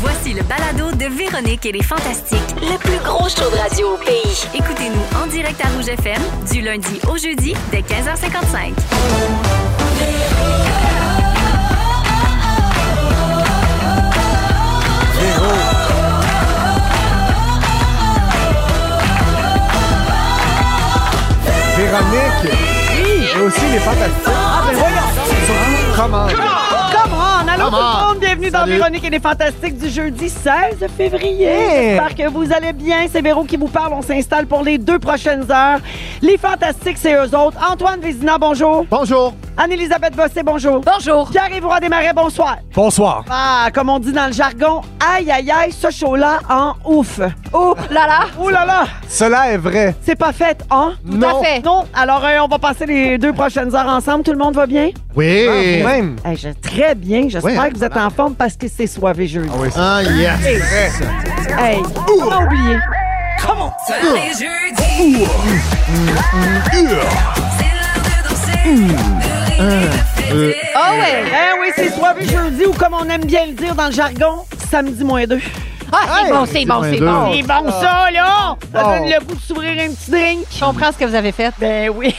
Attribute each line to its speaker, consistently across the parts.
Speaker 1: Voici le balado de Véronique et les Fantastiques.
Speaker 2: Le plus gros show de radio au pays.
Speaker 1: Écoutez-nous en direct à Rouge FM du lundi au jeudi dès 15h55.
Speaker 3: Véronique. Et aussi les fantastiques. Ah, ben voyons. Comment?
Speaker 4: Come on! Allô
Speaker 3: Come
Speaker 4: tout le
Speaker 3: on.
Speaker 4: monde! Bienvenue dans
Speaker 3: Salut.
Speaker 4: Véronique et les Fantastiques du jeudi 16 février.
Speaker 3: Hey.
Speaker 4: J'espère que vous allez bien. C'est Véro qui vous parle. On s'installe pour les deux prochaines heures. Les Fantastiques, c'est eux autres. Antoine Vézina, bonjour.
Speaker 3: Bonjour.
Speaker 4: Anne-Élisabeth Bossé, bonjour.
Speaker 5: Bonjour.
Speaker 4: Pierre-Yves Roy Desmarais, bonsoir.
Speaker 3: Bonsoir.
Speaker 4: Ah, comme on dit dans le jargon, aïe, aïe, aïe, ce show-là en ouf. Oh,
Speaker 5: Là là,
Speaker 4: oh là là,
Speaker 3: Cela est vrai.
Speaker 4: c'est pas fait, hein?
Speaker 5: tout
Speaker 3: non.
Speaker 5: à fait.
Speaker 4: Non, alors euh, on va passer les deux prochaines heures ensemble. Tout le monde va bien?
Speaker 6: Oui.
Speaker 3: Ah, Vous-même.
Speaker 4: Hey, je- très bien. J'espère
Speaker 6: Oui, hein,
Speaker 4: que vous êtes en forme parce que c'est soirée jeudi.
Speaker 3: Ah oui, c'est-
Speaker 6: Ah, yes.
Speaker 4: Hey, on a oublié. Comment?
Speaker 6: Euh,
Speaker 5: Ah ouais.
Speaker 4: Eh oui, c'est soirée jeudi ou comme on aime bien le dire dans le jargon, samedi moins deux.
Speaker 5: Ah, c'est
Speaker 3: Hey,
Speaker 5: bon, c'est bon,
Speaker 6: moins
Speaker 5: c'est
Speaker 6: deux.
Speaker 5: bon.
Speaker 4: C'est bon ça, là! Ça
Speaker 3: Oh.
Speaker 4: donne le goût de s'ouvrir un petit drink.
Speaker 5: Je comprends ce que vous avez fait.
Speaker 4: Ben oui.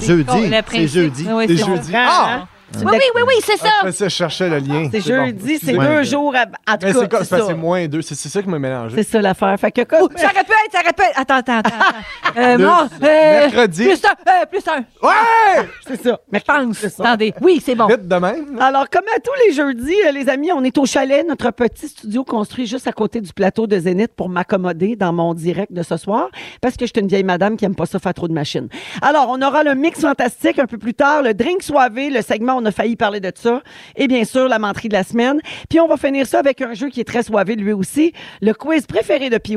Speaker 6: Jeudi.
Speaker 5: Le
Speaker 6: C'est
Speaker 5: principe.
Speaker 6: jeudi.
Speaker 5: Oui,
Speaker 3: C'est
Speaker 5: c'est bon.
Speaker 3: jeudi.
Speaker 4: Hein?
Speaker 5: Oui, oui, oui, oui, c'est ça.
Speaker 3: Après ça, je cherchais le lien.
Speaker 4: C'est
Speaker 3: bon.
Speaker 4: jeudi, c'est
Speaker 3: Excusez-moi.
Speaker 4: deux jours à, à tout
Speaker 3: Mais
Speaker 4: cas,
Speaker 3: c'est quoi?
Speaker 4: c'est
Speaker 3: C'est parce que
Speaker 4: ça.
Speaker 3: c'est moins deux. C'est c'est ça qui m'a mélangé.
Speaker 4: C'est ça l'affaire. Fait que comme...
Speaker 5: Ça répète, ça répète. Attends, attends, attends. attends. Euh,
Speaker 3: Le-
Speaker 5: bon, euh,
Speaker 3: mercredi.
Speaker 5: Plus un, euh, plus un.
Speaker 3: Ouais!
Speaker 4: C'est ça.
Speaker 5: Mais pense. Attendez. Oui, c'est bon.
Speaker 3: Vite de même.
Speaker 4: Alors, comme à tous les jeudis, euh, les amis, on est au chalet, notre petit studio construit juste à côté du plateau de Zénith pour m'accommoder dans mon direct de ce soir, parce que je suis une vieille madame qui aime pas ça faire trop de machines. Alors, on aura le mix fantastique un peu plus tard, le drink soivé, le segment, on a failli parler de ça, et bien sûr, la menterie de la semaine. Puis, on va finir ça avec un jeu qui est très soivé lui aussi, le quiz préféré de PY,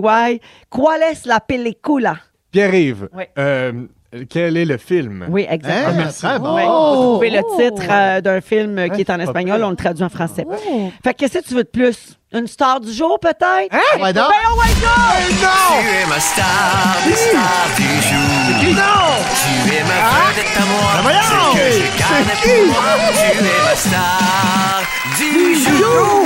Speaker 4: Qual es la película?
Speaker 3: Pierre-Yves.
Speaker 4: Ouais.
Speaker 3: euh, Quel est le film?
Speaker 4: Oui, exactement.
Speaker 6: Ah, merci.
Speaker 4: Ouais,
Speaker 6: Bon.
Speaker 4: vous trouvez le
Speaker 5: Oh.
Speaker 4: titre euh, d'un film euh, qui est en
Speaker 3: c'est pas
Speaker 4: espagnol,
Speaker 3: pire.
Speaker 4: on le traduit en français. Fait que qu'est-ce que tu veux de plus? Une star du jour, peut-être?
Speaker 6: Ouais, donc.
Speaker 4: Ben, oh my God!
Speaker 3: Ah,
Speaker 7: Tu es ma star, la star du jour. Tu es ma
Speaker 8: Ah!
Speaker 7: vedette à moi, c'est que je garde pour moi. Tu es ma star du
Speaker 4: Ah!
Speaker 7: jour.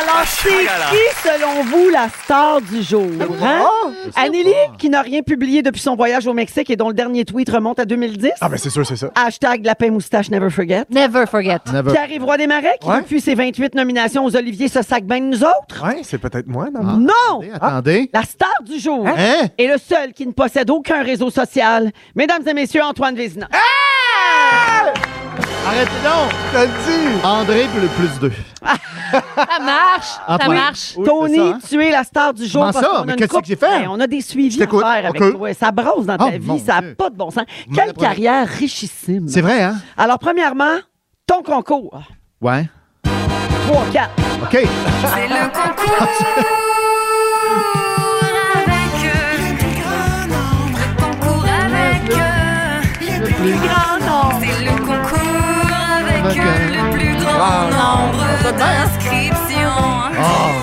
Speaker 4: Alors, c'est
Speaker 7: chagala.
Speaker 4: qui, selon vous, la star du jour?
Speaker 5: Ah,
Speaker 4: Hein?
Speaker 5: oh.
Speaker 4: Anneli, qui n'a rien publié depuis son voyage au Mexique et dont le dernier tweet remonte à 2010.
Speaker 3: Ah, ben c'est sûr, c'est ça.
Speaker 4: Hashtag lapin moustache never forget.
Speaker 5: Never forget.
Speaker 6: Never.
Speaker 4: Pierre-Yves Roy Desmarais, qui,
Speaker 3: Ouais.
Speaker 4: depuis ses 28 nominations aux Oliviers, se sac bien de nous autres.
Speaker 3: Ouais, c'est peut-être moi, non?
Speaker 4: Non!
Speaker 6: Attendez, Attendez.
Speaker 4: La star du jour
Speaker 6: Hein?
Speaker 4: est le seul qui ne possède aucun réseau social. Mesdames et messieurs, Antoine Vézina.
Speaker 6: Arrêtez donc.
Speaker 3: T'as dit!
Speaker 6: André plus, plus deux.
Speaker 5: Ça marche. Ça
Speaker 6: Antoine.
Speaker 5: marche.
Speaker 3: Ah, Oui, c'est
Speaker 4: Tony,
Speaker 3: ça, hein?
Speaker 4: tu es la star du jour.
Speaker 6: Comment
Speaker 4: parce
Speaker 6: ça?
Speaker 4: qu'on a
Speaker 6: Mais
Speaker 4: une
Speaker 6: qu'est-ce
Speaker 4: coupe-
Speaker 6: que j'ai fait?
Speaker 4: Ben, on a des suivis
Speaker 6: Je
Speaker 4: à
Speaker 6: t'écoute.
Speaker 4: faire avec
Speaker 6: Ok.
Speaker 4: toi. Ça brasse dans ta
Speaker 6: Oh, mon
Speaker 4: vie, ça n'a
Speaker 6: Dieu.
Speaker 4: pas de bon sens.
Speaker 6: Vous
Speaker 4: Quelle
Speaker 6: m'en apprenez.
Speaker 4: carrière richissime.
Speaker 6: C'est vrai, hein?
Speaker 4: Alors, premièrement, ton concours.
Speaker 6: Ouais.
Speaker 4: 3, 4.
Speaker 6: OK.
Speaker 1: C'est le concours avec le concours avec le plus grand nombre. C'est le concours avec
Speaker 6: Avec, euh,
Speaker 1: le plus grand nombre d'inscriptions.
Speaker 6: Ah,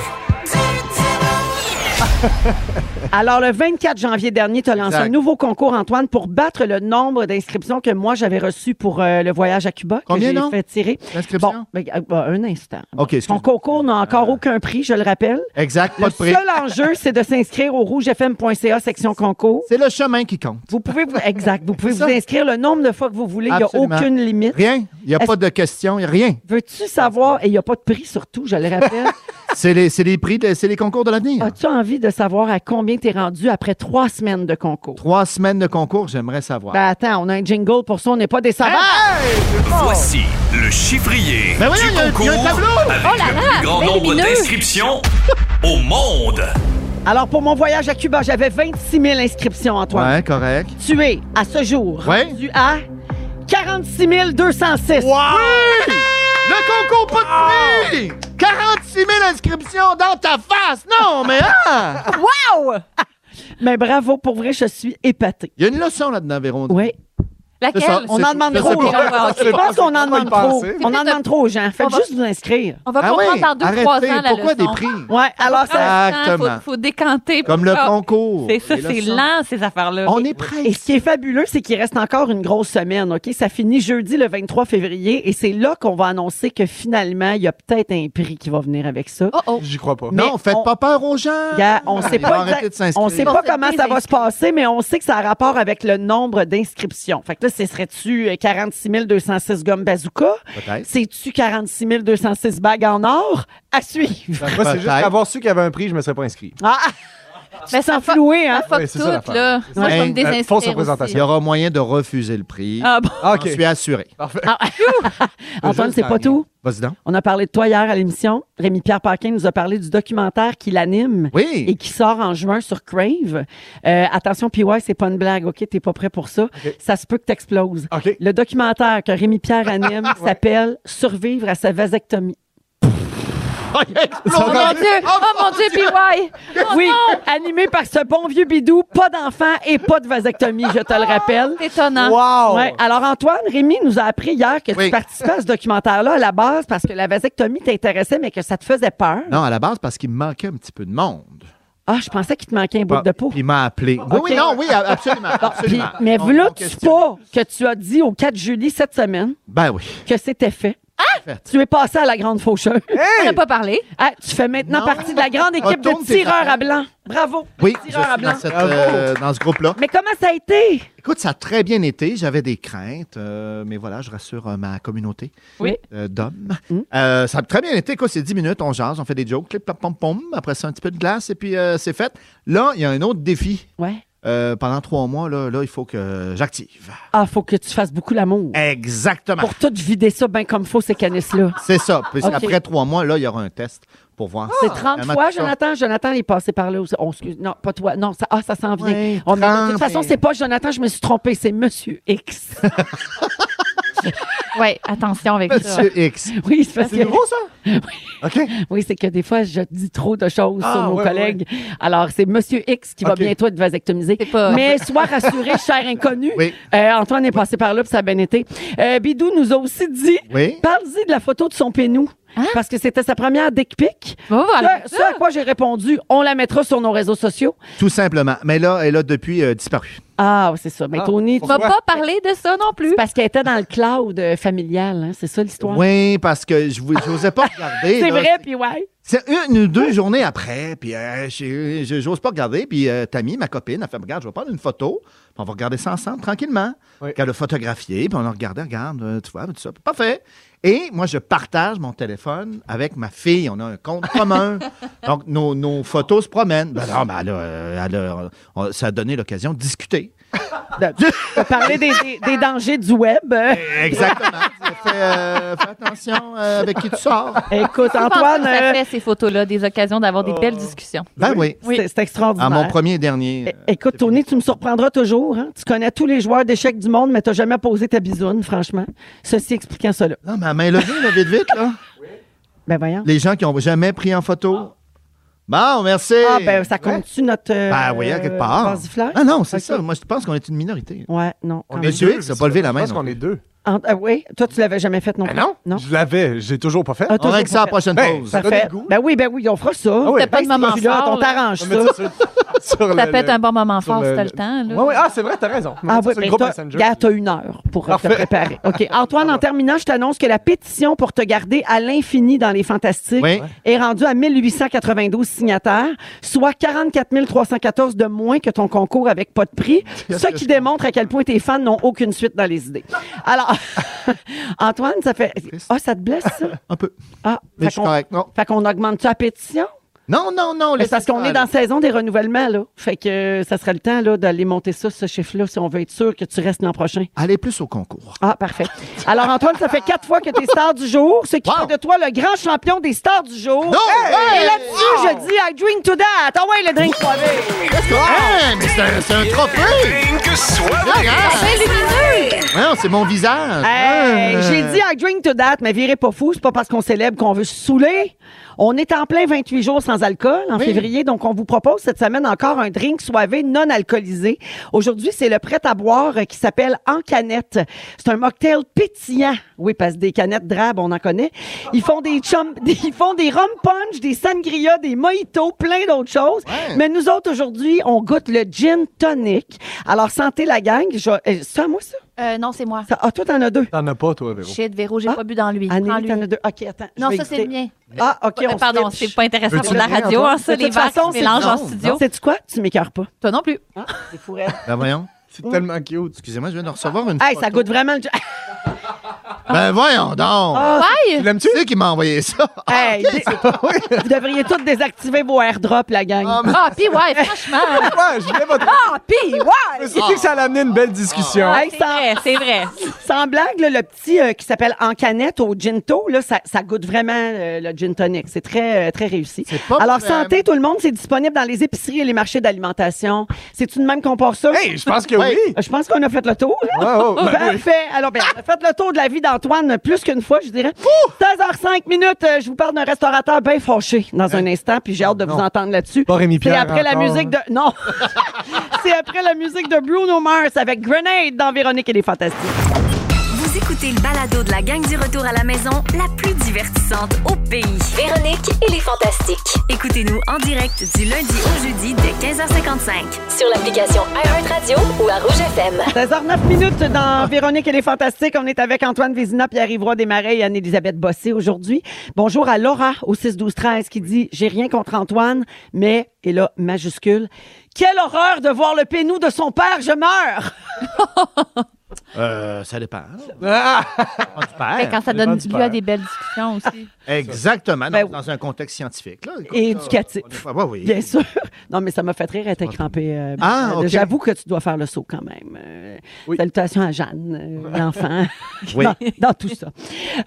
Speaker 4: Alors, le 24 janvier dernier, tu as lancé
Speaker 6: Exact.
Speaker 4: un nouveau concours, Antoine, pour battre le nombre d'inscriptions que moi, j'avais reçues pour euh, le voyage à Cuba. que
Speaker 6: Combien,
Speaker 4: j'ai
Speaker 6: non?
Speaker 4: fait tirer.
Speaker 6: L'inscription?
Speaker 4: Bon, ben, euh, ben, un instant.
Speaker 6: OK,
Speaker 4: Ton
Speaker 6: excuse
Speaker 4: concours n'a encore aucun prix, je le rappelle.
Speaker 6: Exact, pas
Speaker 4: Le
Speaker 6: de prix.
Speaker 4: seul enjeu, c'est de s'inscrire au rougefm.ca section concours.
Speaker 6: C'est le chemin qui compte.
Speaker 4: Vous pouvez vous, exact, vous pouvez
Speaker 6: C'est
Speaker 4: vous
Speaker 6: ça.
Speaker 4: inscrire le nombre de fois que vous voulez. Il n'y a
Speaker 6: Absolument.
Speaker 4: aucune limite.
Speaker 6: Rien. Il n'y a
Speaker 4: Est-ce-
Speaker 6: pas de question. Il n'y a rien.
Speaker 4: Veux-tu savoir, et il n'y a pas de prix surtout, je le rappelle,
Speaker 6: C'est les, c'est les prix, de- c'est les concours de l'avenir.
Speaker 4: as-tu envie de savoir à combien t'es rendu après trois semaines de concours?
Speaker 6: Trois semaines de concours, j'aimerais savoir. Hein,
Speaker 4: Ben attends, on a un jingle pour ça, on n'est pas des savants.
Speaker 7: Voici le chiffrier
Speaker 6: Ben voyons,
Speaker 7: du
Speaker 6: il y a- il y a un
Speaker 7: concours
Speaker 6: tableau.
Speaker 7: avec
Speaker 5: là
Speaker 7: le
Speaker 5: là,
Speaker 7: plus grand
Speaker 5: ben
Speaker 7: nombre
Speaker 5: lumineux.
Speaker 7: d'inscriptions au monde.
Speaker 4: Alors pour mon voyage à Cuba, j'avais 26 000 inscriptions, Antoine.
Speaker 6: ouais, correct.
Speaker 4: Tu es, à ce jour,
Speaker 6: Ouais.
Speaker 4: rendu à 46 206.
Speaker 6: Oui! Le concours pas de prix! 46 000 inscriptions dans ta face! Non, mais ah!
Speaker 5: Wow!
Speaker 4: Mais bravo, pour vrai, je suis épatée.
Speaker 6: Il y a une leçon là-dedans, Véron.
Speaker 4: Oui.
Speaker 5: Laquelle?
Speaker 6: ça.
Speaker 4: On en demande
Speaker 6: Je sais
Speaker 4: trop.
Speaker 6: pas.
Speaker 4: aux gens.
Speaker 5: Je
Speaker 4: Je pense qu'on en
Speaker 3: Faut y
Speaker 4: demande trop.
Speaker 3: penser.
Speaker 4: On en demande trop aux gens.
Speaker 5: On
Speaker 4: Faites
Speaker 5: va-
Speaker 4: juste vous inscrire.
Speaker 5: On va
Speaker 6: Ah
Speaker 5: comprendre
Speaker 6: oui,
Speaker 5: dans deux,
Speaker 6: arrêtez.
Speaker 5: trois ans la
Speaker 6: Pourquoi
Speaker 5: leçon.
Speaker 6: des prix?
Speaker 4: Ouais, alors ça.
Speaker 6: Exactement.
Speaker 5: Il faut, faut décanter.
Speaker 6: Comme le
Speaker 5: Ah,
Speaker 6: concours.
Speaker 5: C'est ça,
Speaker 6: Les
Speaker 5: c'est
Speaker 6: leçons.
Speaker 5: lent, ces affaires-là.
Speaker 6: On est prêts.
Speaker 4: Et ce qui est fabuleux, c'est qu'il reste encore une grosse semaine, OK? Ça finit jeudi le 23 février et c'est là qu'on va annoncer que finalement, il y a peut-être un prix qui va venir avec ça.
Speaker 5: Oh, oh.
Speaker 3: J'y crois pas.
Speaker 4: Mais
Speaker 6: Ah. Non, faites
Speaker 4: on-
Speaker 6: pas peur aux gens.
Speaker 4: Gars, on
Speaker 6: Ils
Speaker 4: sait
Speaker 6: vont
Speaker 4: pas,
Speaker 6: arrêter
Speaker 4: exact-
Speaker 6: de s'inscrire.
Speaker 4: on sait pas
Speaker 5: Ils vont
Speaker 4: comment
Speaker 5: se
Speaker 4: ça va se passer, mais on sait que ça a rapport avec le nombre d'inscriptions. Fait que là, ce serait-tu euh, 46 206 gommes bazooka?
Speaker 6: Peut-être.
Speaker 4: C'est-tu 46 206 bagues en or? À suivre.
Speaker 3: Moi, c'est juste
Speaker 6: Peut-être.
Speaker 3: avoir su qu'il y avait un prix, je me serais pas inscrit.
Speaker 4: Ah!
Speaker 5: Mais
Speaker 4: tu t'en
Speaker 5: ça fuck,
Speaker 4: flouer, hein?
Speaker 5: ça fuck
Speaker 3: Oui, c'est ça,
Speaker 5: tout,
Speaker 3: l'affaire.
Speaker 5: là. Moi, je vais
Speaker 6: Hey,
Speaker 5: me
Speaker 6: euh,
Speaker 5: désinscrire
Speaker 3: fausse
Speaker 5: aussi.
Speaker 6: Il y
Speaker 3: représentation.
Speaker 6: aura moyen de refuser le prix.
Speaker 5: Ah bon?
Speaker 3: Ah,
Speaker 6: Je suis assuré.
Speaker 4: Antoine, c'est pas tout.
Speaker 6: Vas-y donc.
Speaker 4: On a parlé de toi hier à l'émission. Rémi-Pierre Paquin nous a parlé du documentaire qui l'anime.
Speaker 6: Oui.
Speaker 4: Et qui sort en juin sur Crave. Euh, attention, PY, c'est pas une blague, OK? T'es pas prêt pour ça. Ça se peut que t'exploses.
Speaker 3: OK.
Speaker 4: Le documentaire que Rémi-Pierre anime s'appelle « Survivre à sa vasectomie
Speaker 5: Oh mon Dieu! Oh mon Dieu, PY! ».
Speaker 4: Oui, animé par ce bon vieux bidou, pas d'enfant et pas de vasectomie, je te le rappelle.
Speaker 5: C'est étonnant.
Speaker 3: Wow!
Speaker 4: Ouais. Alors, Antoine, Rémi nous a appris hier que
Speaker 6: Oui.
Speaker 4: tu participais à ce documentaire-là à la base parce que la vasectomie t'intéressait, mais que ça te faisait peur.
Speaker 6: Non, à la base, parce qu'il me manquait un petit peu de monde.
Speaker 4: Ah, je pensais qu'il te manquait un bout de peau.
Speaker 6: Puis il m'a appelé. Ah Oui, oui, non, oui, a- absolument.
Speaker 4: Puis-
Speaker 6: absolument.
Speaker 4: mais
Speaker 6: On-
Speaker 4: voilà
Speaker 6: on
Speaker 4: tu
Speaker 6: questionne.
Speaker 4: pas que tu as dit au 4 juillet cette semaine
Speaker 6: Ben oui. Ah!
Speaker 4: que c'était fait.
Speaker 6: Fait.
Speaker 4: Tu es passé à la grande faucheuse.
Speaker 5: On n'a pas parlé.
Speaker 4: Ah, tu fais maintenant
Speaker 6: Non.
Speaker 4: partie de la grande équipe de
Speaker 6: Retourne tes
Speaker 4: tireurs
Speaker 6: affaires.
Speaker 4: à blanc. Bravo.
Speaker 6: Oui, je suis
Speaker 4: Tireur à blanc.
Speaker 6: dans, cette, euh, dans ce groupe-là.
Speaker 4: Mais comment ça a été?
Speaker 6: Écoute, ça a très bien été. J'avais des craintes, euh, mais voilà, je rassure euh, ma communauté
Speaker 4: Oui.
Speaker 6: euh, d'hommes.
Speaker 4: Mm.
Speaker 6: Euh, ça a très bien été. Écoute, c'est 10 minutes, on jase, on fait des jokes, clip, pam, pam, pam. Après ça, un petit peu de glace, et puis euh, c'est fait. Là, il y a un autre défi.
Speaker 4: Ouais.
Speaker 6: Euh, pendant trois mois, là, là, il faut que j'active.
Speaker 4: Ah, faut que tu fasses beaucoup l'amour.
Speaker 6: Exactement.
Speaker 4: Pour tout vider ça bien comme faut, ces canisses-là.
Speaker 6: C'est ça. Puis
Speaker 4: Ok. Ah!
Speaker 6: Après trois mois, là, il y aura un test pour voir.
Speaker 4: C'est 30
Speaker 6: Vraiment,
Speaker 4: fois,
Speaker 6: tout ça.
Speaker 4: Jonathan. Jonathan est passé par là aussi. On excuse. Non, pas toi. Non, ça, ah, ça s'en vient.
Speaker 6: Ouais,
Speaker 4: On- mais de toute
Speaker 6: 30,
Speaker 4: façon,
Speaker 6: mais-
Speaker 4: c'est pas Jonathan, je me suis trompée. C'est Monsieur X.
Speaker 5: Oui, attention avec ça.
Speaker 6: Monsieur X.
Speaker 4: Oui, c'est parce que-
Speaker 3: ça? OK.
Speaker 4: Oui, c'est que des fois, je dis trop de choses
Speaker 3: Ah,
Speaker 4: sur nos
Speaker 3: ouais,
Speaker 4: collègues. Alors, c'est Monsieur X qui va
Speaker 3: Ok.
Speaker 4: bientôt être vasectomisé.
Speaker 5: C'est pas-
Speaker 4: Mais sois rassuré, cher inconnu.
Speaker 6: Oui.
Speaker 4: Euh, Antoine est passé par là, puis ça a bien été. Euh, Bidou nous a aussi dit,
Speaker 6: Oui.
Speaker 4: parle-y de la photo de son pénou.
Speaker 5: Hein?
Speaker 4: Parce que c'était sa première dick pic.
Speaker 5: Bon, voilà.
Speaker 4: Ce, ce à quoi j'ai répondu, on la mettra sur nos réseaux sociaux.
Speaker 3: Ah,
Speaker 6: Tout simplement. Mais là, elle a depuis euh, disparu.
Speaker 4: Ah, oui, c'est ça. Mais
Speaker 3: Ah.
Speaker 4: Tony,
Speaker 5: On
Speaker 4: tu-
Speaker 5: va
Speaker 3: Pourquoi?
Speaker 5: pas parler de ça non plus.
Speaker 4: parce qu'elle était dans le cloud euh, familial, hein, c'est ça l'histoire.
Speaker 6: Oui, parce que je n'osais pas regarder.
Speaker 4: C'est
Speaker 6: là.
Speaker 4: vrai, puis ouais.
Speaker 6: C'est une ou deux journées après, puis euh, j'ai- j'ai- j'ose pas regarder. Puis euh, Tammy, ma copine, a fait Regarde, je vais prendre une photo, puis on va regarder ça ensemble, tranquillement.
Speaker 3: Oui.
Speaker 6: Puis Elle a photographié, puis on a regardé, regarde, euh, tu vois, tout ça. Puis Parfait. Et moi, je partage mon téléphone avec ma fille. On a un compte commun. Donc, nos, nos photos se promènent. Ben non, ben là, euh, elle a- on- ça a donné l'occasion de discuter.
Speaker 4: T'as parlé des, des- des dangers du web. Euh,
Speaker 6: Exactement. fais, euh, fais attention euh, avec qui tu sors.
Speaker 4: Écoute,
Speaker 5: Je pense que
Speaker 4: Antoine,
Speaker 5: ça
Speaker 4: euh,
Speaker 5: fait ces photos-là des occasions d'avoir des belles discussions.
Speaker 6: Ben oui.
Speaker 5: Oui.
Speaker 4: c'est- c'est extraordinaire.
Speaker 6: À mon premier et dernier.
Speaker 4: É- Écoute, Tony, tu me surprendras toujours. hein. Tu connais tous les joueurs d'échecs du monde, mais tu jamais posé ta bisoune, franchement. Ceci expliquant cela.
Speaker 6: Non, mais à main levée, là, vite, vite, là.
Speaker 4: Ben voyons.
Speaker 6: Les gens qui n'ont jamais pris en photo. Bon, merci.
Speaker 4: Ah, ben ça compte-tu notre. euh,
Speaker 6: Ben oui, à quelque
Speaker 4: euh,
Speaker 6: part.
Speaker 4: vasifleur?
Speaker 6: Ah non, c'est
Speaker 4: Ok.
Speaker 6: ça. Moi, je pense qu'on est une minorité.
Speaker 4: Ouais, non. quand
Speaker 3: On
Speaker 4: même.
Speaker 3: est
Speaker 6: Monsieur
Speaker 3: deux,
Speaker 6: X a
Speaker 3: je
Speaker 6: pas levé
Speaker 3: sais
Speaker 6: la
Speaker 3: Je
Speaker 6: main,
Speaker 3: pense
Speaker 6: non
Speaker 3: qu'on
Speaker 6: plus.
Speaker 3: est deux.
Speaker 4: Ah, ah oui, toi, tu l'avais jamais fait non plus. Non.
Speaker 3: Je l'avais, j'ai toujours pas fait.
Speaker 4: Ah,
Speaker 6: On
Speaker 4: toujours
Speaker 6: règle ça à la
Speaker 4: pas
Speaker 6: prochaine
Speaker 3: Ben,
Speaker 6: pause.
Speaker 3: ça- donne
Speaker 4: Parfait.
Speaker 3: le goût. Ah
Speaker 4: Ben oui, ben oui, on fera ça.
Speaker 3: oui.
Speaker 4: C'était pas de
Speaker 5: Ben,
Speaker 4: moment
Speaker 5: c'est pas
Speaker 4: fort.
Speaker 5: fort,
Speaker 4: On
Speaker 5: là.
Speaker 4: t'arrange
Speaker 3: On
Speaker 4: ça.
Speaker 3: met ça sur- sur
Speaker 5: Ça
Speaker 3: le-
Speaker 5: peut être
Speaker 3: le-
Speaker 5: un bon moment
Speaker 3: sur
Speaker 5: fort si t'as le temps, là.
Speaker 3: Ouais, ouais, ah, c'est vrai, t'as raison. On met
Speaker 4: Ah
Speaker 3: ça
Speaker 4: oui,
Speaker 3: sur le
Speaker 4: mais
Speaker 3: groupe
Speaker 4: t'as-
Speaker 3: Messenger.
Speaker 4: regarde, t'as une heure pour euh, te
Speaker 3: Parfait.
Speaker 4: préparer. OK. Antoine, en terminant, je t'annonce que la pétition pour te garder à l'infini dans les fantastiques
Speaker 6: Oui.
Speaker 4: est rendue à 1892 signataires, soit 44 314 de moins que ton concours avec pas de prix, ce qui démontre à quel point tes fans n'ont aucune suite dans les idées. Alors, Antoine, ça fait... Ah, ça te blesse, ça?
Speaker 6: Un peu.
Speaker 4: Ah,
Speaker 6: Mais je
Speaker 4: fait
Speaker 6: suis
Speaker 4: qu'on-
Speaker 6: correct. Non,
Speaker 4: fait qu'on augmente-tu la pétition?
Speaker 6: non, non. non
Speaker 4: Mais
Speaker 6: laisse
Speaker 4: c'est parce
Speaker 6: ça,
Speaker 4: qu'on est
Speaker 6: là.
Speaker 4: dans la saison des renouvellements, là. Fait que euh, ça serait le temps, là, d'aller monter ça, ce chiffre-là, si on veut être sûr que tu restes l'an prochain.
Speaker 6: Allez plus au concours.
Speaker 4: Ah, parfait. Alors, Antoine, ça fait quatre fois que tu es star du jour, ce qui
Speaker 6: Wow.
Speaker 4: fait de toi le grand champion des stars du jour.
Speaker 6: Non!
Speaker 4: Et
Speaker 6: Hey!
Speaker 4: là-dessus, je dis I drink to that. Ah ouais, le drink poivré.
Speaker 6: Hey, mais c'est un, c'est un trophée!
Speaker 7: Drink soit
Speaker 6: Regarde.
Speaker 1: hein?
Speaker 5: Belle lumineuse!
Speaker 6: Non, c'est mon visage.
Speaker 4: Hey,
Speaker 6: Ah.
Speaker 4: J'ai dit I drink to that, mais virez pas fou, c'est pas parce qu'on célèbre qu'on veut se saouler. On est en plein 28 jours sans alcool en
Speaker 6: Oui.
Speaker 4: février, donc on vous propose cette semaine encore un drink soivé non alcoolisé. Aujourd'hui, c'est le prêt à boire euh, qui s'appelle En canette. C'est un mocktail pétillant. Oui, parce que des canettes drabes, on en connaît. Ils font des chum, des- ils font des rum punch, des sangria, des mojitos, plein d'autres choses.
Speaker 6: Ouais.
Speaker 4: Mais nous autres aujourd'hui, on goûte le gin tonic. Alors santé la gang, je euh, c'est à moi ça.
Speaker 5: Euh, non, c'est moi.
Speaker 4: Ça- Ah, toi, t'en as deux.
Speaker 3: T'en as pas, toi, Véro.
Speaker 5: Shit, Véro, j'ai
Speaker 4: Ah.
Speaker 5: pas bu dans lui. Prends
Speaker 4: Annie,
Speaker 5: lui.
Speaker 4: t'en as deux. OK, attends. je
Speaker 5: Non,
Speaker 4: vais
Speaker 5: ça, c'est le
Speaker 4: goûter.
Speaker 5: mien.
Speaker 4: Ah, OK, on
Speaker 5: Euh, Pardon,
Speaker 4: switch.
Speaker 5: c'est pas intéressant
Speaker 6: Veux-tu
Speaker 5: pour la
Speaker 6: le lire,
Speaker 5: radio,
Speaker 6: toi?
Speaker 5: hein, ça,
Speaker 4: De
Speaker 5: les
Speaker 4: toute
Speaker 5: verres
Speaker 4: façon,
Speaker 5: qui se mélangent
Speaker 6: c'est
Speaker 5: en
Speaker 6: non,
Speaker 5: studio.
Speaker 4: Sais-tu quoi? Tu m'écœures pas.
Speaker 5: Toi non plus.
Speaker 4: Ah, c'est fou, raide.
Speaker 6: Ben voyons.
Speaker 3: C'est tellement cute.
Speaker 6: Excusez-moi, je viens de recevoir une
Speaker 4: Hey,
Speaker 6: photo.
Speaker 4: ça goûte vraiment le... gin.
Speaker 6: Ben voyons donc.
Speaker 4: Ah,
Speaker 5: Bye!
Speaker 3: Tu l'aimes-tu?
Speaker 6: Tu sais qui m'a envoyé ça?
Speaker 3: Ah,
Speaker 4: Hey, dé- Vous devriez tous désactiver vos airdrops, la gang.
Speaker 6: Ah,
Speaker 5: Ah, puis ouais, franchement.
Speaker 3: Ouais, je voulais votre.
Speaker 4: Ah, pis,
Speaker 3: Je
Speaker 4: ouais!
Speaker 3: me suis dit que ça allait amener une belle discussion.
Speaker 4: Hey,
Speaker 5: Ah, C'est
Speaker 4: sans,
Speaker 5: vrai, c'est vrai.
Speaker 4: sans blague, là, le petit euh, qui s'appelle En canette au ginto, là, ça, ça goûte vraiment euh, le gin tonic. C'est très, euh, très réussi.
Speaker 6: C'est pas
Speaker 4: Alors,
Speaker 6: vrai.
Speaker 4: santé, tout le monde, c'est disponible dans les épiceries et les marchés d'alimentation. C'est-tu de même qu'on part ça?
Speaker 3: Hey, je pense que
Speaker 6: Ouais.
Speaker 3: oui.
Speaker 4: Euh, Je pense qu'on a fait le tour. là.
Speaker 3: Ouais, ouais, ben oui.
Speaker 4: Parfait. Alors, ben, faites le tour de la vie d'Antoine plus qu'une fois, je dirais. 16h05 minutes, euh, je vous parle d'un restaurateur bien fâché dans un instant, puis j'ai hâte de vous
Speaker 3: Hein? Ah, non.
Speaker 4: entendre là-dessus.
Speaker 3: Pas Rémi
Speaker 4: C'est
Speaker 3: Pierre
Speaker 4: après la
Speaker 3: encore,
Speaker 4: musique de. Non! C'est après la musique de Bruno Mars avec Grenade dans Véronique et les Fantastiques.
Speaker 2: Vous écoutez le balado de la gang du retour à la maison, la plus divertissante au pays.
Speaker 9: Véronique et les Fantastiques.
Speaker 2: Écoutez-nous en direct du lundi au jeudi dès 15h55.
Speaker 9: Sur l'application iHeartRadio ou à Rouge FM.
Speaker 4: 16h09 minutes dans Véronique et les Fantastiques. On est avec Antoine Vézina, Pierre-Yvroy Desmarais et Anne-Élisabeth Bossé aujourd'hui. Bonjour à Laura au 6-12-13 qui dit « J'ai rien contre Antoine, mais, et là, majuscule, quelle horreur de voir le pénou de son père, je meurs!
Speaker 6: Euh, ça dépend.
Speaker 3: Ah!
Speaker 6: Ben, Quand tu
Speaker 5: Fait
Speaker 6: perds.
Speaker 5: que Quand ça
Speaker 3: dépend
Speaker 5: donne
Speaker 3: du
Speaker 5: lieu à
Speaker 3: père.
Speaker 5: des belles discussions aussi.
Speaker 6: Exactement.
Speaker 4: Ben
Speaker 6: Donc,
Speaker 4: oui.
Speaker 6: dans un contexte scientifique. Là, »
Speaker 4: Et éducatif.
Speaker 6: Ah, oui.
Speaker 4: Bien sûr. Non, mais ça m'a fait rire, elle était crampée. euh,
Speaker 6: Ah,
Speaker 4: euh,
Speaker 6: ok.
Speaker 4: J'avoue que tu dois faire le saut quand même. Euh,
Speaker 3: Oui.
Speaker 4: Salutations à Jeanne, euh, l'enfant.
Speaker 6: Oui.
Speaker 4: dans, dans tout ça.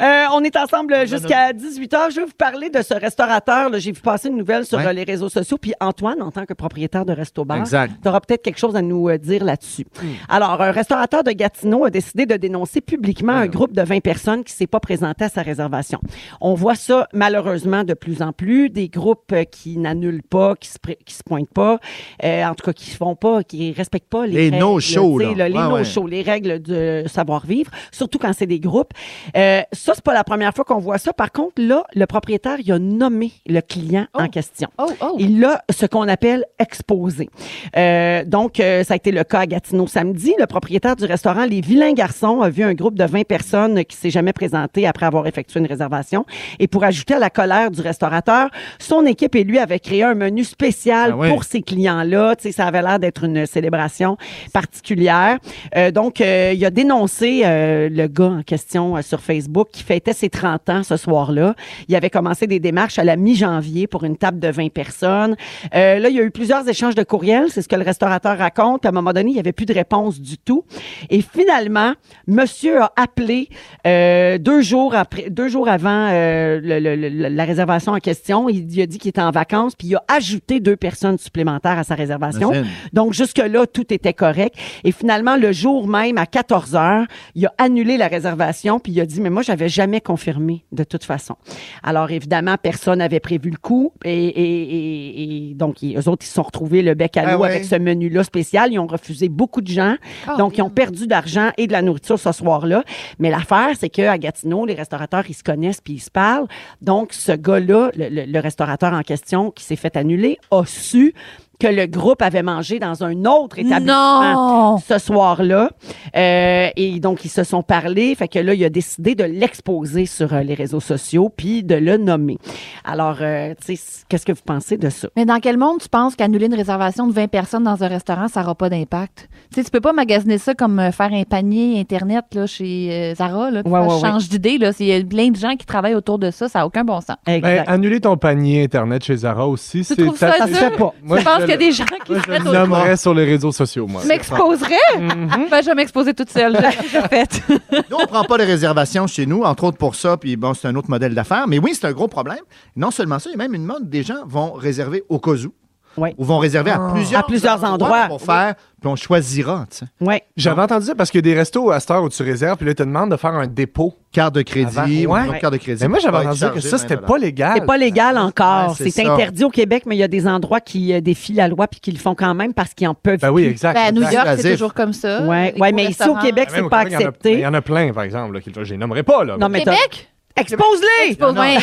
Speaker 4: Euh, on est ensemble jusqu'à 18h. Je vais vous parler de ce restaurateur. là. J'ai vu passer une nouvelle sur
Speaker 6: Ouais.
Speaker 4: euh, les réseaux sociaux. Puis Antoine, en tant que propriétaire de Resto Bar,
Speaker 6: Exact. Hmm.
Speaker 4: tu auras peut-être quelque chose à nous euh, dire là-dessus. Alors, un restaurateur de Gatineau a décidé de dénoncer publiquement
Speaker 6: Hmm.
Speaker 4: un groupe de 20 personnes qui s'est pas présenté à sa réservation. On voit ça malheureusement de plus en plus, des groupes euh, qui n'annulent pas, qui se, pré- qui se pointent pas, euh, en tout cas qui font pas, qui respectent pas les,
Speaker 6: Les
Speaker 4: règles,
Speaker 6: no-shows,
Speaker 4: tu sais, là,
Speaker 6: là.
Speaker 4: les
Speaker 6: Ouais, ouais.
Speaker 4: no-shows, les règles de savoir-vivre, surtout quand c'est des groupes. Euh, ça, c'est pas la première fois qu'on voit ça. Par contre, là, le propriétaire, il a nommé le client en question.
Speaker 5: Oh, oh.
Speaker 4: Il l'a ce qu'on appelle exposé. Euh, donc, euh, ça a été le cas à Gatineau samedi. Le propriétaire du restaurant Les Vilains Garçons a vu un groupe de 20 personnes qui s'est jamais présenté après avoir effectué une réservation. Et pour ajouter à la colère du restaurateur, son équipe et lui avaient créé un menu spécial
Speaker 6: Ah ouais.
Speaker 4: pour ces clients-là. Tu sais, ça avait l'air d'être une célébration particulière. Euh, donc, euh, il a dénoncé euh, le gars en question euh, sur Facebook qui fêtait ses 30 ans ce soir-là. Il avait commencé des démarches à la mi-janvier pour une table de 20 personnes. Euh, là, il y a eu plusieurs échanges de courriels, c'est ce que le restaurateur raconte. Puis À un moment donné, il n'y avait plus de réponse du tout. Et finalement, monsieur a appelé euh, deux jours après, deux jours avant euh, le- le- le- la réservation en question. Il, il a dit qu'il était en vacances, puis il a ajouté deux personnes supplémentaires à sa réservation.
Speaker 6: Imagine.
Speaker 4: Donc, jusque-là, tout était correct. Et finalement, le jour même, à 14 heures, il a annulé la réservation, puis il a dit, mais moi, j'avais jamais confirmé, de toute façon. Alors, évidemment, personne n'avait prévu le coup. Et, et- et- et donc, ils- eux autres, ils se sont retrouvés le bec à l'eau
Speaker 6: Ah ouais.
Speaker 4: avec ce menu-là spécial. Ils ont refusé beaucoup de gens. donc, ils ont perdu de l'argent et de la nourriture ce soir-là. Mais l'affaire, c'est qu'à Gatineau, les restaurateurs, ils se connaissent puis ils se parlent. Donc, ce gars-là, le, le- le restaurateur en question qui s'est fait annuler, a su que le groupe avait mangé dans un autre établissement
Speaker 5: Non!
Speaker 4: ce soir-là. Euh, et donc, ils se sont parlé. Fait que là, il a décidé de l'exposer sur euh, les réseaux sociaux puis de le nommer. Alors, euh, tu sais, c- qu'est-ce que vous pensez de ça?
Speaker 5: Mais dans quel monde tu penses qu'annuler une réservation de 20 personnes dans un restaurant, ça n'aura pas d'impact? Tu sais, tu peux pas magasiner ça comme euh, faire un panier Internet là, chez euh, Zara. Là, puis
Speaker 4: Ouais,
Speaker 5: ça
Speaker 4: ouais,
Speaker 5: change d'idée. là. Il y a plein de gens qui travaillent autour de ça. Ça n'a aucun bon sens.
Speaker 3: Ben, annuler ton panier Internet chez Zara aussi,
Speaker 5: Tu
Speaker 3: c'est.
Speaker 5: trouves ça
Speaker 3: ça se
Speaker 5: dur?
Speaker 3: fait pas. Moi,
Speaker 5: tu penses
Speaker 3: je
Speaker 5: qu'il y a
Speaker 3: le-
Speaker 5: des gens qui
Speaker 3: moi,
Speaker 5: se
Speaker 3: je
Speaker 5: mettent
Speaker 3: le
Speaker 5: au-
Speaker 3: nommerais Mm-hmm. sur les réseaux sociaux, moi.
Speaker 5: Tu m'exposerais? Ben, je vais m'exposer toute seule. Je l'ai déjà fait.
Speaker 6: Nous, on prend pas de réservations chez nous, entre autres pour ça, puis bon, c'est un autre modèle d'affaires. Mais oui, c'est un gros problème. Non seulement ça, il y a même une mode, des gens vont réserver au cas où.
Speaker 4: Ouais.
Speaker 6: ou vont réserver à plusieurs,
Speaker 4: Ah. À plusieurs endroits.
Speaker 6: pour faire, puis on choisira, tu sais.
Speaker 4: Ouais.
Speaker 3: J'avais entendu ça parce qu'il y a des restos à cette heure où tu réserves, puis là, ils te demandent de faire un dépôt.
Speaker 6: Carte de crédit,
Speaker 3: Avant,
Speaker 6: ou
Speaker 3: ouais.
Speaker 6: non, carte de crédit.
Speaker 3: Mais moi, j'avais
Speaker 6: Pas être
Speaker 3: entendu que
Speaker 6: chargé
Speaker 3: ça,
Speaker 6: 20
Speaker 3: c'était pas légal.
Speaker 4: C'est pas légal encore.
Speaker 6: Ouais, c'est
Speaker 4: c'est
Speaker 6: ça.
Speaker 4: interdit au Québec, mais il y a des endroits qui euh, défient la loi puis qui le font quand même parce qu'ils en peuvent.
Speaker 3: Ben oui,
Speaker 4: plus.
Speaker 3: exact.
Speaker 5: Ben, à New
Speaker 3: exact.
Speaker 5: York,
Speaker 6: Invasif.
Speaker 5: c'est toujours comme ça.
Speaker 4: Ouais,
Speaker 5: Les
Speaker 4: ouais,
Speaker 5: gros
Speaker 4: mais ici au
Speaker 5: restaurants.
Speaker 4: Québec,
Speaker 3: Même
Speaker 4: c'est
Speaker 3: au
Speaker 4: pas
Speaker 3: Québec, il y en a- Il
Speaker 4: accepté.
Speaker 3: y en a plein, par exemple, là, qui- je les nommerai pas. Là,
Speaker 4: Non, mais t'as-
Speaker 5: Québec?
Speaker 4: Expose-les!
Speaker 5: Pas loin.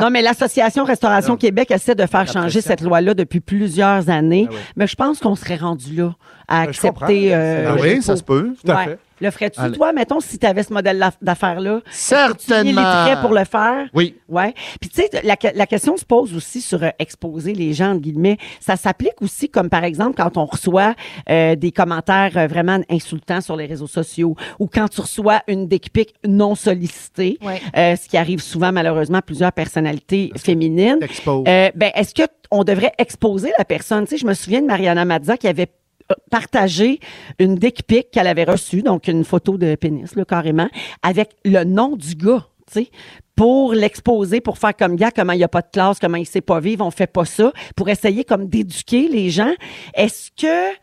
Speaker 4: Non, mais l'Association Restauration Québec essaie de faire changer cette loi-là depuis plusieurs années.
Speaker 3: Ah oui.
Speaker 4: Mais je pense qu'on serait rendu là à
Speaker 3: Ben, je comprends.
Speaker 4: accepter. euh,
Speaker 6: Ah
Speaker 3: Ben
Speaker 6: oui, ça se peut.
Speaker 3: Tout à
Speaker 4: ouais.
Speaker 3: fait.
Speaker 4: Le ferais-tu,
Speaker 6: Allez.
Speaker 4: toi, mettons, si tu avais ce modèle là- d'affaires-là? Tu
Speaker 6: Certainement.
Speaker 4: militerais pour le faire?
Speaker 6: Oui.
Speaker 4: Ouais. Puis tu sais, la, que- la question se pose aussi sur euh, exposer les gens entre guillemets. Ça s'applique aussi comme par exemple quand on reçoit euh, des commentaires euh, vraiment insultants sur les réseaux sociaux ou quand tu reçois une dick pic non sollicitée,
Speaker 5: Ouais.
Speaker 4: euh, ce qui arrive souvent malheureusement à plusieurs personnalités féminines.
Speaker 6: t'exposes?
Speaker 4: Euh, ben est-ce que t- on devrait exposer la personne Tu sais, je me souviens de Mariana Mazza qui avait euh, partagé une dick pic qu'elle avait reçue, donc une photo de pénis, là, carrément, avec le nom du gars, tu sais, pour l'exposer, pour faire comme gars, comment il n'y a pas de classe, comment il sait pas vivre, on fait pas ça, pour essayer comme d'éduquer les gens. Est-ce que, tu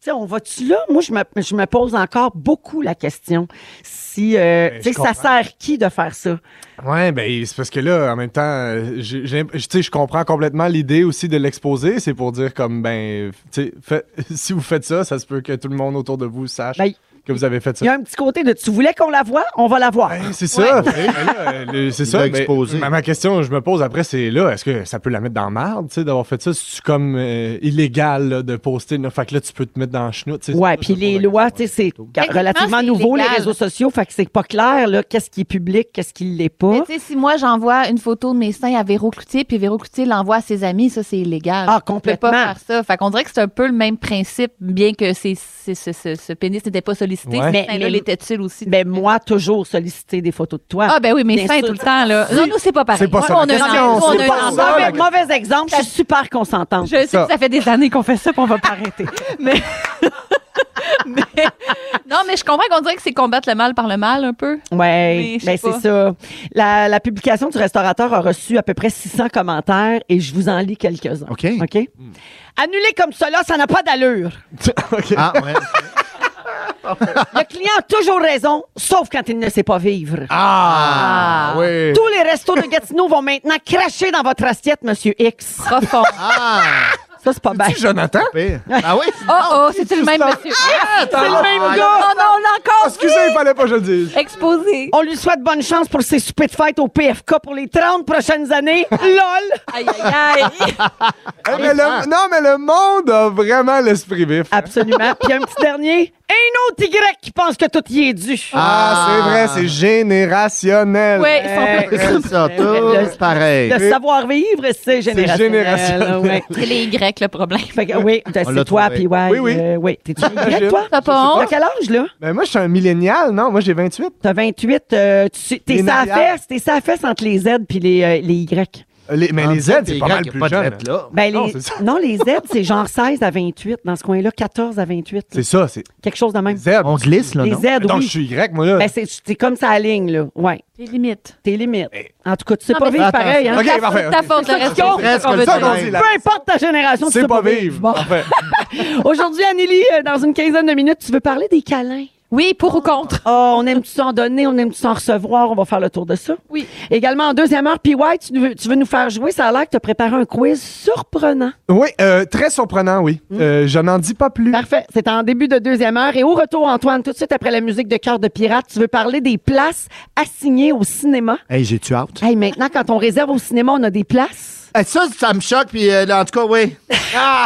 Speaker 4: sais, on va-tu là? Moi, je me, je me pose encore beaucoup la question. Si, euh,
Speaker 3: Ben,
Speaker 4: tu sais,
Speaker 3: je
Speaker 4: ça
Speaker 3: comprends.
Speaker 4: sert qui de faire ça?
Speaker 3: Ouais, ben c'est parce que là, en même temps, euh, j'ai- j'ai- tu sais, je comprends complètement l'idée aussi de l'exposer. C'est pour dire comme ben, tu sais, fait- si vous faites ça, ça se peut que tout le monde autour de vous sache
Speaker 4: Ben,
Speaker 3: que vous avez fait
Speaker 4: Il y
Speaker 3: ça.
Speaker 4: a un petit côté de tu voulais qu'on la voie, on va la voir.
Speaker 3: Ben, c'est ça. Ben, là, euh, le- c'est
Speaker 6: Il
Speaker 3: ça.
Speaker 6: l'a
Speaker 3: mais
Speaker 6: exposé.
Speaker 3: ma, ma question, que je me pose après, c'est là, est-ce que ça peut la mettre dans la marde, tu sais, d'avoir fait ça, c'est comme euh, illégal là, de poster. Là, fait que là, tu peux te mettre dans le chenoute. tu sais.
Speaker 4: Ouais,
Speaker 3: Ça,
Speaker 4: puis
Speaker 3: ça,
Speaker 4: les
Speaker 3: ça,
Speaker 4: lois,
Speaker 3: ouais.
Speaker 4: tu sais, c'est
Speaker 5: Techniquement,
Speaker 4: relativement
Speaker 5: c'est
Speaker 4: nouveau, les
Speaker 5: illégal.
Speaker 4: réseaux sociaux, fait que c'est pas clair, là, qu'est-ce qui est public, qu'est-ce qui l'est
Speaker 5: Mais
Speaker 4: pas.
Speaker 5: tu sais, si moi, j'envoie une photo de mes seins à Véro Cloutier, puis Véro Cloutier l'envoie à ses amis, ça, c'est illégal.
Speaker 4: Ah,
Speaker 5: On peut
Speaker 4: complètement.
Speaker 5: pas faire ça. Fait qu'on dirait que c'est un peu le même principe, bien que c'est- c'est- ce- ce ce pénis n'était pas sollicité.
Speaker 3: Ouais.
Speaker 5: Mais,
Speaker 4: Mais- mais-
Speaker 5: là, l'était-il aussi?
Speaker 4: Ben, moi, toujours solliciter des photos de toi.
Speaker 5: ah, ben oui, mes
Speaker 4: Bien
Speaker 5: seins
Speaker 4: sûr.
Speaker 5: tout le temps, là. Non, nous, c'est pas pareil.
Speaker 3: C'est pas ça la
Speaker 5: on a un
Speaker 3: question,
Speaker 5: enfant,
Speaker 3: c'est
Speaker 5: on a
Speaker 3: pas
Speaker 5: un
Speaker 3: ça
Speaker 5: enfant.
Speaker 3: la
Speaker 4: Mauvais, mauvais exemple, je suis super consentante.
Speaker 5: Je sais
Speaker 3: Ça.
Speaker 5: que ça fait des années qu'on fait ça, puis on va pas arrêter. mais... mais- Non, mais je comprends qu'on dirait que c'est combattre le mal par le mal, un peu.
Speaker 4: Ouais,
Speaker 5: Mais je
Speaker 4: ben
Speaker 5: sais
Speaker 4: c'est
Speaker 5: pas.
Speaker 4: ça. La, la publication du restaurateur a reçu à peu près 600 commentaires et je vous en lis quelques-uns.
Speaker 6: OK.
Speaker 4: OK? Annuler comme cela, ça n'a pas d'allure.
Speaker 3: Ok.
Speaker 6: Ah, ouais.
Speaker 4: Le client a toujours raison, sauf quand il ne sait pas vivre.
Speaker 3: Ah, oui.
Speaker 4: Tous les restos de Gatineau vont maintenant cracher dans votre assiette, Monsieur X.
Speaker 5: Profond.
Speaker 6: Ah,
Speaker 4: Ça, c'est pas bien. Ah,
Speaker 3: Tu, Jonathan?
Speaker 6: pire. Ah oui?
Speaker 5: Oh, oh, c'est le même monsieur.
Speaker 3: C'est le même gars!
Speaker 5: Oh non, on l'a encore
Speaker 3: Excusez, il fallait pas que je le dise.
Speaker 5: exposé.
Speaker 4: On lui souhaite bonne chance pour ses soupers de fête au PFK pour les 30 prochaines années. LOL!
Speaker 5: Aïe, aïe, aïe.
Speaker 3: Eh, mais le- non, mais le monde a vraiment l'esprit vif. Ah,
Speaker 4: Absolument. Puis un petit dernier. Un autre Y qui pense que tout y est dû.
Speaker 3: Ah,
Speaker 6: Ah,
Speaker 3: c'est vrai, c'est générationnel.
Speaker 5: Ouais, ils sont
Speaker 4: Euh,
Speaker 5: pas-
Speaker 6: C'est ça, tout,
Speaker 4: Le-
Speaker 6: c'est pareil.
Speaker 4: Le savoir-vivre, c'est générationnel.
Speaker 3: générationnel.
Speaker 4: Ouais.
Speaker 5: C'est les Y le problème.
Speaker 4: Fait que, oui, c'est
Speaker 6: l'a
Speaker 4: toi,
Speaker 6: trouvé.
Speaker 4: puis ouais.
Speaker 3: Oui, oui.
Speaker 4: euh, oui. T'es-tu un Y,
Speaker 3: J'imagine.
Speaker 4: toi?
Speaker 5: T'as pas
Speaker 4: T'as
Speaker 5: honte?
Speaker 4: quel âge, là?
Speaker 3: Ben moi, je suis un millénial, non? Moi, j'ai 28.
Speaker 4: T'as 28. euh, tu- t'es
Speaker 3: Les
Speaker 4: ça à
Speaker 3: mariages.
Speaker 4: fesse. T'es ça à fesse entre les Z puis les, euh, les Y.
Speaker 3: Les- mais les Z, c'est pas mal
Speaker 6: Y a
Speaker 3: plus
Speaker 6: pas de
Speaker 3: jeune.
Speaker 6: lettres, là.
Speaker 4: Ben, les-
Speaker 3: Non,
Speaker 4: non,
Speaker 3: c'est ça.
Speaker 4: les Z, c'est genre 16 à 28, dans ce coin-là, 14 à 28.
Speaker 3: C'est ça, c'est
Speaker 4: Quelque chose de même.
Speaker 3: Z.
Speaker 6: On glisse, là,
Speaker 4: les
Speaker 6: non?
Speaker 4: Z,
Speaker 3: Donc, je
Speaker 4: oui.
Speaker 3: suis Y, moi, là.
Speaker 4: Ben, c'est c'est comme ça à la ligne, là. Ouais.
Speaker 5: C'est limite.
Speaker 4: Tes limites. En tout cas, tu sais
Speaker 5: Non,
Speaker 4: pas
Speaker 5: mais
Speaker 4: vivre
Speaker 6: c'est-
Speaker 4: pareil, hein?
Speaker 3: OK,
Speaker 5: Ta-
Speaker 3: parfait.
Speaker 5: Ta
Speaker 3: ok.
Speaker 5: faute, le reste, on
Speaker 6: presque
Speaker 5: veut
Speaker 6: le
Speaker 5: dire.
Speaker 3: Ça qu'on dit, là.
Speaker 4: Peu importe ta génération, tu
Speaker 3: C'est
Speaker 4: sais
Speaker 3: pas vivre.
Speaker 4: Bon.
Speaker 3: Parfait.
Speaker 4: Aujourd'hui, Anneli, euh, dans une quinzaine de minutes, tu veux parler des câlins.
Speaker 5: Oui, pour ou contre?
Speaker 4: Oh, on aime-tu s'en donner, on aime-tu s'en recevoir, on va faire le tour de ça.
Speaker 5: Oui.
Speaker 4: Également, en deuxième heure, PY, tu veux, tu veux nous faire jouer, ça a l'air que tu as préparé un quiz surprenant.
Speaker 3: Oui, euh, très surprenant, oui. Euh, je n'en dis pas plus.
Speaker 4: Hmm. Parfait, c'est en début de deuxième heure. Et au retour, Antoine, tout de suite après la musique de Cœur de Pirate, tu veux parler des places assignées au cinéma.
Speaker 6: Hey, j'ai-tu out?
Speaker 4: Hey, maintenant, quand on réserve au cinéma, on a des places.
Speaker 6: Eh, Ça, ça me choque, puis euh, en tout cas, oui.
Speaker 9: Ah!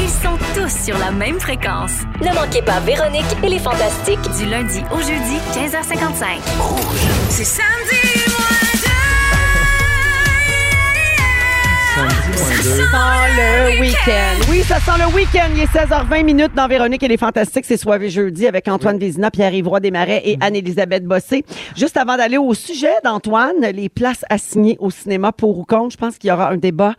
Speaker 2: Ils sont tous sur la même fréquence.
Speaker 9: Ne manquez pas Véronique et les Fantastiques.
Speaker 2: Du lundi au jeudi, 15h55.
Speaker 1: C'est samedi, moi,
Speaker 4: le week-end. Oui, ça sent le week-end. Il est 16h20 minutes dans Véronique et les Fantastiques. C'est soirée jeudi avec Antoine Vézina, Pierre-Yves Roy Desmarais et Anne-Élisabeth Bossé. Juste avant d'aller au sujet d'Antoine, les places assignées au cinéma pour ou contre, je pense qu'il y aura un débat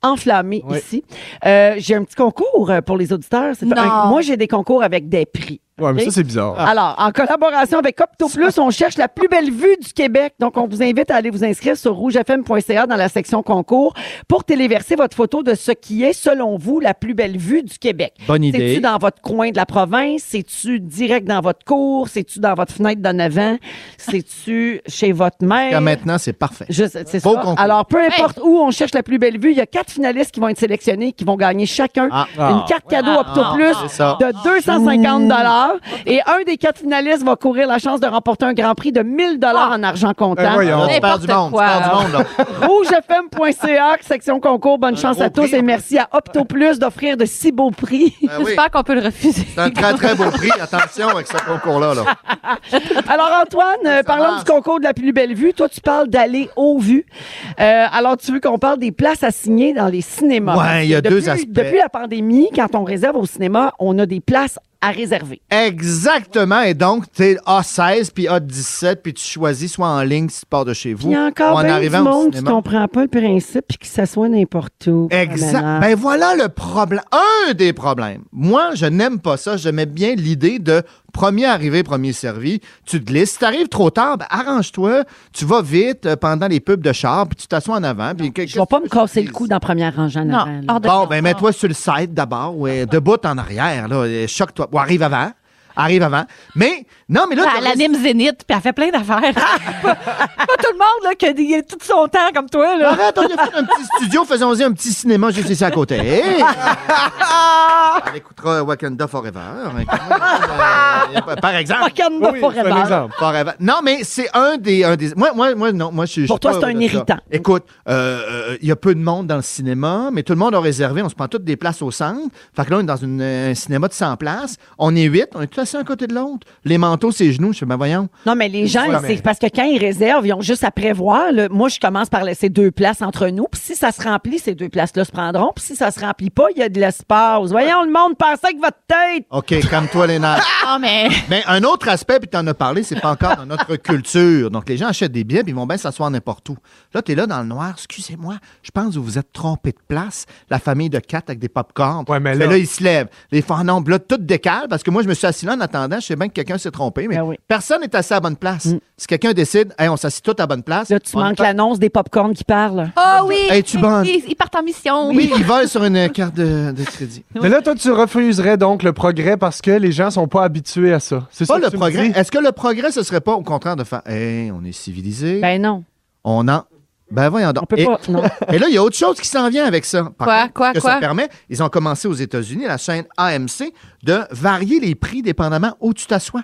Speaker 4: enflammé
Speaker 3: Oui.
Speaker 4: ici. Euh, j'ai un petit concours euh, pour les auditeurs. C'est pas-
Speaker 5: Non.
Speaker 4: Moi, j'ai des concours avec des prix.
Speaker 3: Ouais, mais
Speaker 4: Ok.
Speaker 3: ça, c'est bizarre.
Speaker 6: Ah.
Speaker 4: Alors, en collaboration avec Opto Plus, on cherche la plus belle vue du Québec. Donc, on vous invite à aller vous inscrire sur rougefm.ca dans la section concours pour téléverser votre photo de ce qui est, selon vous, la plus belle vue du Québec.
Speaker 6: Bonne idée.
Speaker 4: C'est-tu dans votre coin de la province? C'est-tu direct dans votre cour? C'est-tu dans votre fenêtre d'un avant? C'est-tu chez votre
Speaker 6: Jusqu'à
Speaker 4: mère?
Speaker 6: maintenant, c'est parfait.
Speaker 4: Je sais- c'est
Speaker 6: Beau
Speaker 4: ça.
Speaker 6: concours.
Speaker 4: Alors, peu importe où on cherche la plus belle vue, il y a quatre finalistes qui vont être sélectionnés, qui vont gagner chacun
Speaker 6: Ah.
Speaker 3: Ah.
Speaker 4: une carte cadeau Opto Plus
Speaker 6: C'est ça.
Speaker 4: de 250 dollars et un des quatre finalistes va courir la chance de remporter un grand prix de 1000 dollars en argent
Speaker 3: Ben,
Speaker 4: comptant.
Speaker 3: voyons.
Speaker 6: Là, tu perds du monde.
Speaker 5: Ah. N'importe
Speaker 6: tu perds
Speaker 5: quoi.
Speaker 6: du monde, là.
Speaker 4: Rougefm.ca, section concours. Bonne chance
Speaker 6: gros
Speaker 4: à tous
Speaker 6: prix.
Speaker 4: et merci à Opto Plus d'offrir de si beaux prix.
Speaker 6: Ben oui.
Speaker 5: J'espère qu'on peut le refuser.
Speaker 6: C'est un très, très beau prix. Attention avec ce concours-là. Là.
Speaker 4: Alors Antoine, euh, parlons
Speaker 6: marche.
Speaker 4: du concours de la plus belle vue. Toi, tu parles d'aller aux vues. Euh, alors, tu veux qu'on parle des places à signer dans les cinémas.
Speaker 6: Ouais, il y a
Speaker 4: Depuis-
Speaker 6: deux aspects.
Speaker 4: Depuis la pandémie, quand on réserve au cinéma, on a des places à réserver.
Speaker 6: Eh, Exactement. Et donc, tu es A16 puis A17, puis tu choisis soit en ligne si tu pars de chez vous.
Speaker 4: Il y a encore
Speaker 6: ou en
Speaker 4: bien du
Speaker 6: arrivant au
Speaker 4: monde qui
Speaker 6: cinéma.
Speaker 4: comprend pas le principe puis qui s'assoit n'importe où.
Speaker 6: Exact.
Speaker 4: Ah,
Speaker 6: Ben voilà le problème. Un des problèmes. Moi, je n'aime pas ça. J'aimais bien l'idée de premier arrivé, premier servi. Tu te glisses. Si t'arrives trop tard, ben arrange-toi. Tu vas vite euh, pendant les pubs de char, puis tu t'assois en avant. Puis que-
Speaker 4: Je vais pas me casser le cou dans la première rangée en
Speaker 5: Non,
Speaker 4: avant. là. Ah.
Speaker 5: hors de
Speaker 6: Bon,
Speaker 5: question.
Speaker 6: ben mets-toi sur le site d'abord, ouais, debout en arrière, là, euh, choque-toi. Ou arrive avant. Arrive avant. Mais, non, mais là,
Speaker 5: Elle
Speaker 6: t'as raison.
Speaker 5: anime Zénith, puis elle fait plein d'affaires. pas, pas tout le monde là, qui a des- tout son temps comme toi. Là.
Speaker 6: Arrête, on a fait un petit studio, faisons-y un petit cinéma juste ici à côté. Hey! on écoutera Wakanda Forever. hein, Euh, par exemple.
Speaker 4: Regarde-moi
Speaker 3: Oui, c'est
Speaker 4: forever.
Speaker 3: un exemple.
Speaker 6: Forever. Non, mais c'est un des, un des. Moi, moi, moi, non, moi, je suis.
Speaker 4: Pour
Speaker 6: je suis
Speaker 4: toi,
Speaker 6: pas
Speaker 4: c'est un
Speaker 6: de ça.
Speaker 4: irritant.
Speaker 6: Écoute, euh, euh, il y a peu de monde dans le cinéma, mais tout le monde a réservé. On se prend toutes des places au centre. Fait que là, on est dans une, euh, un cinéma de 100 places. On est huit, on est tous assis à côté de l'autre. Les manteaux, ses genoux. Je fais, ben voyons.
Speaker 4: Non, mais les gens,
Speaker 6: Ouais, mais-
Speaker 4: c'est parce que quand ils réservent, ils ont juste à prévoir. là. Moi, je commence par laisser deux places entre nous. Puis si ça se remplit, ces deux places-là se prendront. Puis si ça se remplit pas, il y a de l'espace. Voyons, le monde, pensez avec votre tête.
Speaker 6: OK, calme-toi, Léna.
Speaker 5: Non, mais
Speaker 6: Mais Ben, un autre aspect, puis tu en as parlé, c'est pas encore dans notre culture. Donc, les gens achètent des billets, puis ils vont bien s'asseoir n'importe où. Là, tu es là dans le noir. Excusez-moi, je pense que vous vous êtes trompé de place. La famille de quatre avec des pop-corns.
Speaker 3: Ouais, mais
Speaker 6: Fait
Speaker 3: là-
Speaker 6: là, ils se lèvent. Les fans, non, là, tout décale, parce que moi, je me suis assis là en attendant. Je sais bien que quelqu'un s'est trompé, mais
Speaker 4: Ben oui. Mm.
Speaker 6: personne n'est assis à la bonne place. Si quelqu'un décide, hey, on s'assit tous à la bonne place.
Speaker 4: Là, tu
Speaker 6: on
Speaker 4: manques
Speaker 6: est-
Speaker 4: l'annonce des popcorns qui parlent.
Speaker 5: Ah oui!
Speaker 6: Es-tu bonne?
Speaker 5: Ils, ils partent en mission.
Speaker 6: Oui, ils volent sur une carte de, de crédit.
Speaker 3: Mais là, toi, tu refuserais donc le progrès parce que les gens sont pas habitués à ça. C'est
Speaker 6: Pas
Speaker 3: ça que
Speaker 6: le
Speaker 3: tu me
Speaker 6: progrès.
Speaker 3: dis?
Speaker 6: Est-ce que le progrès, ce serait pas au contraire de faire, hey, on est civilisé,
Speaker 4: Ben non,
Speaker 6: on en. Ben voyons donc.
Speaker 4: on peut
Speaker 6: Et-
Speaker 4: pas. Non.
Speaker 6: Et là, il y a autre chose qui s'en vient avec ça. Par
Speaker 5: Quoi,
Speaker 6: contre,
Speaker 5: quoi,
Speaker 6: ce que
Speaker 5: quoi?
Speaker 6: ça permet, ils ont commencé aux États-Unis, la chaîne AMC, de varier les prix dépendamment où tu t'assois.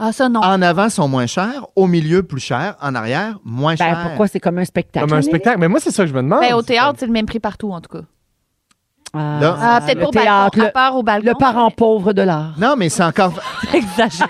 Speaker 5: Ah, ça, non.
Speaker 6: En avant, sont moins chers. Au milieu, plus cher. En arrière, moins
Speaker 4: Ben,
Speaker 6: cher.
Speaker 4: pourquoi c'est comme un spectacle?
Speaker 3: Comme un spectacle. Mais moi, c'est ça que je me demande.
Speaker 5: Ben, au théâtre, c'est le même prix partout, en tout cas.
Speaker 4: Ah,
Speaker 6: Là.
Speaker 5: Ah, peut-être
Speaker 4: le
Speaker 5: pas au
Speaker 4: théâtre,
Speaker 5: balcon, à
Speaker 4: le,
Speaker 5: part au balcon.
Speaker 4: le parent pauvre de l'art.
Speaker 6: Non, mais c'est encore
Speaker 5: Exagéré.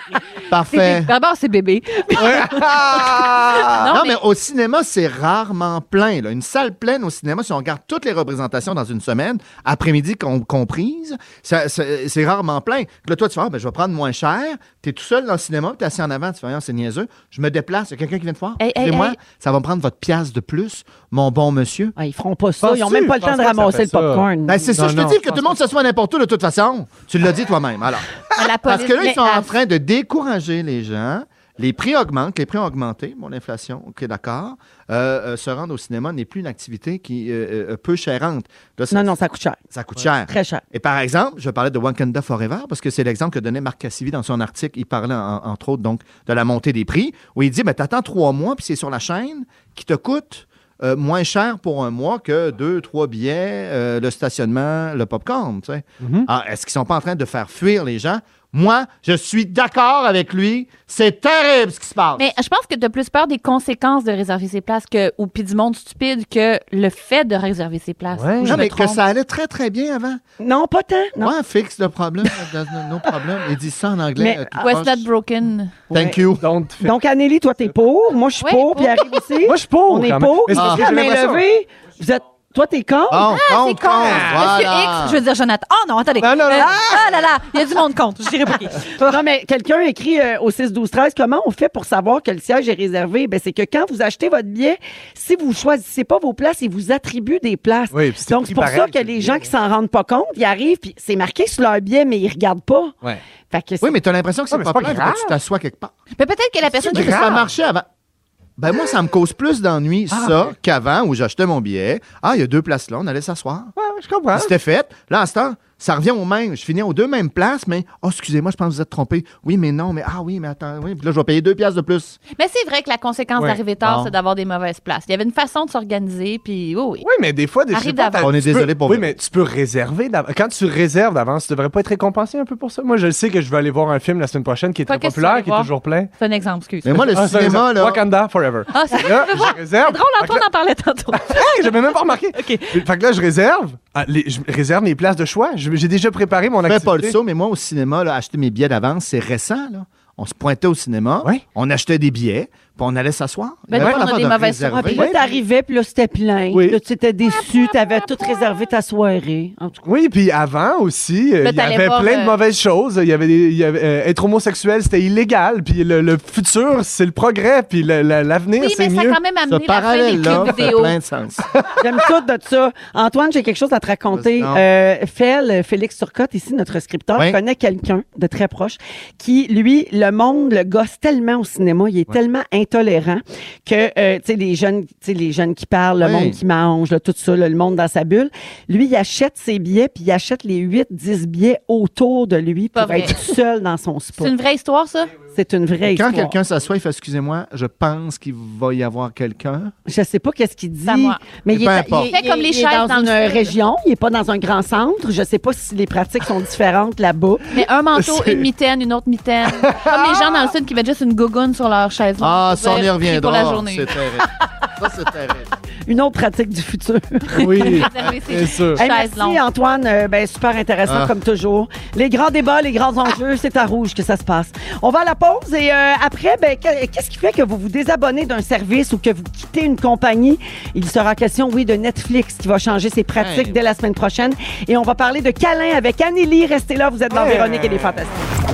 Speaker 6: parfait.
Speaker 5: D'abord, c'est bébé.
Speaker 6: non,
Speaker 5: Non,
Speaker 6: mais... au cinéma, c'est rarement plein. là. Une salle pleine au cinéma, si on regarde toutes les représentations dans une semaine, après-midi com- comprise, ça- ça- c'est rarement plein. Là, toi, tu fais, ah, ben, je vais prendre moins cher. Tu es tout seul dans le cinéma, tu es assis en avant, tu fais, Ah, c'est niaiseux. Je me déplace, il y a quelqu'un qui vient te voir.
Speaker 5: Hey, hey,
Speaker 6: moi,
Speaker 5: hey.
Speaker 6: ça va me prendre votre pièce de plus, mon bon monsieur.
Speaker 4: Ah, ils feront pas ça.
Speaker 3: Penses-tu?
Speaker 4: Ils ont même pas le
Speaker 3: Je pense
Speaker 4: temps de
Speaker 3: pas que ça
Speaker 4: ramasser
Speaker 3: fait
Speaker 4: le
Speaker 3: ça.
Speaker 4: popcorn.
Speaker 6: Ben, c'est ça,
Speaker 3: Non,
Speaker 6: je te
Speaker 3: non,
Speaker 6: dis
Speaker 3: je
Speaker 6: que tout
Speaker 3: pense
Speaker 6: le monde s'assoit n'importe où de toute façon. Tu l'as dit toi-même. Alors.
Speaker 5: La
Speaker 6: Parce
Speaker 5: police
Speaker 6: que là, ils
Speaker 5: met
Speaker 6: sont en
Speaker 5: à-
Speaker 6: train de décourager les gens. Les prix augmentent, les prix ont augmenté. Bon, l'inflation, OK, d'accord. Euh, euh, se rendre au cinéma n'est plus une activité qui euh, euh, peu chérante. Là, ça,
Speaker 4: Non, non, ça coûte cher.
Speaker 6: ça coûte cher.
Speaker 4: Très cher.
Speaker 6: Et par exemple, je parlais de Wakanda Forever parce que c'est l'exemple que donnait Marc Cassivi dans son article. Il parlait, en- entre autres, donc, de la montée des prix, où il dit, mais t'attends trois mois, puis c'est sur la chaîne qui te coûte euh, moins cher pour un mois que deux, trois billets, euh, le stationnement, le popcorn, tu sais. Ah, Est-ce qu'ils sont pas en train de faire fuir les gens? Moi, je suis d'accord avec lui. C'est terrible ce qui se passe.
Speaker 5: Mais je pense que tu as plus peur des conséquences de réserver ses places que, ou puis du monde stupide que le fait de réserver ses places.
Speaker 3: Ouais.
Speaker 5: Ou je
Speaker 6: non,
Speaker 5: me
Speaker 6: mais que
Speaker 5: trompe.
Speaker 6: ça allait très, très bien avant.
Speaker 4: Non, pas tant. Non.
Speaker 6: Moi, fixe le problème, nos problèmes. Il dit ça en anglais.
Speaker 4: Mais,
Speaker 6: euh, tout
Speaker 5: Was
Speaker 6: proche.
Speaker 5: not broken.
Speaker 6: Thank you.
Speaker 3: Don't fit.
Speaker 4: Donc, Anneli, toi, t'es pour. Moi, je suis
Speaker 5: Ouais,
Speaker 4: pour.
Speaker 5: pour.
Speaker 4: Puis arrive aussi.
Speaker 3: Moi, je suis pour.
Speaker 4: On est
Speaker 3: quand même.
Speaker 4: pour.
Speaker 3: Mais c'est
Speaker 4: Ah.
Speaker 3: parce que
Speaker 4: À
Speaker 3: j'ai
Speaker 4: main
Speaker 3: l'impression-
Speaker 4: levée, vous êtes Toi, t'es con?
Speaker 6: Bon,
Speaker 5: Ah, C'est
Speaker 6: compte,
Speaker 5: con.
Speaker 6: compte,
Speaker 5: Monsieur
Speaker 6: voilà.
Speaker 5: X, je veux dire Jonathan. Oh non, attendez.
Speaker 3: Non, non, non.
Speaker 5: Euh, ah là là, il y a du monde contre. Je dirais pas qui.
Speaker 4: Non, mais quelqu'un écrit euh, au 6-12-13, comment on fait pour savoir que le siège est réservé? Ben, c'est que quand vous achetez votre billet, si vous choisissez pas vos places, ils vous attribuent des places.
Speaker 3: Oui, puis c'est
Speaker 4: Donc,
Speaker 3: écrit
Speaker 4: c'est pour
Speaker 3: pareil
Speaker 4: ça que
Speaker 3: sur le
Speaker 4: les
Speaker 3: billet,
Speaker 4: gens
Speaker 3: là.
Speaker 4: qui s'en rendent pas compte, ils arrivent, puis c'est marqué sur leur billet, mais ils regardent pas.
Speaker 3: Ouais.
Speaker 4: Fait que c'est-
Speaker 6: Oui, mais t'as l'impression que c'est
Speaker 3: mais
Speaker 6: pas,
Speaker 3: c'est pas
Speaker 6: plein, faut
Speaker 3: grave.
Speaker 6: que tu t'assois quelque part.
Speaker 5: Mais peut-être que la personne
Speaker 6: Mais
Speaker 5: qui
Speaker 6: ça marchait avant. Ben moi, ça me cause plus d'ennuis, ça, qu'avant, où j'achetais mon billet. Ah, il y a deux places là, on allait s'asseoir.
Speaker 3: Ouais, je comprends.
Speaker 6: C'était fait. Là, à ce temps, ça revient au même. Je finis aux deux mêmes places, mais oh, excusez-moi, je pense que vous êtes trompé. Oui, mais non, mais ah oui, mais attends, oui. Puis là, je vais payer deux piastres de plus.
Speaker 5: Mais c'est vrai que la conséquence
Speaker 3: Ouais.
Speaker 5: d'arriver tard,
Speaker 6: Bon.
Speaker 5: c'est d'avoir des mauvaises places. Il y avait une façon de s'organiser, puis oui, oui.
Speaker 3: Oui, mais des fois, des
Speaker 5: Arrive
Speaker 3: je sais pas,
Speaker 5: d'avance.
Speaker 3: t'as-
Speaker 6: On est
Speaker 3: tu peux-
Speaker 6: désolé pour
Speaker 3: Oui,
Speaker 6: vous.
Speaker 3: mais tu peux réserver d'avance. Quand tu réserves d'avance, tu devrais pas être récompensé un peu pour ça. Moi, je le sais que je vais aller voir un film la semaine prochaine qui est
Speaker 5: Toi,
Speaker 3: très
Speaker 5: qu'est-ce que tu vas
Speaker 3: populaire,
Speaker 5: aller
Speaker 3: qui est
Speaker 5: voir?
Speaker 3: toujours plein.
Speaker 5: C'est un exemple, excuse.
Speaker 6: Mais moi, le
Speaker 3: Ah, ça,
Speaker 6: cinéma,
Speaker 3: ça.
Speaker 6: là.
Speaker 3: Wakanda Forever.
Speaker 5: Ah, c'est
Speaker 3: Là, je réserve.
Speaker 5: drôle, Antoine en parlait tantôt.
Speaker 3: Hey, j'avais même pas remarqué. Fait que là, je réserve. Ah, les- je réserve mes places de choix. Je- J'ai déjà préparé mon
Speaker 6: Fais
Speaker 3: activité.
Speaker 6: pas le saut, mais moi, au cinéma, là, acheter mes billets d'avance, c'est récent, Ah, là. On se pointait au cinéma,
Speaker 3: Ouais.
Speaker 6: on achetait des billets, puis on allait s'asseoir. Il y
Speaker 5: Ben, nous,
Speaker 6: avait pas
Speaker 5: on a
Speaker 6: l'affaire
Speaker 5: des
Speaker 6: de
Speaker 5: mauvaises
Speaker 6: réserver.
Speaker 4: Ah, puis là, t'arrivais, puis là, c'était plein.
Speaker 3: Oui.
Speaker 4: Là, tu étais déçu, t'avais tout réservé ta soirée. En tout cas,
Speaker 3: Oui, puis avant aussi, euh,
Speaker 5: Là,
Speaker 3: il y
Speaker 5: t'allais
Speaker 3: avait
Speaker 5: voir,
Speaker 3: plein
Speaker 5: euh,
Speaker 3: de mauvaises choses. Il y avait, des- il y avait, euh, être homosexuel, c'était illégal. Puis le, le futur, c'est le progrès. Puis le- le- l'avenir,
Speaker 5: Oui,
Speaker 3: c'est
Speaker 5: mais ça
Speaker 3: mieux.
Speaker 5: a quand même
Speaker 6: Ce
Speaker 5: amené la fin des
Speaker 6: parallèle-là
Speaker 5: clubs
Speaker 6: fait
Speaker 5: vidéo.
Speaker 6: plein de sens.
Speaker 4: j'aime tout de ça. Antoine, j'ai quelque chose à te raconter.
Speaker 6: Vas-y donc.
Speaker 4: Euh, Fel, euh, Félix Turcotte, ici, notre scripteur,
Speaker 6: Oui.
Speaker 4: connaît quelqu'un de très proche qui, lui, le monde le gosse tellement au cinéma, il est tellement intolérant que, euh, tu sais, les jeunes, tu sais, les jeunes qui parlent, le
Speaker 6: Oui.
Speaker 4: monde qui mange, là, tout ça, là, le monde dans sa bulle. Lui, il achète ses billets, puis il achète les 8, 10 billets autour de lui
Speaker 5: Pas
Speaker 4: pour
Speaker 5: vrai.
Speaker 4: être seul dans son
Speaker 5: C'est
Speaker 4: spot.
Speaker 5: une vraie histoire, ça?
Speaker 4: C'est une vraie
Speaker 6: Quand
Speaker 4: histoire.
Speaker 6: quelqu'un s'assoit, il fait Excusez-moi, je pense qu'il va y avoir quelqu'un.
Speaker 4: Je sais pas qu'est-ce qu'il dit,
Speaker 5: C'est à moi.
Speaker 4: mais
Speaker 6: Mais
Speaker 4: il
Speaker 6: peu
Speaker 4: est,
Speaker 6: importe.
Speaker 4: il est-
Speaker 5: Fait comme les
Speaker 4: il est
Speaker 5: chaises
Speaker 4: dans,
Speaker 5: dans
Speaker 4: une
Speaker 5: le sud.
Speaker 4: région, il est pas dans un grand centre. Je sais pas si les pratiques sont différentes là-bas.
Speaker 5: Mais un manteau,
Speaker 3: C'est-
Speaker 5: une mitaine, une autre mitaine. Comme les gens dans le sud qui mettent juste une gougoune sur leur chaise. longue
Speaker 6: Ah,
Speaker 5: pour
Speaker 6: ça, on y
Speaker 5: dire,
Speaker 6: reviendra.
Speaker 5: Pour la journée.
Speaker 6: C'est terrible. ça, c'est terrible.
Speaker 4: Une autre pratique du futur.
Speaker 3: Oui,
Speaker 5: Réserver ses-
Speaker 3: c'est sûr.
Speaker 4: Hey,
Speaker 5: Chaise
Speaker 4: merci
Speaker 5: longue.
Speaker 4: Antoine, Euh, ben, super intéressant
Speaker 6: Ah.
Speaker 4: comme toujours. Les grands débats, les grands enjeux, c'est à rouge que ça se passe. On va à la pause et euh, après, ben, que- qu'est-ce qui fait que vous vous désabonnez d'un service ou que vous quittez une compagnie? Il sera question, oui, de Netflix qui va changer ses pratiques
Speaker 6: Hey.
Speaker 4: dès la semaine prochaine. Et on va parler de câlins avec Anneli. Restez là, vous êtes dans
Speaker 3: Ouais.
Speaker 4: Véronique et les Fantastiques.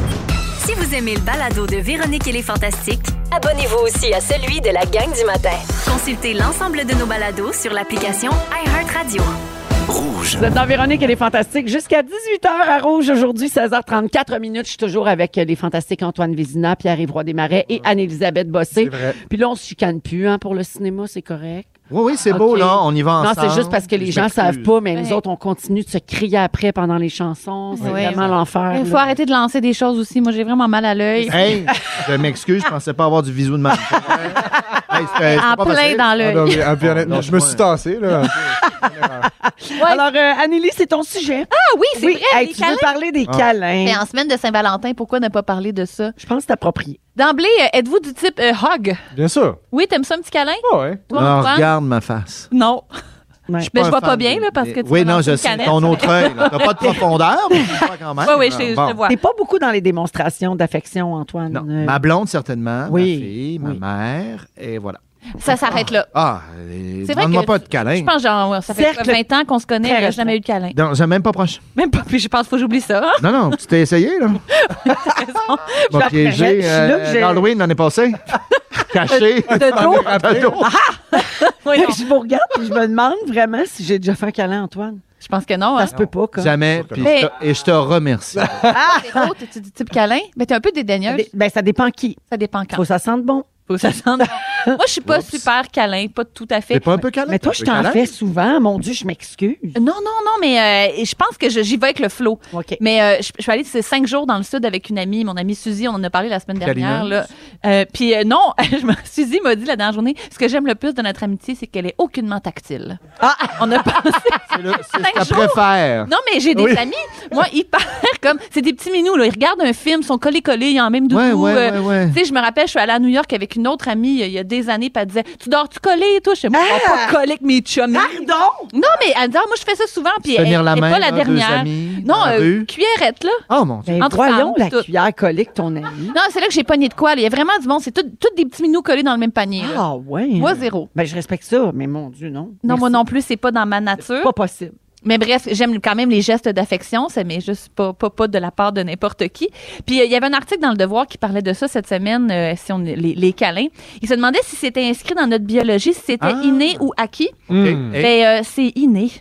Speaker 2: Si vous aimez le balado de Véronique et les Fantastiques,
Speaker 9: Abonnez-vous aussi à celui de la gang du matin.
Speaker 2: consultez l'ensemble de nos balados sur l'application iHeartRadio.
Speaker 7: Rouge.
Speaker 4: Vous êtes dans Véronique, elle est fantastique. Jusqu'à 18h à Rouge aujourd'hui, 16h34 minutes. Je suis toujours avec euh, les fantastiques Antoine Vézina, Pierre-Yves Desmarais et Anne-Elisabeth Bossé.
Speaker 3: C'est vrai.
Speaker 4: Puis là, on se chicane plus hein, pour le cinéma, c'est correct.
Speaker 6: Oui, oui, c'est
Speaker 4: Ok.
Speaker 6: beau, là. On y va
Speaker 4: Non,
Speaker 6: ensemble.
Speaker 4: c'est juste parce que les
Speaker 6: Je
Speaker 4: gens
Speaker 6: m'excuse.
Speaker 4: savent pas, mais nous
Speaker 5: Ouais.
Speaker 4: autres, on continue de se crier après pendant les chansons. C'est
Speaker 5: Ouais.
Speaker 4: vraiment
Speaker 5: Ouais.
Speaker 4: l'enfer.
Speaker 5: Il faut
Speaker 4: là.
Speaker 5: arrêter de lancer des choses aussi. Moi, j'ai vraiment mal à l'œil.
Speaker 6: Hey, je m'excuse, je pensais pas avoir du visou de ma. Hey, c'était- c'était
Speaker 5: En
Speaker 6: pas
Speaker 5: plein
Speaker 6: facile.
Speaker 5: dans
Speaker 3: Ah, non,
Speaker 5: l'œil.
Speaker 3: mais, ah, puis honnêtement,
Speaker 6: Non,
Speaker 3: je me
Speaker 6: ouais.
Speaker 3: suis tassé. Là.
Speaker 4: Alors, euh, Anneli, c'est ton sujet.
Speaker 5: Ah oui, c'est
Speaker 4: oui,
Speaker 5: vrai.
Speaker 4: hey,
Speaker 5: les
Speaker 4: tu veux
Speaker 5: câlins.
Speaker 4: parler des
Speaker 6: Ah.
Speaker 4: câlins.
Speaker 5: Mais en semaine de Saint-Valentin, pourquoi ne pas parler de ça?
Speaker 4: Je pense que c'est approprié.
Speaker 5: D'emblée, euh, êtes-vous du type euh, hug?
Speaker 3: Bien sûr.
Speaker 5: Oui, t'aimes ça un petit câlin?
Speaker 3: Ah ouais.
Speaker 5: Toi,
Speaker 6: Non,
Speaker 5: Antoine?
Speaker 6: regarde ma face.
Speaker 5: Non.
Speaker 4: Ouais.
Speaker 5: Mais je
Speaker 6: un
Speaker 5: vois pas
Speaker 6: fan
Speaker 5: bien,
Speaker 6: de-
Speaker 5: là, parce que tu
Speaker 6: Oui,
Speaker 5: peux
Speaker 6: Eh, non,
Speaker 5: lancer
Speaker 6: je
Speaker 5: une
Speaker 6: sais.
Speaker 5: canette.
Speaker 6: Ton autre œil, là. T'as pas de profondeur, mais je vois quand même.
Speaker 5: Oui, oui, je, je
Speaker 6: Bon.
Speaker 5: te vois.
Speaker 4: T'es pas beaucoup dans les démonstrations d'affection, Antoine.
Speaker 6: Non. Ben,
Speaker 4: Euh,
Speaker 6: Ma blonde, certainement.
Speaker 4: Oui,
Speaker 6: Ma fille,
Speaker 4: oui.
Speaker 6: ma mère, et voilà.
Speaker 5: Ça s'arrête là.
Speaker 6: Ah,
Speaker 5: C'est vrai
Speaker 6: demande-moi
Speaker 5: que-
Speaker 6: pas de câlin.
Speaker 5: Je pense, genre, ouais, ça fait
Speaker 4: Cercle.
Speaker 5: quoi, 20 ans qu'on se connaît,
Speaker 4: Très
Speaker 5: il n'y a jamais
Speaker 4: restreint.
Speaker 5: eu de câlin.
Speaker 6: Non, j'ai même pas proche.
Speaker 5: Même pas, puis je pense qu'il faut que j'oublie ça.
Speaker 6: Non, non, tu t'es essayé, là.
Speaker 4: Je la
Speaker 6: M'a
Speaker 4: reconnais, je
Speaker 6: piégé.
Speaker 4: suis
Speaker 6: euh,
Speaker 4: là, je-
Speaker 6: L'Halloween l'année passée. Caché.
Speaker 5: De dos.
Speaker 6: Dans l'eau.
Speaker 5: Oui, non.
Speaker 4: Ah, je vous regarde et je me demande vraiment si j'ai déjà fait un câlin, Antoine.
Speaker 5: Je pense que non. hein.
Speaker 4: Ça se peut pas, comme.
Speaker 6: Jamais. puis
Speaker 5: Mais-
Speaker 6: je te- et je te remercie.
Speaker 5: Véro, Ah, t'es-tu du type câlin? Mais t'es un peu
Speaker 4: Ça
Speaker 5: dédaigneuse.
Speaker 4: dé- Ben, ça dépend qui.
Speaker 5: Ça dépend quand.
Speaker 4: Faut que ça sente bon.
Speaker 5: Faut que ça sente bon. Moi, je suis pas
Speaker 6: Oups.
Speaker 5: super câlin, pas tout à fait.
Speaker 6: T'es pas un peu câlin?
Speaker 4: Mais toi, je
Speaker 6: Un peu
Speaker 4: t'en
Speaker 6: câlin?
Speaker 4: fais souvent. Mon Dieu, je m'excuse.
Speaker 5: Non, non, non, mais euh, je pense que je- j'y vais avec le flow.
Speaker 4: OK.
Speaker 5: Mais euh, je, je suis allée ces cinq jours dans le sud avec une amie, mon amie Suzy, on en a parlé la semaine dernière.
Speaker 6: Câlineuse.
Speaker 5: là. Euh, Puis euh, non, je me- Suzy m'a dit la dernière journée, ce que j'aime le plus de notre amitié, c'est qu'elle est aucunement tactile. Ah, on a pensé.
Speaker 6: C'est le- c'est
Speaker 5: Cinq
Speaker 6: ce qu'elle
Speaker 5: jours.
Speaker 6: préfère.
Speaker 5: Non, mais j'ai des
Speaker 3: Oui.
Speaker 5: amis, moi, hyper comme. C'est des petits minous, là. Ils regardent un film, sont collés-collés, ils ont en même doudou.
Speaker 6: Ouais, ouais,
Speaker 5: euh,
Speaker 6: ouais, ouais.
Speaker 5: Tu sais, je me rappelle, je suis allée à New York avec une autre amie euh, il y a des années, puis elle disait Tu dors-tu collé, toi Je sais, moi, je dors pas collé avec mes chums.
Speaker 4: Ah! Pardon?
Speaker 5: Non, mais elle disait Ah, Moi, je fais ça souvent, puis elle,
Speaker 6: Tenir la
Speaker 5: elle est
Speaker 6: main,
Speaker 5: pas la
Speaker 6: là, deux
Speaker 5: dernière.
Speaker 6: amis, dans
Speaker 5: non,
Speaker 6: la
Speaker 5: euh,
Speaker 6: rue.
Speaker 5: cuillerette, là.
Speaker 6: Oh mon Dieu.
Speaker 4: Ben,
Speaker 5: Entre
Speaker 4: voyons
Speaker 5: femmes,
Speaker 4: la
Speaker 5: tout.
Speaker 4: cuillère colique, ton ami.
Speaker 5: Non, c'est là que j'ai pogné de quoi. là. Il y a vraiment du monde. C'est tout- tous des petits minous collés dans le même panier. là.
Speaker 4: Ah, ouais.
Speaker 5: Moi, zéro.
Speaker 4: Ben, je respecte ça, mais mon Dieu, non.
Speaker 5: Non,
Speaker 4: Merci.
Speaker 5: moi non plus, c'est pas dans ma nature.
Speaker 4: Pas possible.
Speaker 5: Mais bref, j'aime quand même les gestes d'affection, ça mais juste pas, pas, pas de la part de n'importe qui. Puis euh, il y avait un article dans le Devoir qui parlait de ça cette semaine, euh, si on, les, les câlins. Il se demandait si c'était inscrit dans notre biologie, si c'était
Speaker 6: Ah.
Speaker 5: inné ou acquis.
Speaker 3: Hmm.
Speaker 6: Et-
Speaker 5: Ben, euh, c'est inné.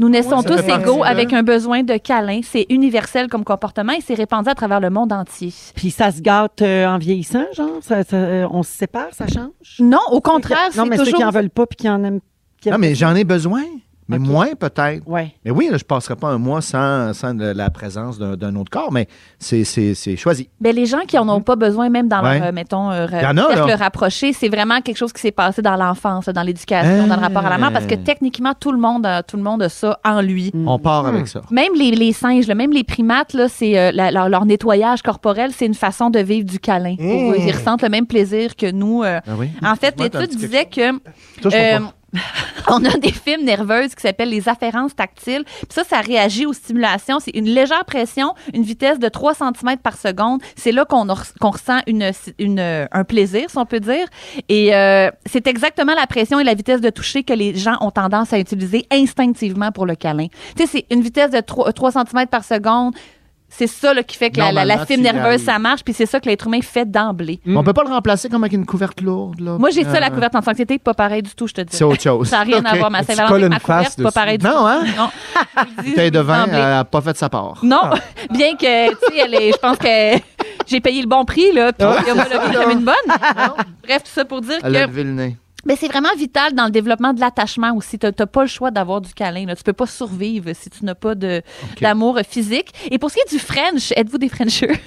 Speaker 5: Nous naissons
Speaker 6: Ah Ouais, ça
Speaker 5: tous
Speaker 6: fait partie
Speaker 5: égaux
Speaker 6: de-
Speaker 5: avec un besoin de câlin. C'est universel comme comportement et c'est répandu à travers le monde entier.
Speaker 4: Puis ça se gâte euh, en vieillissant, genre? Ça- ça- euh, on se sépare, ça change?
Speaker 5: Non, au contraire, c'est
Speaker 4: Non, mais ceux
Speaker 5: toujours...
Speaker 4: qui en veulent pas puis qui en aiment. qui
Speaker 6: Non,
Speaker 4: aiment-
Speaker 6: mais j'en ai besoin, mais
Speaker 4: Ok.
Speaker 6: moins peut-être.
Speaker 4: Ouais.
Speaker 6: Mais oui, là, je ne passerai pas un mois sans, sans de la présence d'un d'un autre corps, mais c'est- c'est c'est choisi.
Speaker 5: Ben, les gens qui en ont pas besoin, même dans
Speaker 6: Mhm. Ouais.
Speaker 5: leur, euh, mettons, euh,
Speaker 6: Il y en a,
Speaker 5: cercle
Speaker 6: là.
Speaker 5: rapproché, c'est vraiment quelque chose qui s'est passé dans l'enfance, dans l'éducation,
Speaker 6: Hein.
Speaker 5: dans le rapport à la mère, parce que techniquement, tout le monde, a- tout le monde a ça en lui.
Speaker 6: On
Speaker 1: Mhm.
Speaker 6: part
Speaker 5: Hmm.
Speaker 6: avec ça.
Speaker 5: Même les, les singes, là, même les primates, là, c'est euh, la- leur, leur nettoyage corporel, c'est une façon de vivre du câlin.
Speaker 6: Mmh.
Speaker 5: Pour eux, ils ressentent le même plaisir que nous. euh.
Speaker 1: Ben
Speaker 6: Ah oui?
Speaker 5: En fait,
Speaker 6: Moi, t'as
Speaker 5: l'étude
Speaker 6: dit quelque
Speaker 5: disait que
Speaker 6: Touche-moi
Speaker 5: euh,
Speaker 6: pas.
Speaker 5: on a des films nerveuses qui s'appellent les afférences tactiles. Puis ça, ça réagit aux stimulations. C'est une légère pression, une vitesse de 3 cm par seconde. C'est là qu'on or- qu'on ressent une, une- un plaisir, si on peut dire. Et euh, c'est exactement la pression et la vitesse de toucher que les gens ont tendance à utiliser instinctivement pour le câlin. Tu sais, c'est une vitesse de 3, cm par seconde. C'est ça là, qui fait que la, la, la
Speaker 6: Normalement,
Speaker 5: fibre
Speaker 6: tu y
Speaker 5: nerveuse,
Speaker 6: arrives.
Speaker 5: ça marche, puis c'est ça que l'être humain fait d'emblée.
Speaker 6: On peut pas le remplacer comme avec une couverte lourde. Là.
Speaker 5: Moi, j'ai ça, la
Speaker 6: Euh,
Speaker 5: couverte anxiété, pas pareil du tout, je te dis.
Speaker 6: C'est autre chose.
Speaker 5: Ça n'a rien à
Speaker 6: Ok.
Speaker 5: voir, ma
Speaker 3: Tu
Speaker 5: Saint-Valentin,
Speaker 3: colles
Speaker 5: ma
Speaker 3: une
Speaker 5: couverte,
Speaker 3: face
Speaker 5: pas
Speaker 3: dessus.
Speaker 5: pareil du
Speaker 6: Non,
Speaker 5: tout.
Speaker 6: hein?
Speaker 5: Non. Je dis,
Speaker 6: bouteille de vin, euh, ah.
Speaker 5: d'emblée.
Speaker 6: elle n'a pas fait sa part.
Speaker 5: Non, bien que, tu sais, elle est- je pense que j'ai payé le bon prix, là, puis on m'a levé comme une bonne. Bref, tout ça pour dire
Speaker 6: Elle a
Speaker 5: que
Speaker 6: levé le nez.
Speaker 5: mais c'est vraiment vital dans le développement de l'attachement aussi. Tu n'as pas le choix d'avoir du câlin. Là. Tu peux pas survivre si tu n'as pas de- d'amour physique. Et pour ce qui est du French, êtes-vous des Frenchers?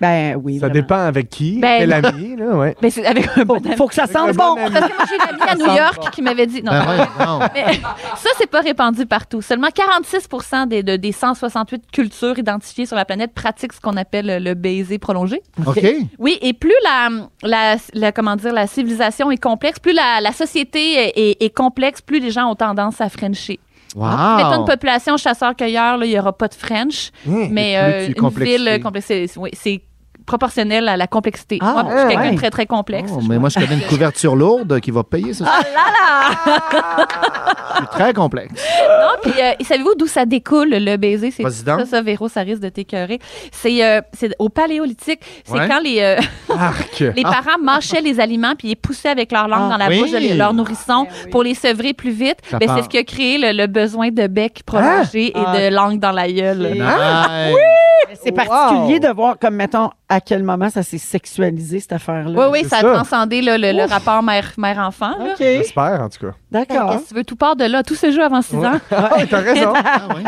Speaker 4: Ben oui.
Speaker 3: Ça
Speaker 4: vraiment.
Speaker 3: dépend avec qui,
Speaker 5: Ben,
Speaker 3: quel ami, là, ouais.
Speaker 5: Ben, c'est avec un bon
Speaker 4: Faut, faut que ça sente
Speaker 3: Avec
Speaker 4: bon.
Speaker 3: un bon
Speaker 5: Parce que moi, j'ai une amie à New York qui m'avait dit... Non,
Speaker 6: Ben ouais, non.
Speaker 5: Mais ça, c'est pas répandu partout. Seulement 46 des, de- des 168 cultures identifiées sur la planète pratiquent ce qu'on appelle le baiser prolongé.
Speaker 6: OK.
Speaker 5: Oui, et plus la, la, la- comment dire, la civilisation est complexe, plus la, la société est, est complexe, plus les gens ont tendance à frencher. Mettons
Speaker 6: Wow.
Speaker 5: une population chasseur-cueilleur, là, il n'y aura pas de French, mais
Speaker 6: Mmh, plus
Speaker 5: euh,
Speaker 6: tu
Speaker 5: une
Speaker 6: complexifies.
Speaker 5: ville complexe, c'est- oui, c'est proportionnel à la complexité.
Speaker 4: Ah,
Speaker 5: Moi, je suis quelqu'un
Speaker 4: ouais.
Speaker 5: de très, très complexe.
Speaker 6: Oh, mais moi, je connais une couverture lourde qui va payer ça. Ah là là! C'est très complexe.
Speaker 5: Non, puis euh, et savez-vous d'où ça découle le baiser C'est
Speaker 6: Vas-y donc.
Speaker 5: ça, ça, Véro, ça risque de t'écœurer. C'est euh, c'est au Paléolithique. C'est
Speaker 6: Ouais. Ah.
Speaker 5: quand les euh,
Speaker 3: Arc!
Speaker 5: les
Speaker 8: Ah!
Speaker 5: parents mâchaient les aliments puis ils poussaient avec leur langue
Speaker 4: Ah,
Speaker 5: dans la
Speaker 6: oui.
Speaker 5: bouche de les- leur nourrisson
Speaker 4: Eh
Speaker 5: pour les sevrer plus vite.
Speaker 6: Ça
Speaker 5: Ben,
Speaker 6: part.
Speaker 5: c'est ce qui a créé le, le besoin de bec prolongé
Speaker 4: Ah.
Speaker 5: et de langue dans la gueule.
Speaker 4: Ok.
Speaker 6: Nice.
Speaker 4: Ah, Mais C'est particulier de voir, comme, mettons, à quel moment ça s'est sexualisé, cette affaire-là.
Speaker 5: Oui, oui,
Speaker 3: C'est
Speaker 5: ça a
Speaker 3: ça.
Speaker 5: transcendé là, le, le rapport mère- mère-enfant. là.
Speaker 4: OK.
Speaker 3: J'espère, en tout cas.
Speaker 4: D'accord.
Speaker 5: Qu'est-ce que tu veux? Tout part de là. Tout se joue avant 6 ans.
Speaker 3: Ah, t'as raison.
Speaker 6: Ah oui.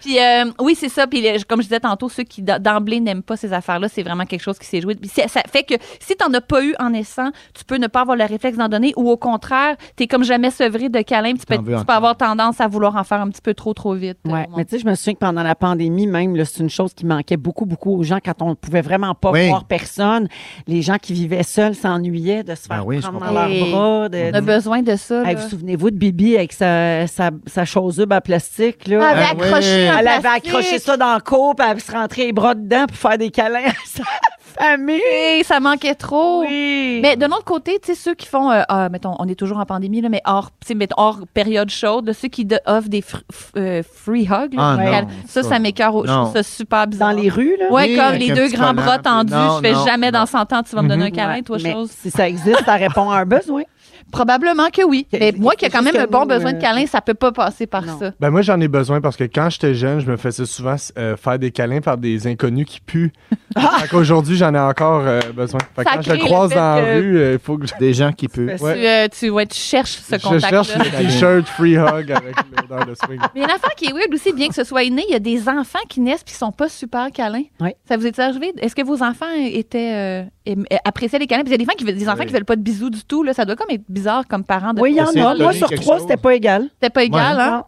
Speaker 5: Puis euh, oui, c'est ça. Puis euh, comme je disais tantôt, ceux qui d- d'emblée n'aiment pas ces affaires-là, c'est vraiment quelque chose qui s'est joué. Puis c'est- ça fait que si t'en as pas eu en naissant, tu peux ne pas avoir le réflexe d'en donner, ou au contraire, t'es comme jamais sevré de câlin. puis Tu peux,
Speaker 6: T'en veux
Speaker 5: tu peux
Speaker 6: encore.
Speaker 5: avoir tendance à vouloir en faire un petit peu trop, trop vite.
Speaker 4: Ouais.
Speaker 5: Euh,
Speaker 4: Mais tu sais, je me souviens que pendant la pandémie, même, là, c'est une chose qui manquait beaucoup, beaucoup aux gens quand on ne pouvait vraiment pas
Speaker 6: Oui.
Speaker 4: voir personne. Les gens qui vivaient seuls s'ennuyaient de se
Speaker 6: Ben
Speaker 4: faire
Speaker 6: oui, je Mm-hmm.
Speaker 4: prendre dans
Speaker 5: comprends.
Speaker 4: leurs
Speaker 5: Et
Speaker 4: bras. de-
Speaker 5: on a besoin de ça.
Speaker 4: Hey,
Speaker 5: là.
Speaker 4: vous souvenez-vous de Bibi avec sa, sa, sa chausse-hub en plastique? Là?
Speaker 5: Elle avait
Speaker 6: Ah oui.
Speaker 5: accroché un
Speaker 4: Elle avait
Speaker 5: plastique.
Speaker 4: accroché ça dans le cou, puis elle se rentrait les bras dedans pour faire des câlins à sa famille.
Speaker 5: Et ça manquait trop.
Speaker 4: Oui.
Speaker 5: Mais de l'autre côté, tu sais, ceux qui font, euh, ah, mettons, on est toujours en pandémie, là, mais hors, tu sais, mais hors période chaude, ceux qui de- offrent des fr- f- euh, free hugs, là,
Speaker 6: Ah,
Speaker 5: des
Speaker 6: non,
Speaker 5: câlins, ça,
Speaker 6: ça,
Speaker 5: ça m'écœure. au- Je
Speaker 6: non.
Speaker 5: trouve ça super
Speaker 4: dans
Speaker 5: bizarre.
Speaker 4: les rues, là.
Speaker 5: Ouais,
Speaker 6: Oui,
Speaker 5: comme
Speaker 6: avec
Speaker 5: les
Speaker 6: un
Speaker 5: deux
Speaker 6: petit
Speaker 5: grands
Speaker 6: collant,
Speaker 5: bras
Speaker 6: puis-
Speaker 5: tendus,
Speaker 6: Non,
Speaker 5: je fais
Speaker 6: non,
Speaker 5: jamais dans
Speaker 6: non.
Speaker 5: 100 ans, tu vas me donner un
Speaker 4: Mm-hmm. Ouais.
Speaker 5: câlin, toi,
Speaker 4: Mais
Speaker 5: chose.
Speaker 4: Si ça existe, ça répond à un besoin.
Speaker 5: Probablement que oui.
Speaker 4: Que-
Speaker 5: Mais
Speaker 4: que
Speaker 5: moi
Speaker 4: c'est
Speaker 5: qui ai quand
Speaker 4: juste
Speaker 5: même un
Speaker 4: que
Speaker 5: bon
Speaker 4: nous,
Speaker 5: besoin
Speaker 4: euh,
Speaker 5: de câlin, ça peut pas passer par
Speaker 4: Non.
Speaker 5: ça.
Speaker 3: Ben moi j'en ai besoin parce que quand j'étais jeune, je me faisais souvent euh, faire des câlins par des inconnus qui puent. Fait qu'aujourd'hui, j'en ai encore euh, besoin. Fait que
Speaker 5: Ça
Speaker 3: quand je
Speaker 5: crée
Speaker 3: le croise
Speaker 5: le fait
Speaker 3: dans la
Speaker 5: que-
Speaker 3: rue, euh, il faut que je,
Speaker 6: Des gens qui peuvent.
Speaker 4: Ouais.
Speaker 5: Tu, euh, tu, ouais, tu cherches ce
Speaker 3: je
Speaker 5: contact-là.
Speaker 3: cherche le t-shirt free hug avec l'odeur de swing.
Speaker 5: Mais une affaire qui est weird aussi, bien que ce soit inné, il y a des enfants qui naissent puis qui sont pas super câlins.
Speaker 4: Ouais.
Speaker 5: Ça vous est arrivé? Est-ce que vos enfants étaient euh, aim- euh, appréciaient les câlins? Puis Il y a des, enfants qui, veulent- des enfants
Speaker 3: Oui.
Speaker 5: qui veulent pas de bisous du tout. Là. Ça doit comme être bizarre comme parent de
Speaker 4: Oui, il y en
Speaker 6: Essayer
Speaker 4: a.
Speaker 6: de
Speaker 4: Moi,
Speaker 6: donner
Speaker 4: sur
Speaker 6: quelque
Speaker 4: trois,
Speaker 6: chose.
Speaker 4: c'était pas égal.
Speaker 5: C'était pas égal,
Speaker 6: Ouais.
Speaker 5: hein?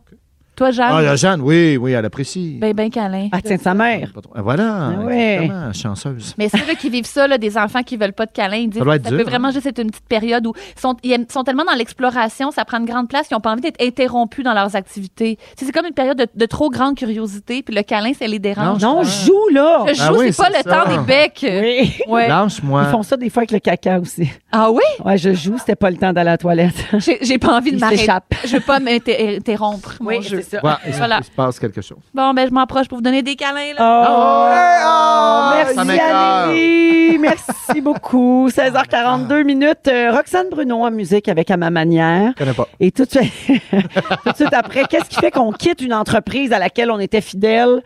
Speaker 5: Toi, Jeanne,
Speaker 6: Ah, la Jeanne, oui, oui, elle apprécie.
Speaker 5: ben, ben câlin.
Speaker 4: Ah, tiens, de sa mère.
Speaker 6: Pas trop- Voilà,
Speaker 4: Ah ouais.
Speaker 6: exactement, chanceuse.
Speaker 5: Mais ceux là, qui vivent ça, là, des enfants qui veulent pas de câlin, ils disent
Speaker 6: Ça
Speaker 5: ça,
Speaker 6: doit être
Speaker 5: peut
Speaker 6: dur,
Speaker 5: vraiment
Speaker 6: hein.
Speaker 5: juste être une petite période où ils sont, ils aiment- sont tellement dans l'exploration, ça prend une grande place, ils ont pas envie d'être interrompus dans leurs activités. Tu sais, c'est comme une période de, de trop grande curiosité, puis le câlin, ça les dérange.
Speaker 4: Non, joue, là.
Speaker 5: Le joue,
Speaker 6: Ah oui,
Speaker 5: c'est pas
Speaker 6: c'est
Speaker 5: le
Speaker 6: ça.
Speaker 5: temps des becs.
Speaker 4: Oui.
Speaker 5: Ouais.
Speaker 4: Ils
Speaker 6: Lâche-moi.
Speaker 4: font ça des fois avec le caca aussi.
Speaker 5: Ah oui?
Speaker 4: Ouais, je joue, c'était pas le temps d'aller à la toilette.
Speaker 5: J'ai j'ai pas envie de
Speaker 4: Il
Speaker 5: m'arrêter.
Speaker 4: s'échappe.
Speaker 5: Je veux pas m'interrompre. mon jeu.
Speaker 4: ça.
Speaker 6: Ouais, il,
Speaker 5: Voilà.
Speaker 6: il se passe quelque chose.
Speaker 5: Bon, ben, je m'approche pour vous donner des câlins, là.
Speaker 4: Oh,
Speaker 6: Hey, oh, ça
Speaker 4: merci
Speaker 6: m'écoeure.
Speaker 4: Amélie, merci beaucoup. 16h42 minutes. Euh, Roxane Bruno en musique avec À ma manière.
Speaker 3: Je connais pas.
Speaker 4: Et tout de suite, tout de suite après, qu'est-ce qui fait qu'on quitte une entreprise à laquelle on était fidèle?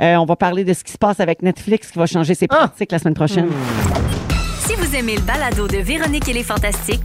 Speaker 4: Euh, on va parler de ce qui se passe avec Netflix qui va changer ses pratiques la semaine prochaine.
Speaker 2: Si vous aimez le balado de Véronique et les Fantastiques,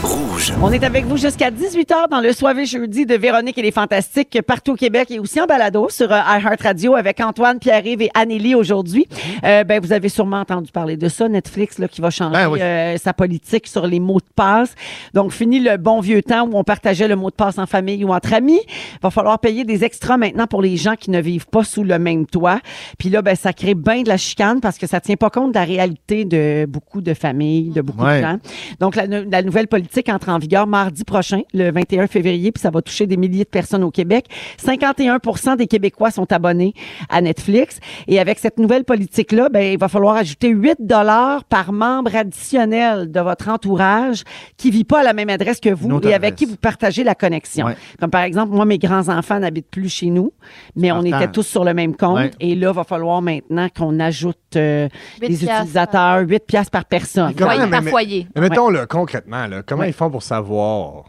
Speaker 7: Rouge.
Speaker 4: On est avec vous jusqu'à 18h dans le Soivé jeudi de Véronique et les Fantastiques partout au Québec et aussi en balado sur euh, iHeartRadio avec Antoine, Pierre-Yves et Anneli aujourd'hui. Euh, ben, vous avez sûrement entendu parler de ça, Netflix là, qui va changer
Speaker 6: Ben oui.
Speaker 4: euh, sa politique sur les mots de passe. Donc, fini le bon vieux temps où on partageait le mot de passe en famille ou entre amis. va falloir payer des extras maintenant pour les gens qui ne vivent pas sous le même toit. Puis là, ben, ça crée bien de la chicane parce que ça tient pas compte de la réalité de beaucoup de familles, de beaucoup
Speaker 6: Ouais.
Speaker 4: de gens. Donc, la, nou- la nouvelle politique entre en vigueur mardi prochain, le 21 février, puis ça va toucher des milliers de personnes au Québec. 51 des Québécois sont abonnés à Netflix. Et avec cette nouvelle politique-là, ben, il va falloir ajouter 8 dollars par membre additionnel de votre entourage qui vit pas à la même adresse que vous
Speaker 6: Une
Speaker 4: et
Speaker 6: autre
Speaker 4: avec
Speaker 6: adresse.
Speaker 4: qui vous partagez la connexion.
Speaker 6: Ouais.
Speaker 4: Comme par exemple, moi, mes grands-enfants n'habitent plus chez nous, mais on
Speaker 6: partage.
Speaker 4: était tous sur le même compte.
Speaker 6: Ouais.
Speaker 4: Et là, il va falloir maintenant qu'on ajoute euh,
Speaker 5: Huit
Speaker 4: des
Speaker 5: piastres par-
Speaker 4: utilisateurs, 8 piastres par personne.
Speaker 3: Comment,
Speaker 5: Foyer
Speaker 3: mais-
Speaker 5: par
Speaker 3: mais-
Speaker 5: foyer.
Speaker 3: Mais mettons, là, concrètement, là, comment
Speaker 4: Ouais.
Speaker 3: ils font pour savoir?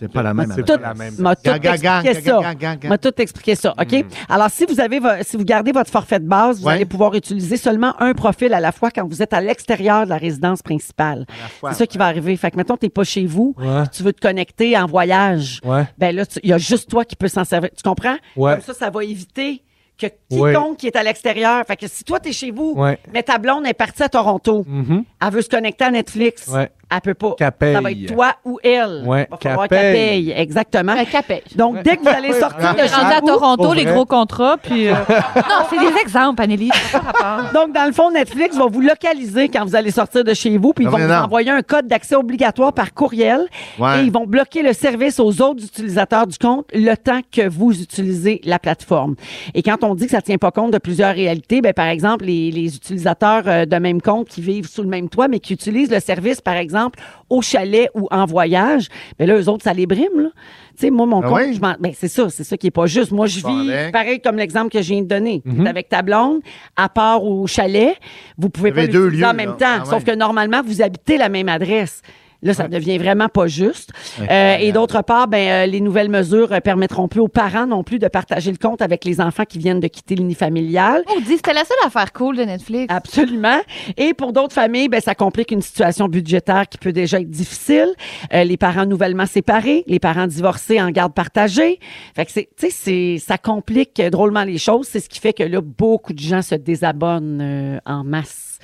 Speaker 6: C'est pas la même.
Speaker 3: C'est
Speaker 6: adresse.
Speaker 3: pas la même.
Speaker 4: m'a tout
Speaker 6: Gang, gang,
Speaker 4: expliqué ça.
Speaker 6: gang, gang, gang, gang.
Speaker 4: M'a tout expliqué ça, OK? Alors, si vous avez, vo- si vous gardez votre forfait de base, vous
Speaker 6: Ouais.
Speaker 4: allez pouvoir utiliser seulement un profil à la fois quand vous êtes à l'extérieur de la résidence principale.
Speaker 6: fois,
Speaker 4: C'est ça qui va arriver. Fait que, mettons, t'es pas chez vous,
Speaker 3: Ouais.
Speaker 4: puis tu veux te connecter en voyage.
Speaker 3: Ouais.
Speaker 4: Ben là, tu- il y a juste toi qui peux s'en servir. Tu comprends?
Speaker 3: Ouais.
Speaker 4: Comme ça, ça va éviter que
Speaker 3: Ouais.
Speaker 4: quiconque qui est à l'extérieur. Fait que si toi, t'es chez vous,
Speaker 3: Ouais.
Speaker 4: mais ta blonde est partie à Toronto,
Speaker 3: Mhm.
Speaker 4: elle veut se connecter à Netflix,
Speaker 3: Ouais.
Speaker 4: elle peut pas.
Speaker 3: Qu'elle paye.
Speaker 4: Ça va être toi ou elle.
Speaker 3: Ouais,
Speaker 4: Va falloir
Speaker 3: qu'elle
Speaker 4: qu'elle
Speaker 3: paye.
Speaker 4: paye. Exactement.
Speaker 5: Un capet.
Speaker 4: Donc, dès que vous allez sortir
Speaker 5: On
Speaker 4: de
Speaker 5: est rendu à
Speaker 4: chez vous,
Speaker 5: Toronto,
Speaker 3: Pour
Speaker 5: les
Speaker 3: vrai.
Speaker 5: gros contrats, puis... euh, non, c'est des exemples, Anneli. ça n'a pas rapport.
Speaker 4: Hein? donc dans le fond, Netflix va vous localiser quand vous allez sortir de chez vous, puis ils
Speaker 6: Non,
Speaker 4: vont
Speaker 6: mais
Speaker 4: vous
Speaker 6: non.
Speaker 4: envoyer un code d'accès obligatoire par courriel
Speaker 6: Ouais.
Speaker 4: et ils vont bloquer le service aux autres utilisateurs du compte le temps que vous utilisez la plateforme. Et quand on dit que ça tient pas compte de plusieurs réalités, ben par exemple les, les utilisateurs euh, de même compte qui vivent sous le même toit mais qui utilisent le service par exemple au chalet ou en voyage, ben là eux autres ça les brime là. Tu sais moi mon
Speaker 6: Ah
Speaker 4: compte,
Speaker 6: oui?
Speaker 4: je m'en- ben c'est ça, c'est ça qui est pas juste. Moi je
Speaker 6: Bon,
Speaker 4: vis
Speaker 6: avec. Mhm.
Speaker 4: pareil comme l'exemple que je viens de donner. T'es avec ta blonde, à part au chalet, vous pouvez
Speaker 6: Il y
Speaker 4: pas
Speaker 6: avait deux
Speaker 4: l'utiliser en
Speaker 6: lieux,
Speaker 4: même
Speaker 6: là.
Speaker 4: temps.
Speaker 6: Ah ouais.
Speaker 4: Sauf que normalement, vous habitez la même adresse. Là, ça devient vraiment pas juste. Euh, et d'autre part, ben, euh, les nouvelles mesures euh, permettront plus aux parents non plus de partager le compte avec les enfants qui viennent de quitter l'unifamilial.
Speaker 5: Oh, dis, c'était la seule affaire cool de Netflix.
Speaker 4: Absolument. Et pour d'autres familles, ben, ça complique une situation budgétaire qui peut déjà être difficile. Euh, les parents nouvellement séparés, les parents divorcés en garde partagée. Fait que c'est, tu sais, c'est, ça complique euh, drôlement les choses. C'est ce qui fait que là, beaucoup de gens se désabonnent euh, en masse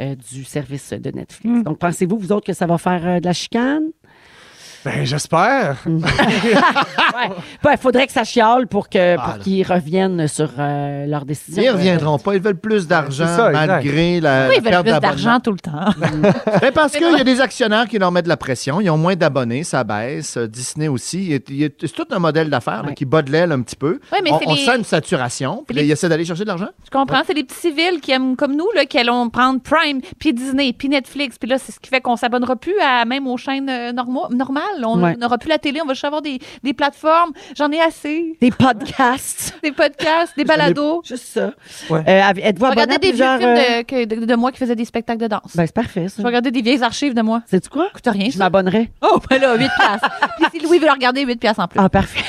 Speaker 4: euh, du service de Netflix.
Speaker 5: Hmm.
Speaker 4: Donc, pensez-vous, vous autres, que ça va faire euh, de la chicane?
Speaker 3: Ben, j'espère.
Speaker 5: Mm.
Speaker 4: Ouais. Ouais, Bah, faudrait que ça chiale pour que,
Speaker 6: Ah,
Speaker 4: pour
Speaker 6: là.
Speaker 4: qu'ils reviennent sur euh, leur décision.
Speaker 6: Ils reviendront pas, ils veulent plus d'argent
Speaker 3: C'est ça, exact.
Speaker 6: malgré la
Speaker 5: Pourquoi ils veulent
Speaker 6: perte
Speaker 5: plus
Speaker 6: d'abonnement.
Speaker 5: d'argent tout le temps?
Speaker 6: Ben, parce qu'il y a des actionnaires qui leur mettent de la pression, ils ont moins d'abonnés, ça baisse. Euh, Disney aussi, il est- il est- c'est tout un modèle d'affaires là,
Speaker 4: Ouais.
Speaker 6: qui bat de l'aile un petit peu.
Speaker 5: Ouais, mais
Speaker 6: on
Speaker 5: c'est
Speaker 6: on
Speaker 5: les-
Speaker 6: sent une saturation, puis là,
Speaker 5: les-
Speaker 6: ils essaient d'aller chercher de l'argent.
Speaker 5: Je comprends, c'est des petits civils qui aiment comme nous, là, qui allons prendre Prime, puis Disney, puis Netflix, puis là, c'est ce qui fait qu'on s'abonnera plus à même aux chaînes euh, normaux- normales. On
Speaker 4: Ouais.
Speaker 5: on n'aura plus la télé, on va juste avoir des, des plateformes. J'en ai assez.
Speaker 4: Des podcasts.
Speaker 5: Des podcasts, des balados.
Speaker 4: Juste ça.
Speaker 3: Ouais.
Speaker 4: Euh, avez- êtes-vous
Speaker 5: Je
Speaker 4: abonné
Speaker 5: regardais
Speaker 4: à
Speaker 5: des vieux
Speaker 4: plusieurs,
Speaker 5: films
Speaker 4: euh,
Speaker 5: de, que- de, de moi qui faisaient des spectacles de danse.
Speaker 4: Ben, c'est parfait, ça.
Speaker 5: je regardais des vieilles archives de moi.
Speaker 4: C'est du quoi?
Speaker 5: Ça coûte rien,
Speaker 4: Je
Speaker 5: ça.
Speaker 4: m'abonnerai.
Speaker 5: Oh, ben là, 8 piastres. Puis si Louis veut le regarder, 8 piastres en plus.
Speaker 4: Ah, parfait.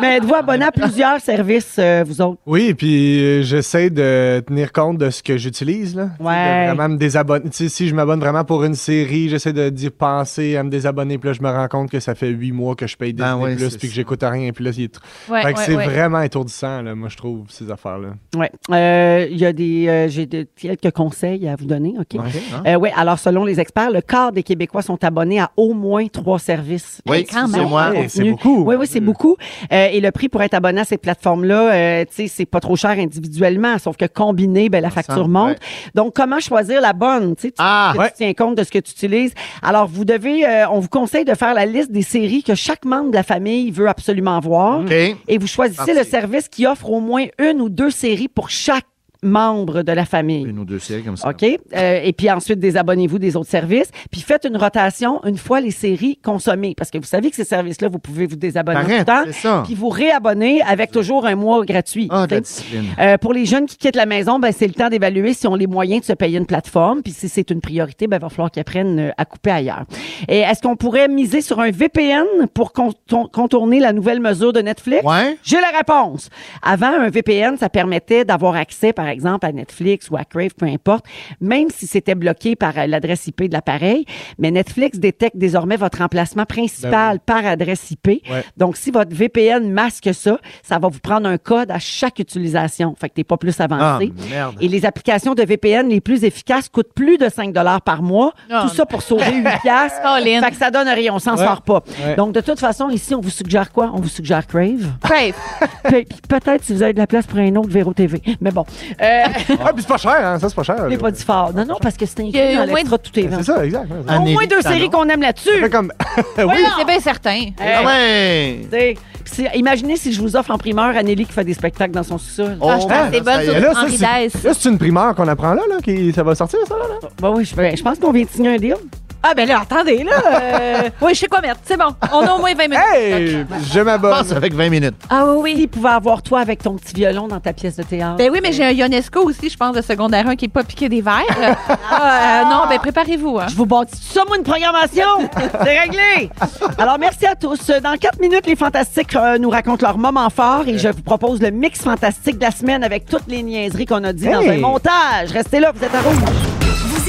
Speaker 4: Mais êtes-vous
Speaker 6: Ah,
Speaker 4: abonné à plusieurs services, euh, vous autres?
Speaker 3: Oui, et puis euh, j'essaie de tenir compte de ce que j'utilise. là.
Speaker 4: Ouais.
Speaker 3: De Vraiment me désabonner. Tu sais, si je m'abonne vraiment pour une série, j'essaie de d'y penser à me désabonner. Puis là, je me rends compte que ça fait huit mois que je paye Disney
Speaker 6: Ben ouais,
Speaker 3: Plus
Speaker 6: c'est
Speaker 3: puis que
Speaker 6: ça.
Speaker 3: j'écoute rien. Puis là, il est tr-
Speaker 5: Ouais,
Speaker 3: fait que
Speaker 5: ouais,
Speaker 3: c'est
Speaker 5: ouais.
Speaker 3: vraiment étourdissant, là, moi, je trouve, ces affaires-là.
Speaker 4: Ouais. Euh, Il y a des, euh, j'ai des- quelques conseils à vous donner, ok?
Speaker 6: OK, hein?
Speaker 4: Euh, oui, alors selon les experts, le quart des Québécois sont abonnés à au moins trois services.
Speaker 6: Oui,
Speaker 5: quand
Speaker 6: c'est
Speaker 5: même.
Speaker 6: moi.
Speaker 3: Ouais, c'est
Speaker 4: contenu.
Speaker 3: beaucoup.
Speaker 4: Oui, oui, c'est beaucoup. Euh, et le prix pour être abonné à ces plateformes-là, euh, tu sais, c'est pas trop cher individuellement, sauf que combiné, ben, la facture
Speaker 6: Ensemble,
Speaker 4: monte.
Speaker 6: ouais.
Speaker 4: Donc, comment choisir la bonne? Tu sais, tu-
Speaker 6: Ah,
Speaker 4: tu
Speaker 3: ouais.
Speaker 4: tiens compte de ce que tu utilises. Alors, vous devez, euh, on vous conseille de faire la liste des séries que chaque membre de la famille veut absolument voir.
Speaker 6: OK.
Speaker 4: Et vous choisissez le
Speaker 6: Parti.
Speaker 4: service qui offre au moins une ou deux séries pour chaque membre de la famille.
Speaker 6: Une ou deux séries comme ça.
Speaker 4: OK? Euh, et puis ensuite, désabonnez-vous des autres services. Puis faites une rotation une fois les séries consommées. Parce que vous savez que ces services-là, vous pouvez vous désabonner tout le
Speaker 6: Arrête,
Speaker 4: temps.
Speaker 6: c'est ça.
Speaker 4: Puis vous réabonner avec toujours un mois gratuit.
Speaker 6: Ah, de
Speaker 4: t'sais.
Speaker 6: la discipline.
Speaker 4: Euh, pour les jeunes qui quittent la maison, ben, c'est le temps d'évaluer si on les moyens de se payer une plateforme. Puis si c'est une priorité, ben, il va falloir qu'ils apprennent euh, à couper ailleurs. Et est-ce qu'on pourrait miser sur un VPN pour contour- contourner la nouvelle mesure de Netflix?
Speaker 6: Ouais.
Speaker 4: J'ai la réponse. Avant, un VPN, ça permettait d'avoir accès, par exemple, à Netflix ou à Crave, peu importe, même si c'était bloqué par euh, l'adresse IP de l'appareil. Mais Netflix détecte désormais votre emplacement principal par adresse IP. Donc, si votre VPN masque ça, ça va vous prendre un code à chaque utilisation. Fait que t'es pas plus
Speaker 6: Ah,
Speaker 4: avancé.
Speaker 6: merde.
Speaker 4: Et les applications de VPN les plus efficaces coûtent plus de 5 par mois.
Speaker 5: Non,
Speaker 4: Tout
Speaker 5: non.
Speaker 4: ça pour sauver 8 piastres.
Speaker 5: Colin.
Speaker 4: Fait que ça donne rien, on s'en
Speaker 3: Ouais.
Speaker 4: sort pas.
Speaker 3: Ouais.
Speaker 4: Donc, de toute façon, ici, on vous suggère quoi? On vous suggère Crave.
Speaker 5: Crave.
Speaker 4: Pe- puis Peut-être si vous avez de la place pour un autre Véro TV. Mais bon, euh,
Speaker 3: Ah, puis c'est pas cher, hein? Ça, c'est pas cher.
Speaker 4: je l'ai
Speaker 3: là.
Speaker 4: pas dit fort. Non, non, parce que c'est
Speaker 5: Il y a
Speaker 4: inclus
Speaker 5: eu
Speaker 4: dans
Speaker 5: au moins-
Speaker 4: l'extra tout est
Speaker 3: C'est ça, exact. ouais, ça.
Speaker 4: Au moins
Speaker 6: Anneli
Speaker 4: deux
Speaker 6: Tano.
Speaker 4: séries qu'on aime là-dessus.
Speaker 3: Fait comme.
Speaker 5: Oui, c'est bien certain.
Speaker 6: Ah
Speaker 4: Eh,
Speaker 6: ouais.
Speaker 4: tu sais, puis c'est- Imaginez si je vous offre en primeur Anneli qui fait des spectacles dans son sous-sol.
Speaker 6: Oh,
Speaker 5: Ah, je pense que c'est
Speaker 6: ça
Speaker 5: bonne
Speaker 6: y
Speaker 5: sur
Speaker 6: est.
Speaker 3: Et là, ben, ça,
Speaker 5: Henri
Speaker 3: c'est-
Speaker 5: Dess.
Speaker 3: là, c'est une primeur qu'on apprend là, là, qui, ça va sortir, ça, là. là.
Speaker 4: Ben oui, je, ben, je pense qu'on vient de signer un deal.
Speaker 5: Ah, ben là, attendez, là. euh, oui, je sais quoi mettre. C'est bon. On a au moins 20 minutes.
Speaker 3: Hey! Je m'abonne.
Speaker 6: Passe avec 20 minutes.
Speaker 5: Ah oui, oui.
Speaker 4: Il pouvait avoir toi avec ton petit violon dans ta pièce de théâtre.
Speaker 5: Ben oui, mais j'ai un Ionesco aussi, je pense, de secondaire 1 qui est pas piqué des verres. Ah, euh, non, ben préparez-vous. hein.
Speaker 4: Je vous bâtis tout ça, moi, une programmation. C'est réglé. Alors, merci à tous. Dans quatre minutes, les Fantastiques euh, nous racontent leur moment fort et je vous propose le mix fantastique de la semaine avec toutes les niaiseries qu'on a dit dans un
Speaker 3: Hey.
Speaker 4: montage. Restez là, vous êtes à rouge.
Speaker 2: Vous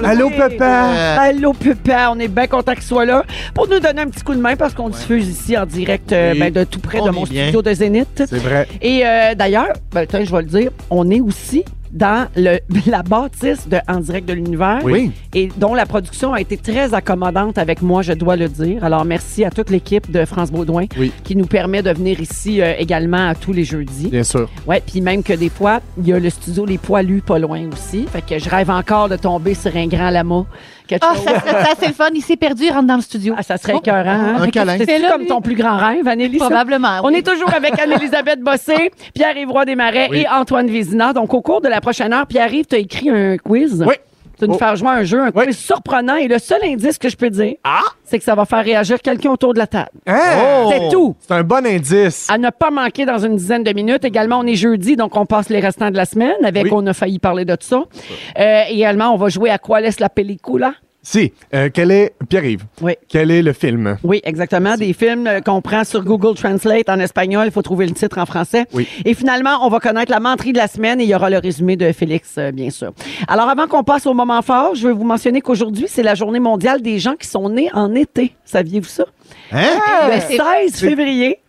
Speaker 3: Allô, papa!
Speaker 6: Euh,
Speaker 4: Allô, papa, on est bien content qu'il soit là pour nous donner un petit coup de main parce qu'on diffuse ici en direct euh,
Speaker 6: Oui.
Speaker 4: ben, de tout près
Speaker 6: On
Speaker 4: de
Speaker 6: est
Speaker 4: mon
Speaker 6: bien.
Speaker 4: studio de Zénith.
Speaker 3: C'est vrai.
Speaker 4: Et euh, d'ailleurs, ben, tiens, je vais le dire, on est aussi dans le, la bâtisse de En direct de l'univers
Speaker 6: oui.
Speaker 4: et dont la production a été très accommodante avec moi, je dois le dire. Alors, merci à toute l'équipe de France Baudouin
Speaker 3: Oui.
Speaker 4: qui nous permet de venir ici euh, également à tous les jeudis.
Speaker 3: Bien sûr.
Speaker 4: Ouais, puis même que des fois, il y a le studio Les Poilus pas loin aussi. Fait que je rêve encore de tomber sur un grand lama. Quelque
Speaker 5: Ah,
Speaker 4: chose.
Speaker 5: ça, ça, ça, c'est le fun. Il s'est perdu, il rentre dans le studio. Oh.
Speaker 4: Ah, ça serait écœurant. hein?
Speaker 6: Un câlin.
Speaker 4: C'est
Speaker 5: Fais-le,
Speaker 4: comme
Speaker 5: lui.
Speaker 4: ton plus grand rêve, Anneli. ça?
Speaker 5: Probablement.
Speaker 4: On
Speaker 5: oui.
Speaker 4: est toujours avec Anne-Elisabeth Bossé, Pierre-Yves Desmarais
Speaker 3: Oui.
Speaker 4: et Antoine Vézina. Donc, au cours de la prochaine heure, Pierre-Yves, tu as écrit un quiz.
Speaker 3: Oui.
Speaker 4: Tu vas nous
Speaker 3: Oh.
Speaker 4: faire jouer à un jeu, un
Speaker 3: Oui. Ah!
Speaker 4: quiz surprenant. Et le seul indice que je peux dire, c'est que ça va faire réagir quelqu'un autour de la table.
Speaker 3: Hein?
Speaker 4: C'est tout.
Speaker 3: C'est un bon indice.
Speaker 4: À ne pas manquer dans une dizaine de minutes. Également, on est jeudi, donc on passe les restants de la semaine avec
Speaker 3: Oui.
Speaker 4: On a failli parler de tout ça. Euh, également, on va jouer à quoi laisse la hein? pellicula.
Speaker 3: Si. Euh, quel est. Pierre-Yves.
Speaker 4: Oui.
Speaker 3: Quel est le film?
Speaker 4: Oui, exactement. Des films euh, qu'on prend sur Google Translate en espagnol. Il faut trouver le titre en français.
Speaker 3: Oui.
Speaker 4: Et finalement, on va connaître la menterie de la semaine et il y aura le résumé de Félix, euh, bien sûr. Alors, avant qu'on passe au moment fort, je veux vous mentionner qu'aujourd'hui, c'est la journée mondiale des gens qui sont nés en été. Saviez-vous ça?
Speaker 6: Hein?
Speaker 4: Le 16 février.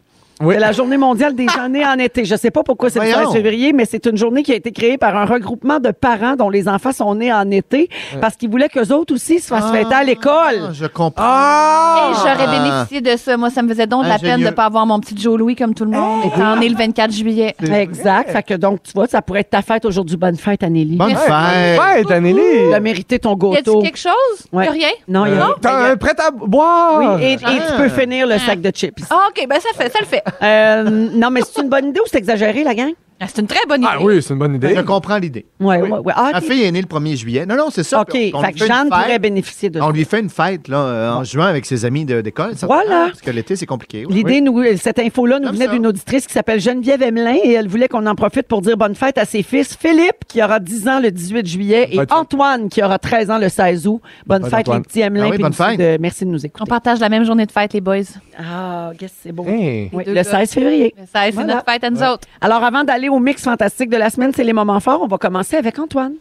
Speaker 3: Oui.
Speaker 4: C'est la journée mondiale des gens nés en été. Je ne sais pas pourquoi c'est le 16
Speaker 6: Voyons.
Speaker 4: février, mais c'est une journée qui a été créée par un regroupement de parents dont les enfants sont nés en été parce qu'ils voulaient qu'eux autres aussi se fassent fêter à
Speaker 6: Ah,
Speaker 4: l'école.
Speaker 6: je comprends.
Speaker 5: Hey, J'aurais
Speaker 6: Ah.
Speaker 5: bénéficié de ça. Moi, ça me faisait donc de la peine de
Speaker 6: Ingénieux.
Speaker 5: ne pas avoir mon petit Joe Louis comme tout le monde, étant né le 24 juillet.
Speaker 4: Exact. Fait que donc, tu vois, ça pourrait être ta fête aujourd'hui. Bonne fête, Anélie.
Speaker 6: Bonne
Speaker 5: Merci.
Speaker 6: fête.
Speaker 3: Ouais,
Speaker 4: Tu as
Speaker 3: Anneli!
Speaker 4: mérité
Speaker 5: Y
Speaker 4: ton
Speaker 5: a-tu
Speaker 4: gâteau.
Speaker 5: quelque chose?
Speaker 4: Ouais.
Speaker 5: Y a rien?
Speaker 4: Non, il y a
Speaker 3: Euh, T'as un prêt à boire!
Speaker 4: Oui, et, et tu peux finir le sac de chips.
Speaker 5: Ah, OK, ben ça fait, ça le fait.
Speaker 4: Euh, non, mais c'est une bonne idée ou c'est exagéré, la gang?
Speaker 5: Ah, C'est une très bonne idée.
Speaker 3: Ah oui, c'est une bonne idée.
Speaker 6: Je comprends l'idée.
Speaker 4: Ouais, ouais, ouais. Ah,
Speaker 6: Ma
Speaker 4: ok.
Speaker 6: fille est née le 1er juillet. Non, non, c'est ça.
Speaker 4: OK,
Speaker 6: Puis on- on
Speaker 4: fait
Speaker 6: lui
Speaker 4: que
Speaker 6: fait une
Speaker 4: Jeanne
Speaker 6: fête.
Speaker 4: pourrait bénéficier de ça.
Speaker 6: On lui fait une fête là, euh, en juin avec ses amis de- d'école. ça- Ah,
Speaker 4: Voilà.
Speaker 6: Parce que l'été, c'est compliqué. oui.
Speaker 4: L'idée, nous, euh, cette info-là nous
Speaker 6: Comme
Speaker 4: venait
Speaker 6: ça.
Speaker 4: d'une auditrice qui s'appelle Geneviève Emelin et elle voulait qu'on en profite pour dire bonne fête à ses fils. Philippe, qui aura 10 ans le 18 juillet, et
Speaker 3: Bonne fête.
Speaker 4: Antoine, qui aura 13 ans le 16 août. Bonne
Speaker 3: Bonne
Speaker 4: fête,
Speaker 3: Antoine.
Speaker 4: les petits Emelin.
Speaker 6: Ah oui,
Speaker 4: puis
Speaker 6: bonne
Speaker 4: nous aussi
Speaker 6: fête.
Speaker 4: de- merci de nous écouter.
Speaker 5: On partage la même journée de fête, les boys.
Speaker 4: Ah, guess c'est beau.
Speaker 3: Hey.
Speaker 4: Oui,
Speaker 5: deux
Speaker 4: le
Speaker 5: gars.
Speaker 4: 16 février.
Speaker 5: Ça, C'est
Speaker 4: Voilà.
Speaker 5: notre fête à nous autres.
Speaker 4: Alors, avant d'aller au mix fantastique de la semaine, c'est les moments forts. On va commencer avec Antoine.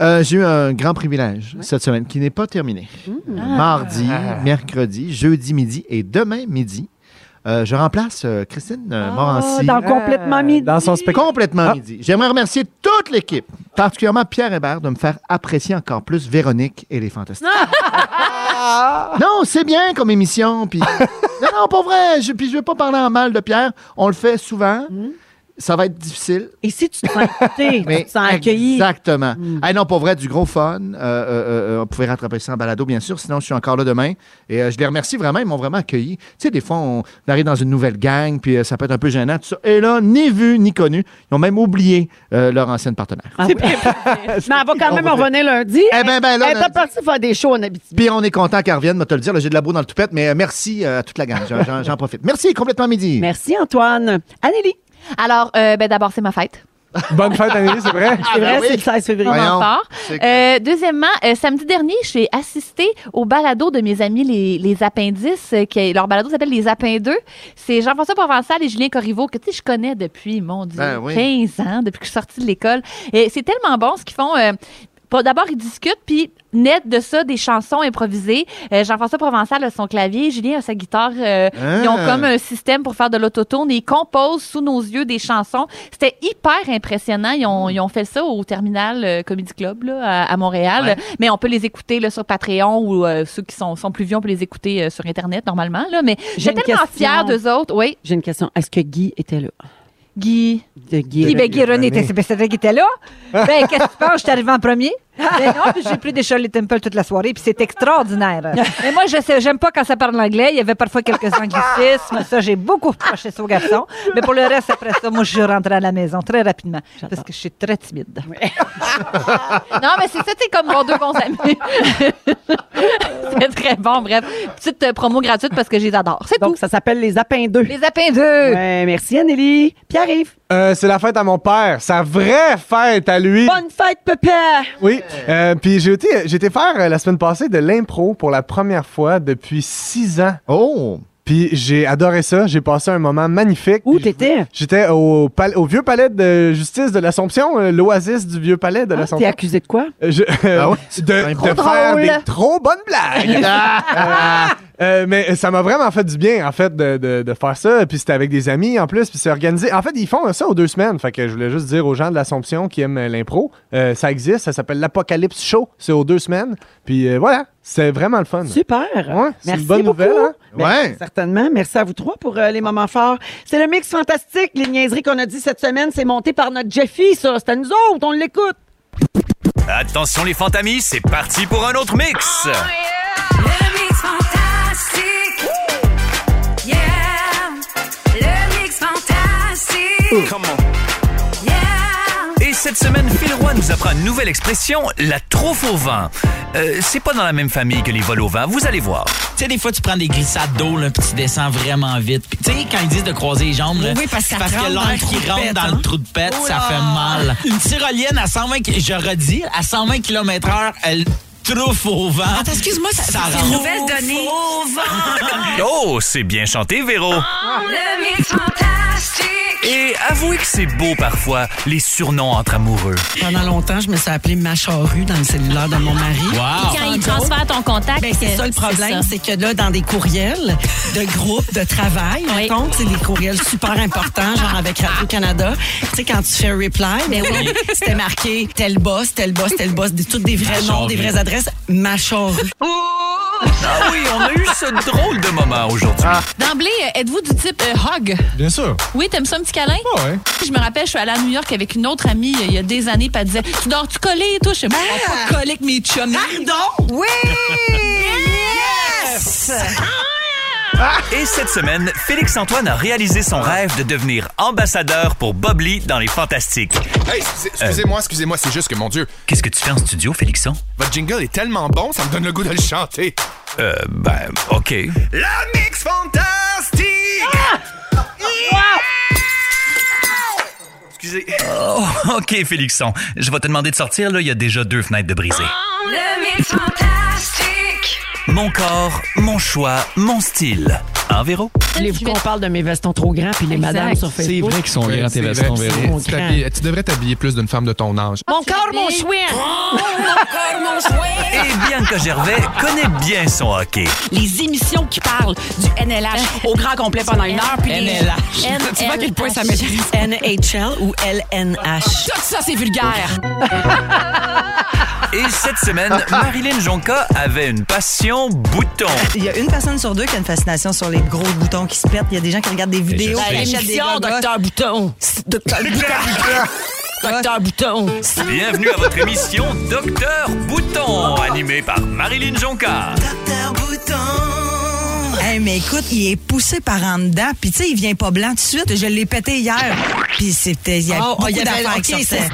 Speaker 6: Euh, J'ai eu un grand privilège cette semaine qui n'est pas terminé. Hmm.
Speaker 4: Ah.
Speaker 5: Ah.
Speaker 6: Mardi, mercredi, jeudi midi et demain midi, euh, je remplace euh, Christine euh, Morancy.
Speaker 4: Ah, dans complètement midi.
Speaker 3: Dans son spectacle. Ah.
Speaker 6: Complètement midi. J'aimerais remercier toute l'équipe, particulièrement Pierre Hébert, de me faire apprécier encore plus Véronique et les Fantastiques.
Speaker 4: Ah.
Speaker 6: non, c'est bien comme émission. Puis... non, non, pas vrai. Je, puis je veux pas parler en mal de Pierre. On le fait souvent.
Speaker 4: Hmm.
Speaker 6: Ça va être difficile.
Speaker 4: Et si tu te sens écouté, tu
Speaker 6: Mais
Speaker 4: te sens accueilli. Hmm.
Speaker 6: Exactement. Ah non, pour vrai, du gros fun. Euh, euh, euh, on pouvait rattraper ça en balado, bien sûr. Sinon, je suis encore là demain. Et euh, je les remercie vraiment. Ils m'ont vraiment accueilli. Tu sais, des fois, on arrive dans une nouvelle gang, puis euh, ça peut être un peu gênant, tout ça. Et là, ni vu, ni connu. Ils ont même oublié euh, leur ancienne partenaire.
Speaker 4: Ah oui. Mais elle va quand même revenir lundi.
Speaker 6: Eh ben, ben, là,
Speaker 4: Elle était
Speaker 6: lundi.
Speaker 4: partie faire des shows en Abitibi.
Speaker 6: Puis on est content qu'elle revienne, me te le dire. Là, J'ai de la boue dans le toupette, mais euh, merci euh, à toute la gang. J'en- J'en j'en profite. Merci, complètement midi.
Speaker 4: Merci, Antoine. Anneli,
Speaker 5: Alors, euh, ben, d'abord, c'est ma fête.
Speaker 3: Bonne fête, Anneli, c'est vrai?
Speaker 5: Ah,
Speaker 4: c'est
Speaker 6: ben
Speaker 4: vrai,
Speaker 6: oui.
Speaker 4: c'est le 16 février.
Speaker 6: Voyons.
Speaker 5: Moment fort.
Speaker 6: C'est-
Speaker 5: Euh, deuxièmement, euh, samedi dernier, j'ai assisté au balado de mes amis les, les appendices. euh, qui, leur balado s'appelle Les Appendeux. C'est Jean-François Provençal et Julien Corriveau, que tu sais, je connais depuis, mon Dieu,
Speaker 6: Ben oui.
Speaker 5: 15 ans, depuis que je suis sortie de l'école. Et c'est tellement bon ce qu'ils font. euh, pas- D'abord, ils discutent, puis naissent de ça des chansons improvisées. Euh, Jean-François Provençal a son clavier, Julien a sa guitare. euh,
Speaker 6: Ah.
Speaker 5: Ils ont comme un système pour faire de l'autotune et ils composent sous nos yeux des chansons. C'était hyper impressionnant. Ils
Speaker 4: Hmm.
Speaker 5: ont, ils ont fait ça au Terminal euh, Comedy Club là, à, à Montréal. Mais on peut les écouter là, sur Patreon ou euh, ceux qui sont, sont plus vieux, on peut les écouter euh, sur Internet normalement. Là. Mais
Speaker 4: J'ai
Speaker 5: j'étais
Speaker 4: une
Speaker 5: tellement
Speaker 4: question.
Speaker 5: fière d'eux autres. Oui,
Speaker 4: J'ai une question. Est-ce que Guy était là?
Speaker 5: Guy.
Speaker 4: De Guy.
Speaker 10: Guy, ben, Guy René était, c'est- ben, c'est vrai qu'il était là. Ben, qu'est-ce que tu penses? Je suis arrivé en premier. Ben non, puis j'ai pris des Shirley Temple toute la soirée, puis c'est extraordinaire. Mais moi, je sais, j'aime pas quand ça parle anglais. Il y avait parfois quelques anglicismes. Ça, j'ai beaucoup reproché ça aux garçons. Mais pour le reste, après ça, moi, je suis rentrée à la maison très rapidement parce que je suis très timide.
Speaker 4: Ah.
Speaker 5: Non, mais c'est ça, c'est comme mon deux bons amis. c'est très bon, bref. Petite euh, promo gratuite parce que je les adore. C'est tout.
Speaker 4: Donc, ça s'appelle les Apins 2.
Speaker 5: Les appendeux.
Speaker 4: Ouais, merci, Anneli. Pierre-Yves.
Speaker 3: Euh, c'est la fête à mon père, sa vraie fête à lui.
Speaker 4: Bonne fête, papa!
Speaker 3: Oui, euh, puis j'ai été, j'ai été faire euh, la semaine passée de l'impro pour la première fois depuis six ans.
Speaker 6: Oh!
Speaker 3: Puis j'ai adoré ça, j'ai passé un moment magnifique.
Speaker 4: Où
Speaker 3: Puis je-
Speaker 4: t'étais?
Speaker 3: J'étais au, pal- au vieux palais de justice de l'Assomption, euh, l'oasis du vieux palais de
Speaker 4: Ah, T'es
Speaker 3: l'Assomption.
Speaker 4: accusé de quoi?
Speaker 3: Euh, je-
Speaker 6: Ah ouais?
Speaker 3: de,
Speaker 6: C'est
Speaker 3: de
Speaker 6: trop
Speaker 3: faire
Speaker 6: drôle.
Speaker 3: des trop bonnes blagues. Euh, euh, mais ça m'a vraiment fait du bien, en fait, de, de- de faire ça. Puis c'était avec des amis, en plus. Puis c'est organisé. En fait, ils font ça aux deux semaines. Fait que je voulais juste dire aux gens de l'Assomption qui aiment euh, l'impro, euh, ça existe. Ça s'appelle l'Apocalypse Show. C'est aux deux semaines. Puis euh, voilà, c'est vraiment le fun.
Speaker 4: Super.
Speaker 3: Ouais, c'est
Speaker 4: Merci
Speaker 3: une bonne
Speaker 4: beaucoup.
Speaker 3: nouvelle, hein?
Speaker 4: Ben,
Speaker 6: Ouais.
Speaker 4: Certainement. Merci à vous trois pour euh, les moments forts. C'est le mix fantastique. Les niaiseries qu'on a dit cette semaine, c'est monté par notre Jeffy, ça. C'est à nous autres. On l'écoute.
Speaker 7: Attention les fantamis, c'est parti pour un autre
Speaker 5: Oh,
Speaker 7: mix.
Speaker 1: Le mix fantastique. Yeah. Le mix fantastique.
Speaker 7: Come
Speaker 1: Yeah.
Speaker 7: Et cette semaine, Phil Roy nous apprend une nouvelle expression, la truffe au vent. Euh, c'est pas dans la même famille que les vols au vent, vous allez voir.
Speaker 11: Tu sais, des fois, tu prends des glissades d'eau, là, puis tu descends vraiment vite. Puis, tu sais, quand ils disent de croiser les jambes, là,
Speaker 12: Oui, parce que ça te rentre dans
Speaker 11: l'air
Speaker 12: le trou
Speaker 11: qui
Speaker 12: de
Speaker 11: rentre
Speaker 12: pète,
Speaker 11: dans
Speaker 12: hein.
Speaker 11: le trou de pète,
Speaker 12: Oh
Speaker 11: ça
Speaker 12: là!
Speaker 11: fait mal. Une tyrolienne à 120, ki- je redis, à 120 km/h, elle trouffe au vent.
Speaker 12: Attends, excuse-moi, ça,
Speaker 11: Ça
Speaker 12: c'est
Speaker 11: rentre.
Speaker 12: une nouvelle donnée.
Speaker 7: Oh, c'est bien chanté, Véro.
Speaker 1: Le mix fantastique.
Speaker 7: Et avouez que c'est beau parfois, les surnoms entre amoureux.
Speaker 12: Pendant longtemps, je me suis appelée ma charrue dans le cellulaire de mon mari.
Speaker 7: Wow. Et
Speaker 5: quand il transfère ton contact,
Speaker 12: Ben, c'est
Speaker 5: euh,
Speaker 12: ça le
Speaker 5: c'est
Speaker 12: problème,
Speaker 5: ça.
Speaker 12: c'est que là, dans des courriels de groupes de travail, mettons, c'est des courriels super importants, genre avec Radio-Canada. Tu sais, quand tu fais un reply, ben oui, c'était marqué tel boss, tel boss, tel boss, des, toutes des vrais
Speaker 7: Ma
Speaker 12: noms, des
Speaker 7: charrue.
Speaker 12: vraies adresses, ma charrue.
Speaker 7: Ah oui, on a eu ce drôle de moment aujourd'hui.
Speaker 13: Ah.
Speaker 5: D'emblée, euh, êtes-vous du type euh, hug?
Speaker 3: Bien sûr.
Speaker 5: Oui, t'aimes ça un petit câlin?
Speaker 3: ouais.
Speaker 5: Je me rappelle, je suis allée à New York avec une autre amie euh, il y a des années, puis elle disait Tu dors-tu collé et tout? Je sais pas,
Speaker 3: Ah!
Speaker 5: pas collé avec mes chummies.
Speaker 12: Pardon?
Speaker 10: Oui!
Speaker 7: Ah. Et cette semaine, Félix-Antoine a réalisé son rêve de devenir ambassadeur pour Bob Lee dans Les Fantastiques. Euh.
Speaker 13: Hey, excusez- excusez-moi, excusez-moi, c'est juste que mon Dieu,
Speaker 7: Qu'est-ce que tu fais en studio, Félixon?
Speaker 13: votre jingle est tellement bon, ça me donne le goût de le chanter.
Speaker 7: Euh, ben, OK.
Speaker 13: La mix fantastique!
Speaker 12: Ah!
Speaker 7: Excusez. Oh, OK, Félixon. Je vais te demander de sortir, là. Il y a déjà deux fenêtres de brisées.
Speaker 1: Le mix fantastique.
Speaker 7: Mon corps, mon choix, mon style. Hein, Véro?
Speaker 4: Voulez-vous qu'on parle de mes vestons trop grands puis les madames sur
Speaker 14: C'est
Speaker 4: Facebook?
Speaker 14: vrai qu'ils sont grands, tes
Speaker 13: C'est
Speaker 14: vestons,
Speaker 13: vrai,
Speaker 14: Véro.
Speaker 13: c'est- tu t'habilles- Tu devrais t'habiller plus d'une femme de ton âge.
Speaker 4: Mon corps, mon chouin!
Speaker 7: Oh,
Speaker 12: Eh
Speaker 7: Et Bianca Eh Gervais connaît bien son hockey.
Speaker 12: Les émissions qui parlent du NLH au grand complet pendant une heure. Puis les-
Speaker 5: NLH.
Speaker 12: Tu vois à quel point ça m'intéresse. NHL ou LNH. Tout ça, c'est vulgaire.
Speaker 7: Et cette semaine, Marilyn Jonca avait une passion bouton.
Speaker 15: Il y a une personne sur deux qui a une fascination sur les gros boutons qui se pètent. Il y a des gens qui regardent des vidéos.
Speaker 12: Ben,
Speaker 15: qui achètent des
Speaker 12: l'émission
Speaker 15: gogos.
Speaker 12: Docteur Bouton. Docteur Bouton. Docteur Bouton.
Speaker 7: Bienvenue à votre émission Docteur Bouton, animée par Marilyn Jonca.
Speaker 15: Hey, mais écoute, il est poussé par en dedans. Puis tu sais, il vient pas blanc tout de suite. Je l'ai pété hier. Puis c'était... Il y a
Speaker 12: Oh, oh,
Speaker 15: beaucoup
Speaker 12: il y avait-
Speaker 15: d'affaires
Speaker 12: ok,
Speaker 15: qui sortaient.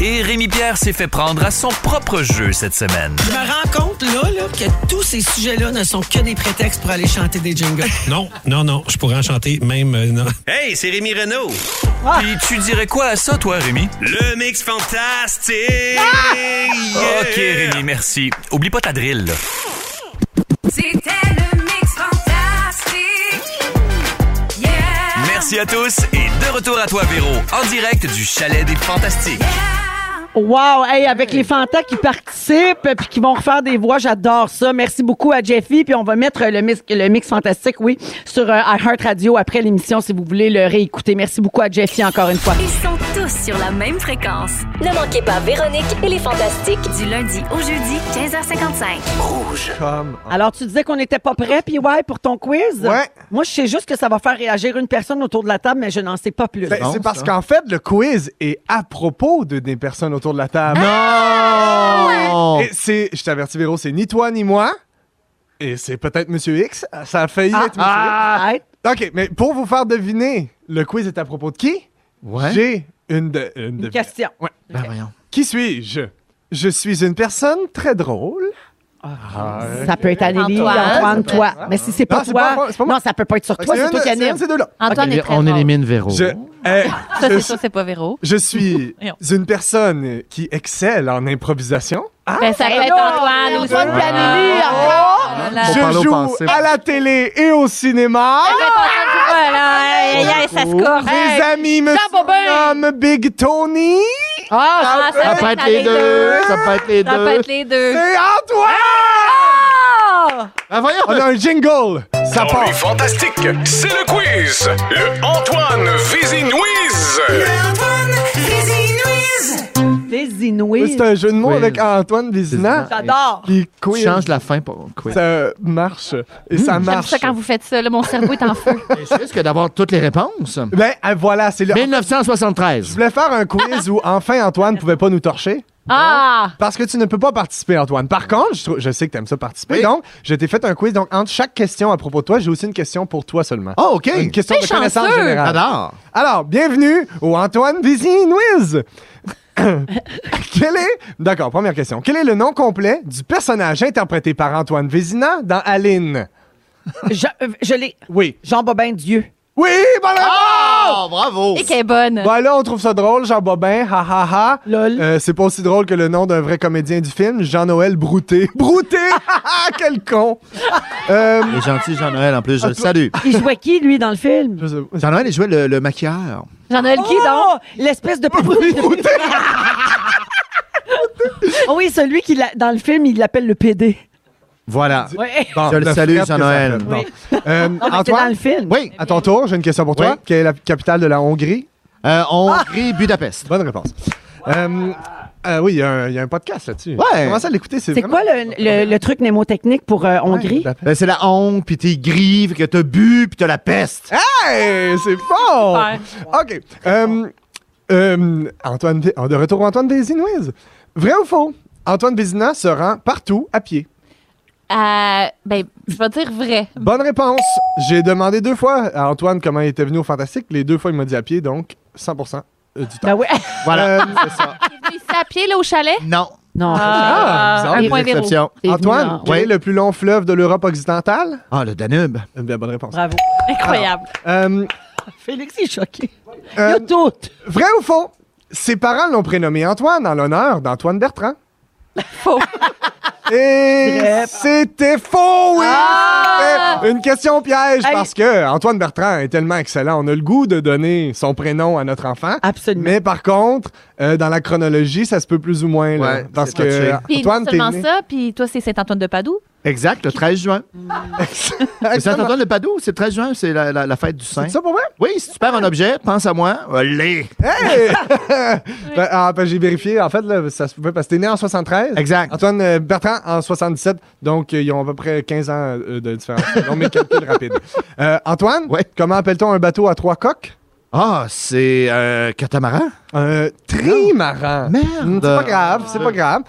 Speaker 7: Et Rémi Pierre s'est fait prendre à son propre jeu cette semaine.
Speaker 12: Je me rends compte, là, là, que tous ces sujets-là ne sont que des prétextes pour aller chanter des jingles.
Speaker 16: Non, non, non, je pourrais en chanter même. euh, non.
Speaker 7: Hey, c'est Rémi Renault.
Speaker 8: Ah!
Speaker 7: Puis tu dirais quoi à ça, toi, Rémi? Le mix fantastique. Ok, Rémi, merci. Oublie pas ta drill. là.
Speaker 1: C'était le mix fantastique. Yeah.
Speaker 7: Merci à tous et de retour à toi, Véro, en direct du Chalet des Fantastiques.
Speaker 4: Wow! Hey, avec les fantas qui participent puis qui vont refaire des voix, j'adore ça. Merci beaucoup à Jeffy. Puis on va mettre euh, le mix, le mix fantastique, oui, sur euh, iHeartRadio après l'émission si vous voulez le réécouter. Merci beaucoup à Jeffy encore une fois.
Speaker 2: Ils sont tous sur la même fréquence.
Speaker 9: Ne manquez pas Véronique et les Fantastiques
Speaker 2: Du lundi au jeudi, 15h55. Rouge.
Speaker 3: Comme.
Speaker 4: Alors, tu disais qu'on n'était pas prêt, puis ouais, pour ton quiz.
Speaker 3: Ouais.
Speaker 4: Moi, je sais juste que ça va faire réagir une personne autour de la table, mais je n'en sais pas plus.
Speaker 3: Ben, c'est parce qu'en fait, le quiz est à propos de des personnes autour de la table.
Speaker 4: Ah!
Speaker 3: Non! c'est, je t'avertis, Véro, c'est ni toi ni moi. Et c'est peut-être Monsieur X. Ça a failli
Speaker 4: Ah,
Speaker 3: être Monsieur X. OK, mais pour vous faire deviner, le quiz est à propos de qui? J'ai une, de- une devinette.
Speaker 4: question.
Speaker 3: Ouais. Qui suis-je? Je suis une personne très drôle.
Speaker 4: Ah,
Speaker 3: Ah.
Speaker 4: Ça peut être Anneli,
Speaker 3: Antoine.
Speaker 4: Antoine,
Speaker 3: Ça peut
Speaker 4: toi.
Speaker 3: être-
Speaker 4: Mais si c'est pas
Speaker 3: Non, c'est pas
Speaker 4: toi,
Speaker 3: moi, c'est pas moi.
Speaker 4: non, ça peut pas être sur
Speaker 3: Ok,
Speaker 4: toi,
Speaker 3: c'est
Speaker 4: c'est
Speaker 3: une
Speaker 4: toi
Speaker 3: de-
Speaker 4: qui
Speaker 3: c'est
Speaker 4: anime.
Speaker 3: une de ces deux-là.
Speaker 5: Antoine est très drôle.
Speaker 14: Véro.
Speaker 3: Je, eh,
Speaker 5: Ça,
Speaker 3: je-
Speaker 5: c'est ça, c'est pas Véro.
Speaker 3: je suis une personne qui excelle en improvisation. Ah! Oh!
Speaker 5: Ben, ça peut
Speaker 4: Ben
Speaker 5: être
Speaker 4: non,
Speaker 5: Antoine aussi.
Speaker 4: Antoine Pianelli,
Speaker 5: Ah,
Speaker 4: encore.
Speaker 5: ah,
Speaker 10: Oh!
Speaker 5: là, là.
Speaker 3: Je joue à la télé et au cinéma.
Speaker 10: Eh ben, ça se corse.
Speaker 3: Mes amis me surnomment Big Tony.
Speaker 10: Ah,
Speaker 3: ça peut être les deux. Ça peut être les
Speaker 10: Ça peut être les deux.
Speaker 3: C'est ah!
Speaker 1: Ah!
Speaker 3: Antoine! On a un jingle. Ça part.
Speaker 17: fantastique, c'est le quiz. Le Antoine Vézinouiz.
Speaker 4: Les Inouïs.
Speaker 3: C'est un jeu de mots avec Antoine Vézina.
Speaker 4: J'adore.
Speaker 3: Qui quiz.
Speaker 6: Change la fin pour quiz.
Speaker 3: Ça marche. Et ça
Speaker 5: J'aime
Speaker 3: marche.
Speaker 5: ça quand vous faites ça, là, mon cerveau est en feu.
Speaker 6: C'est juste que d'avoir toutes les réponses.
Speaker 3: Ben, euh, voilà, c'est là.
Speaker 6: 1973.
Speaker 3: Je voulais faire un quiz où enfin Antoine pouvait pas nous torcher.
Speaker 5: Ah!
Speaker 3: Parce que tu ne peux pas participer, Antoine. Par contre, je, trou- je sais que tu aimes ça participer. Donc, je t'ai fait un quiz. Donc, entre chaque question à propos de toi, j'ai aussi une question pour toi seulement.
Speaker 6: Ah, OK.
Speaker 3: Une question
Speaker 5: T'es
Speaker 3: de connaissance
Speaker 5: chanceux.
Speaker 3: générale.
Speaker 6: Alors.
Speaker 3: Alors, bienvenue au Antoine Vézinouiz. Quel est. D'accord, première question. Quel est le nom complet du personnage interprété par Antoine Vézina dans Aline?
Speaker 4: Je, euh, je l'ai.
Speaker 3: Oui.
Speaker 4: Jean Bobin Dieu.
Speaker 3: Oui, bonne réponse!
Speaker 10: Ah!
Speaker 6: bravo!
Speaker 5: Et qu'elle est bonne.
Speaker 3: Bon, là, on trouve ça drôle, Jean Bobin, ha ha ha. Euh, c'est pas aussi drôle que le nom d'un vrai comédien du film, Jean-Noël Brouté. Brouté! Quel con! Euh,
Speaker 6: Il est gentil, Jean-Noël, en
Speaker 4: Ah,
Speaker 6: plus, je le salue.
Speaker 4: Il jouait qui, lui, dans le film?
Speaker 6: Jean-Noël, il jouait le, le maquilleur.
Speaker 5: Jean-Noël
Speaker 4: qui, donc? L'espèce de... oh oui, celui qui, l'a- dans le film, il l'appelle le PD.
Speaker 6: Voilà.
Speaker 4: Ouais.
Speaker 6: je le salue,
Speaker 3: frère que
Speaker 6: Jean-Noël.
Speaker 3: ça fait. Bon. Euh,
Speaker 4: mais c'est dans le film.
Speaker 3: Oui. À ton tour, j'ai une question pour toi. Quelle est la capitale de la Hongrie?
Speaker 6: Euh,
Speaker 3: Ah!
Speaker 6: Hongrie, Budapest.
Speaker 3: Bonne réponse. Euh, euh, oui, il y, a un- il y a un podcast là-dessus.
Speaker 6: Ouais.
Speaker 3: Commence à l'écouter. C'est
Speaker 4: C'est
Speaker 3: vraiment-
Speaker 4: quoi le, le- le truc mnémotechnique pour euh, Hongrie?
Speaker 6: Ben, c'est la honte, puis t'es gris, puis que t'as bu, puis t'as la peste.
Speaker 3: Hey, c'est fort! OK. Euh, euh, Antoine, Bé- de retour Antoine Bézinouise. Vrai ou faux? Antoine Vézina se rend partout à pied.
Speaker 5: Euh, ben, je vais dire vrai.
Speaker 3: Bonne réponse. J'ai demandé deux fois à Antoine comment il était venu au Fantastique. Les deux fois, il m'a dit à pied, donc 100 euh, du temps.
Speaker 4: Ben oui.
Speaker 6: Voilà.
Speaker 3: Euh, c'est ça.
Speaker 5: Il est à pied, là, au chalet?
Speaker 6: Non.
Speaker 4: Non.
Speaker 5: Ah,
Speaker 3: bizarre,
Speaker 5: un
Speaker 3: des
Speaker 5: point véro.
Speaker 6: exceptions.
Speaker 5: C'est venu
Speaker 3: Antoine,
Speaker 5: en-
Speaker 3: quel est le plus long fleuve de l'Europe occidentale?
Speaker 6: Ah, le Danube.
Speaker 3: Eh bien, bonne réponse.
Speaker 4: Bravo.
Speaker 5: Incroyable.
Speaker 3: Euh,
Speaker 4: Félix il est choqué.
Speaker 3: euh,
Speaker 4: tout.
Speaker 3: Vrai ou faux? Ses parents l'ont prénommé Antoine en l'honneur d'Antoine Bertrand.
Speaker 5: Faux.
Speaker 3: Et
Speaker 4: Yep.
Speaker 3: c'était faux, oui!
Speaker 4: Ah!
Speaker 3: C'était Une question piège
Speaker 4: Hey.
Speaker 3: parce que Antoine Bertrand est tellement excellent, on a le goût de donner son prénom à notre enfant.
Speaker 4: Absolument.
Speaker 3: Mais par contre, euh, dans la chronologie, ça se peut plus ou moins. là,
Speaker 6: Ouais,
Speaker 3: parce
Speaker 6: c'est
Speaker 3: que
Speaker 6: touché.
Speaker 3: euh,
Speaker 5: Puis
Speaker 3: Antoine,
Speaker 5: non
Speaker 3: t'es
Speaker 5: seulement
Speaker 3: né-
Speaker 5: ça, puis toi, c'est Saint-Antoine de Padoue.
Speaker 6: Exact, le 13 juin. C'est Saint-Antoine de Padoue, c'est le 13 juin, c'est la, la- la fête du Saint.
Speaker 3: C'est ça pour moi?
Speaker 6: Oui, si tu perds un objet, pense à moi. Allez!
Speaker 3: Hey! Ben, ah, ben, j'ai vérifié, en fait, là, ça se pouvait parce que t'es né en 73.
Speaker 6: Exact.
Speaker 3: Antoine euh, Bertrand en 77, donc euh, ils ont à peu près 15 ans euh, de différence. Donc mes calculs rapides. Euh, Antoine, comment appelle-t-on un bateau à trois coques?
Speaker 6: Ah, c'est euh, catamaran? Euh,
Speaker 3: Un trimaran.
Speaker 6: Merde!
Speaker 3: Hmm, C'est pas grave, c'est pas grave.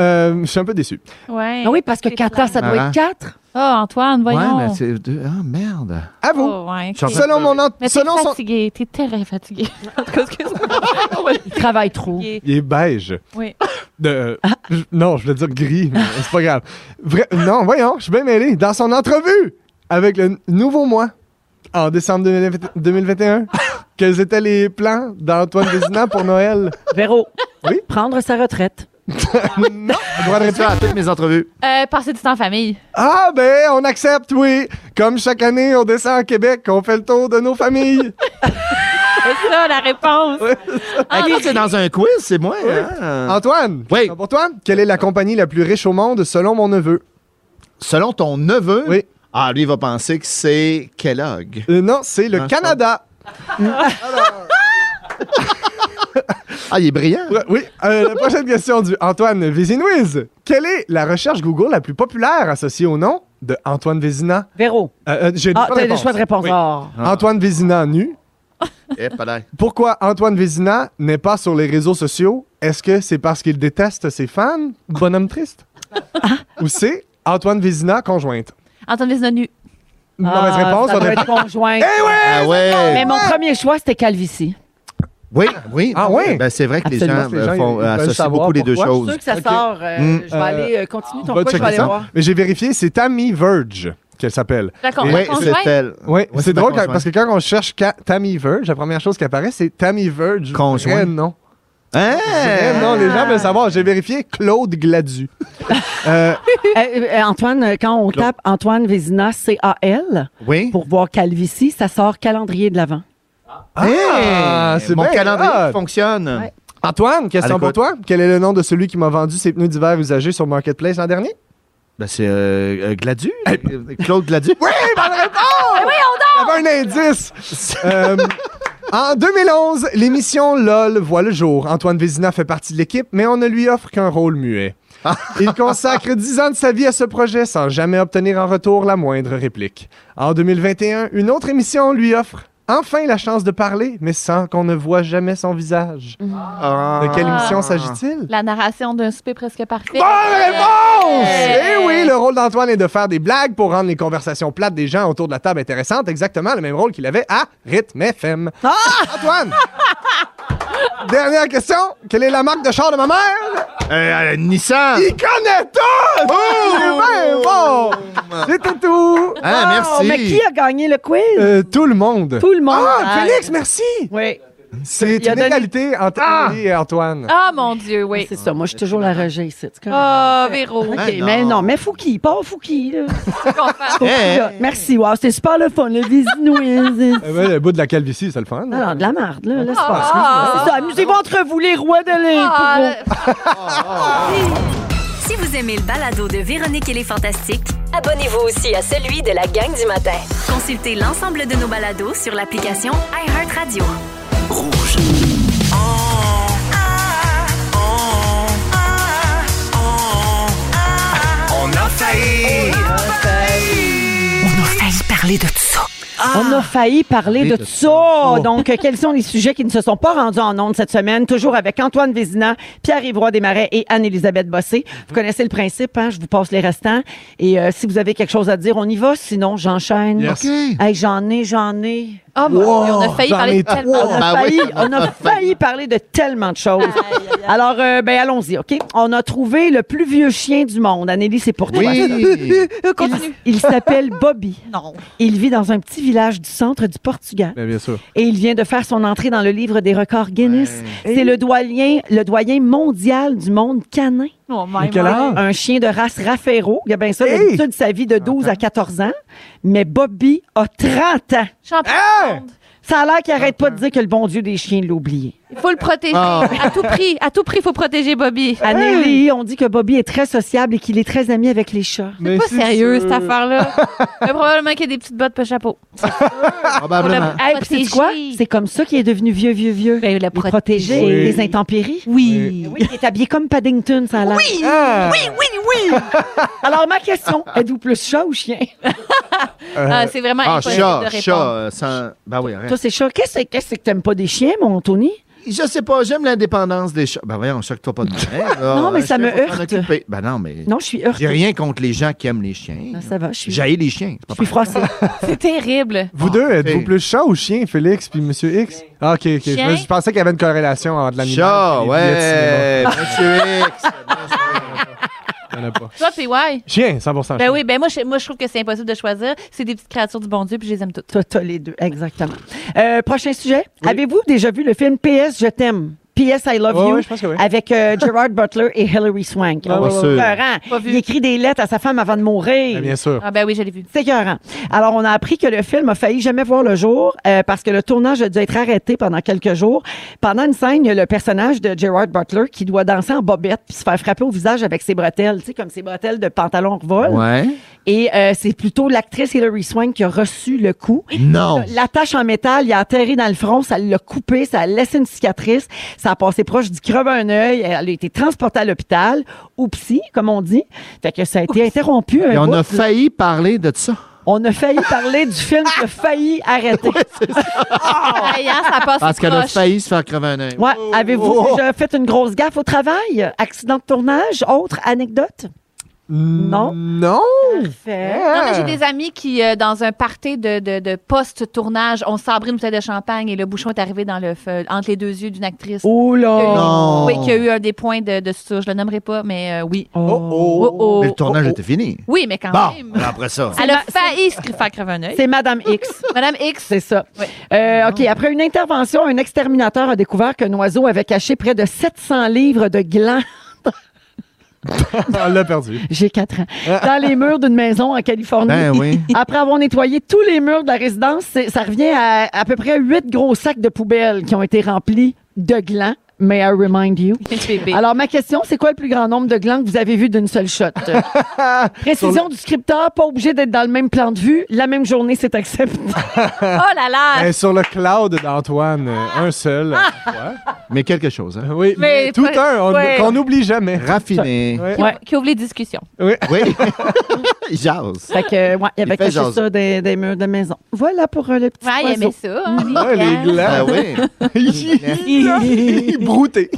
Speaker 3: Euh, je suis un peu déçu.
Speaker 5: Ouais.
Speaker 4: Ah oui, parce que 14, ça doit
Speaker 3: Ah.
Speaker 6: Marrant.
Speaker 4: être 4.
Speaker 5: Oh, Antoine, voyons.
Speaker 6: Ouais, mais c'est. deux- Ah, merde.
Speaker 3: À vous.
Speaker 5: Oh, ouais.
Speaker 6: Je suis en train de-
Speaker 3: Selon mon... ent-
Speaker 5: Mais t'es
Speaker 3: Selon son...
Speaker 5: fatigué. T'es très fatigué. en tout cas, excuse-moi.
Speaker 4: Il travaille trop.
Speaker 3: Il est beige.
Speaker 5: Oui.
Speaker 3: De, euh,
Speaker 4: Ah.
Speaker 3: j- Non, je voulais dire gris, mais c'est pas grave. Vrai- Non, voyons, je suis bien mêlé. Dans son entrevue avec le n- nouveau moi en décembre 2020 2021, quels étaient les plans d'Antoine Vézina pour Noël?
Speaker 4: Véro.
Speaker 3: Oui?
Speaker 4: Prendre sa retraite.
Speaker 3: non, droit de
Speaker 6: Je
Speaker 3: réplique.
Speaker 6: à toutes mes entrevues.
Speaker 5: Euh, passer du temps en famille.
Speaker 3: Ah ben, on accepte, oui. Comme chaque année, on descend à Québec, on fait le tour de nos familles.
Speaker 5: C'est ça, la réponse.
Speaker 6: Ah,
Speaker 5: Henri.
Speaker 6: c'est dans un quiz, c'est moi. hein?
Speaker 3: Antoine,
Speaker 6: Oui.
Speaker 3: question pour toi, quelle est la compagnie la plus riche au monde selon mon neveu?
Speaker 6: Selon ton neveu,
Speaker 3: Oui.
Speaker 6: ah, lui, il va penser que c'est Kellogg.
Speaker 3: Euh, non, c'est le
Speaker 6: Ah, je
Speaker 3: Canada.
Speaker 6: Ah, il est brillant.
Speaker 3: Ouais, Oui, Euh, la prochaine question du Antoine Vézinouiz. Quelle est la recherche Google la plus populaire associée au nom de Antoine Vézina?
Speaker 4: Véro.
Speaker 3: Euh, euh, J'ai
Speaker 4: Ah,
Speaker 3: pas
Speaker 4: t'as
Speaker 3: de
Speaker 4: le choix de réponse.
Speaker 3: Oui.
Speaker 4: Ah.
Speaker 3: Antoine Vézina nu.
Speaker 6: Eh, pas d'air.
Speaker 3: Pourquoi Antoine Vézina n'est pas sur les réseaux sociaux? Est-ce que c'est parce qu'il déteste ses fans? Bonhomme triste.
Speaker 4: Ah.
Speaker 3: Ou c'est Antoine Vézina conjointe?
Speaker 5: Antoine Vézinonu.
Speaker 3: Mauvaise
Speaker 4: Ah,
Speaker 3: réponse.
Speaker 4: Ça
Speaker 3: bonne
Speaker 4: doit être
Speaker 3: réponse.
Speaker 4: conjoint.
Speaker 6: Ah,
Speaker 3: euh,
Speaker 6: ouais.
Speaker 4: Mais mon premier choix, c'était Calvici.
Speaker 6: Oui, oui.
Speaker 3: Ah ouais?
Speaker 6: Ben, c'est vrai que les
Speaker 3: Absolument,
Speaker 6: gens,
Speaker 3: les
Speaker 6: euh,
Speaker 3: gens,
Speaker 6: font,
Speaker 3: ils veulent
Speaker 6: associent
Speaker 3: savoir
Speaker 6: beaucoup les deux
Speaker 3: pourquoi.
Speaker 4: Je suis
Speaker 6: choses.
Speaker 4: sûr que ça sort. euh,
Speaker 6: Mm.
Speaker 4: Je vais aller, euh, continue ton
Speaker 3: Va
Speaker 4: coach, je vais
Speaker 3: checker
Speaker 4: aller
Speaker 3: ça.
Speaker 4: voir.
Speaker 3: Mais j'ai vérifié, c'est Tammy Verge qu'elle s'appelle.
Speaker 5: La con-
Speaker 6: Oui,
Speaker 5: la
Speaker 6: c'est
Speaker 5: conjointe.
Speaker 6: elle.
Speaker 3: Oui,
Speaker 6: Ouais,
Speaker 3: c'est
Speaker 6: ma
Speaker 3: drôle quand-
Speaker 6: conjointe.
Speaker 3: parce que quand on cherche Ka- Tammy Verge, la première chose qui apparaît, c'est Tammy Verge.
Speaker 6: Conjoint.
Speaker 3: Vrai nom.
Speaker 6: Hein?
Speaker 3: Vrai nom, les gens veulent savoir. J'ai vérifié Claude Gladu. Euh,
Speaker 4: Euh, euh, Antoine, euh, quand on tape Antoine Vézina C-A-L
Speaker 6: Oui.
Speaker 4: pour voir Calvici, ça sort calendrier de l'avant.
Speaker 3: ah,
Speaker 6: c'est
Speaker 3: c'est
Speaker 6: Eh, mon
Speaker 3: bien
Speaker 6: calendrier
Speaker 3: hot.
Speaker 6: qui fonctionne.
Speaker 4: Ouais.
Speaker 3: Antoine, question
Speaker 6: À
Speaker 3: pour
Speaker 6: l'écoute.
Speaker 3: toi. Quel est le nom de celui qui m'a vendu ses pneus d'hiver usagés sur Marketplace l'an dernier?
Speaker 6: Ben, c'est euh, euh, Gladu. Euh, Claude Gladu.
Speaker 3: Oui, bonne réponse! Il y avait un indice! Oh! Euh, en 2011, l'émission LOL voit le jour. Antoine Vézina fait partie de l'équipe, mais on ne lui offre qu'un rôle muet. Il consacre 10 ans de sa vie à ce projet sans jamais obtenir en retour la moindre réplique. En 2021, une autre émission lui offre enfin la chance de parler, mais sans qu'on ne voit jamais son visage.
Speaker 6: Ah.
Speaker 3: De quelle émission s'agit-il?
Speaker 5: La narration d'un souper presque parfait. Euh,
Speaker 3: Bonne réponse!
Speaker 5: Yeah!
Speaker 3: Eh oui, le rôle d'Antoine est de faire des blagues pour rendre les conversations plates des gens autour de la table intéressantes. Exactement le même rôle qu'il avait à Rythme FM.
Speaker 4: Ah!
Speaker 3: Antoine! Dernière question. Quelle est la marque de char de ma mère?
Speaker 6: Euh, euh, Nissan.
Speaker 3: Il connaît tout! C'est bien bon! C'était tout!
Speaker 6: Ah, merci.
Speaker 4: Mais qui a gagné le quiz?
Speaker 3: Euh, tout le monde.
Speaker 4: Tout le monde.
Speaker 3: Ah, Félix, merci.
Speaker 4: Oui.
Speaker 3: C'est
Speaker 4: Il a
Speaker 3: une
Speaker 4: donné-
Speaker 3: égalité entre
Speaker 4: Ah!
Speaker 3: Émilie et Antoine.
Speaker 5: Ah, mon Dieu, oui.
Speaker 4: C'est ça, moi, je suis toujours la rejet ici. tu comprends?
Speaker 5: Ah, Véro.
Speaker 4: OK, mais non, mais Fouki, pas Fouki. là. Fouki,
Speaker 3: Hey,
Speaker 4: là. oh Merci, wow, c'est super le fun, le Disney.
Speaker 3: Euh, ouais, le bout de la calvitie, c'est le fun.
Speaker 4: Non, non, de la merde, là. laisse
Speaker 3: Ah,
Speaker 4: faire.
Speaker 3: excuse-moi.
Speaker 4: C'est ça, amusez-vous entre vous, les rois de
Speaker 5: Ah,
Speaker 4: l'île.
Speaker 5: euh,
Speaker 2: Oh. Si vous aimez le balado de Véronique et les Fantastiques,
Speaker 9: Abonnez-vous aussi à celui de la gang du matin.
Speaker 2: consultez l'ensemble de nos balados sur l'application iHeartRadio.
Speaker 7: On a failli.
Speaker 4: On a failli parler de tout ça.
Speaker 5: Ah.
Speaker 4: On a failli parler de tout
Speaker 5: Oh.
Speaker 4: ça. Donc, euh, quels sont les sujets qui ne se sont pas rendus en ondes cette semaine? Toujours avec Antoine Vézina, Pierre-Yvroy Desmarais et Anne-Élisabeth Bossé. Vous connaissez le principe, hein? Je vous passe les restants. Et euh, si vous avez quelque chose à dire, on y va. Sinon, j'enchaîne.
Speaker 5: Yes. OK.
Speaker 4: Hey, j'en ai, j'en ai.
Speaker 5: Ah, mon Wow, Dieu, on a failli j'en parler ai de tellement- trois.
Speaker 4: On a
Speaker 5: Ben
Speaker 4: failli-
Speaker 5: oui.
Speaker 4: on a failli parler de tellement de choses. Alors, euh, ben, allons-y, OK? On a trouvé le plus vieux chien du monde. Anneli, c'est pour toi.
Speaker 7: Oui.
Speaker 4: Continue. Il, il s'appelle Bobby.
Speaker 5: Non.
Speaker 4: Il vit dans un petit village du centre du Portugal.
Speaker 3: Bien, bien sûr.
Speaker 4: Et il vient de faire son entrée dans le livre des records Guinness. C'est le doyen, le doyen mondial du monde canin.
Speaker 5: Oh, my
Speaker 4: Quel âge? Un chien de race Raffero. Il a bien ça d'habitude, sa vie de 12 à 14 ans. Mais Bobby a 30 ans.
Speaker 5: Champion du monde.
Speaker 4: Ça a l'air qu'il arrête pas de dire que le bon Dieu des chiens l'a oublié.
Speaker 5: Il faut le protéger.
Speaker 4: Ah.
Speaker 5: À tout prix. À tout prix, il faut protéger Bobby.
Speaker 4: Anneli, on dit que Bobby est très sociable et qu'il est très ami avec les chats.
Speaker 5: C'est pas sérieux, cette affaire-là. Mais probablement qu'il y a des petites bottes pas chapeau. Probablement.
Speaker 4: Hey, puis c'est quoi? C'est comme ça qu'il est devenu vieux, vieux, vieux. il l'a protégé des intempéries. Oui. Oui, il est habillé comme Paddington, ça a l'air.
Speaker 7: Oui! Ah. Oui,
Speaker 4: oui, oui! Alors, ma question, êtes-vous plus chat ou chien?
Speaker 5: Ah, c'est vraiment
Speaker 6: ah,
Speaker 5: impossible
Speaker 6: chat,
Speaker 5: de répondre.
Speaker 6: chat, euh, sans... Ben oui, rien.
Speaker 4: Toi, c'est chat. Qu'est-ce que- qu'est-ce que t'aimes pas des chiens, mon Tony?
Speaker 6: Je sais pas, j'aime l'indépendance des chats. Ben voyons, choque-toi pas de moi.
Speaker 4: Non, mais ça me heurte.
Speaker 6: Ben non, mais...
Speaker 4: Non, je suis heurtée.
Speaker 6: J'ai rien contre les gens qui aiment les chiens.
Speaker 4: Non, ça va, je suis-
Speaker 6: J'haïs les chiens. c'est pas
Speaker 4: Je suis froissée.
Speaker 5: C'est terrible.
Speaker 6: Ah,
Speaker 3: Vous deux, êtes-vous plus chat ou chien, Félix puis Monsieur X? Ah, OK, OK. Je, me- je pensais qu'il y avait une corrélation entre l'animal
Speaker 6: Chat,
Speaker 3: et les billets de
Speaker 6: ouais.
Speaker 3: cinéma.
Speaker 6: Monsieur X.
Speaker 3: Il y en a pas.
Speaker 5: Toi, PY?
Speaker 3: Chien, 100
Speaker 5: Ben
Speaker 3: chien.
Speaker 5: oui, ben moi, je, moi, je trouve que c'est impossible de choisir. C'est des petites créatures du bon Dieu, puis je les aime toutes.
Speaker 4: Toi, t'as les deux, exactement. Euh, prochain sujet. Avez-vous déjà vu le film PS Je t'aime? PS I Love
Speaker 3: Ouais,
Speaker 4: You
Speaker 3: ouais, je pense que oui.
Speaker 4: avec euh, Gerard Butler et Hilary Swank.
Speaker 3: Ah, ouais,
Speaker 4: C'est
Speaker 3: sûr.
Speaker 4: écœurant. Il écrit des lettres à sa femme avant de mourir.
Speaker 3: Ben, bien sûr.
Speaker 5: Ah ben oui, je l'ai vu.
Speaker 4: C'est écœurant. Alors, on a appris que le film a failli jamais voir le jour euh, parce que le tournage a dû être arrêté pendant quelques jours. Pendant une scène, il y a le personnage de Gerard Butler qui doit danser en bobette puis se faire frapper au visage avec ses bretelles, tu sais, comme ses bretelles de pantalon revol.
Speaker 6: Ouais.
Speaker 4: Et euh, c'est plutôt l'actrice Hilary Swank qui a reçu le coup.
Speaker 6: Non.
Speaker 4: La tâche en métal, il a atterri dans le front, ça l'a coupé, ça a laissé une cicatrice, ça a passé proche du creux un œil, elle a été transportée à l'hôpital, ou psy, comme on dit. Fait que ça a été interrompu. un
Speaker 6: Et on
Speaker 4: bout.
Speaker 6: a failli parler de ça.
Speaker 4: On a failli parler du film qui a failli arrêter.
Speaker 5: Aïe, hein, ça passe
Speaker 6: Parce qu'elle a
Speaker 5: proche.
Speaker 6: failli se faire crever un œil.
Speaker 4: Ouais. Avez-vous
Speaker 6: Oh.
Speaker 4: déjà fait une grosse gaffe au travail? Accident de tournage? Autre anecdote?
Speaker 6: Hmm.
Speaker 4: Non.
Speaker 3: Non.
Speaker 5: Non, mais j'ai des amis qui, euh, dans un party de, de, de post-tournage, ont sabré une bouteille de champagne et le bouchon est arrivé dans le feu, entre les deux yeux d'une actrice.
Speaker 4: Oh là!
Speaker 5: Qui a eu-
Speaker 6: Non.
Speaker 5: Oui, qui a eu un des points de, de suture. Je le nommerai pas, mais euh, oui.
Speaker 4: Oh
Speaker 5: oh! oh.
Speaker 6: Mais le tournage était fini.
Speaker 5: Oui, mais quand
Speaker 6: Bon,
Speaker 5: même.
Speaker 6: alors après ça.
Speaker 5: Elle a failli se faire crever un œil.
Speaker 4: C'est Madame X.
Speaker 5: Madame X.
Speaker 4: C'est ça. Euh, OK, après une intervention, un exterminateur a découvert qu'un oiseau avait caché près de 700 livres de glands.
Speaker 3: On l'a perdu.
Speaker 4: J'ai 4 ans. Dans les murs d'une maison en Californie.
Speaker 3: Ah. Ben oui.
Speaker 4: Après avoir nettoyé tous les murs de la résidence, c'est- ça revient à à peu près 8 gros sacs de poubelles qui ont été remplis de glands. May I remind you? Alors, ma question, c'est quoi le plus grand nombre de glands que vous avez vu d'une seule shot? Précision du scripteur, pas obligé d'être dans le même plan de vue. La même journée, c'est accepté.
Speaker 5: Oh là là! Ah.
Speaker 3: Ben, sur le cloud d'Antoine, euh, un seul.
Speaker 6: Mais quelque chose. Hein?
Speaker 3: Oui, mais,
Speaker 5: Mais
Speaker 3: tout
Speaker 5: pas-
Speaker 3: un, on-
Speaker 5: ouais.
Speaker 3: qu'on n'oublie jamais.
Speaker 6: Raffiné.
Speaker 3: Ouais.
Speaker 5: Qui, qui ouvre les discussions.
Speaker 3: Oui.
Speaker 6: Jase.
Speaker 4: Fait que, ouais, il avait
Speaker 6: fait
Speaker 4: caché
Speaker 6: jaser.
Speaker 4: ça des, des murs de maison. Voilà pour euh, le petit
Speaker 5: Ouais, il
Speaker 4: oiseau.
Speaker 5: aimait ça. hein,
Speaker 3: Ah, les glands.
Speaker 6: Ah
Speaker 3: oui. Brouté.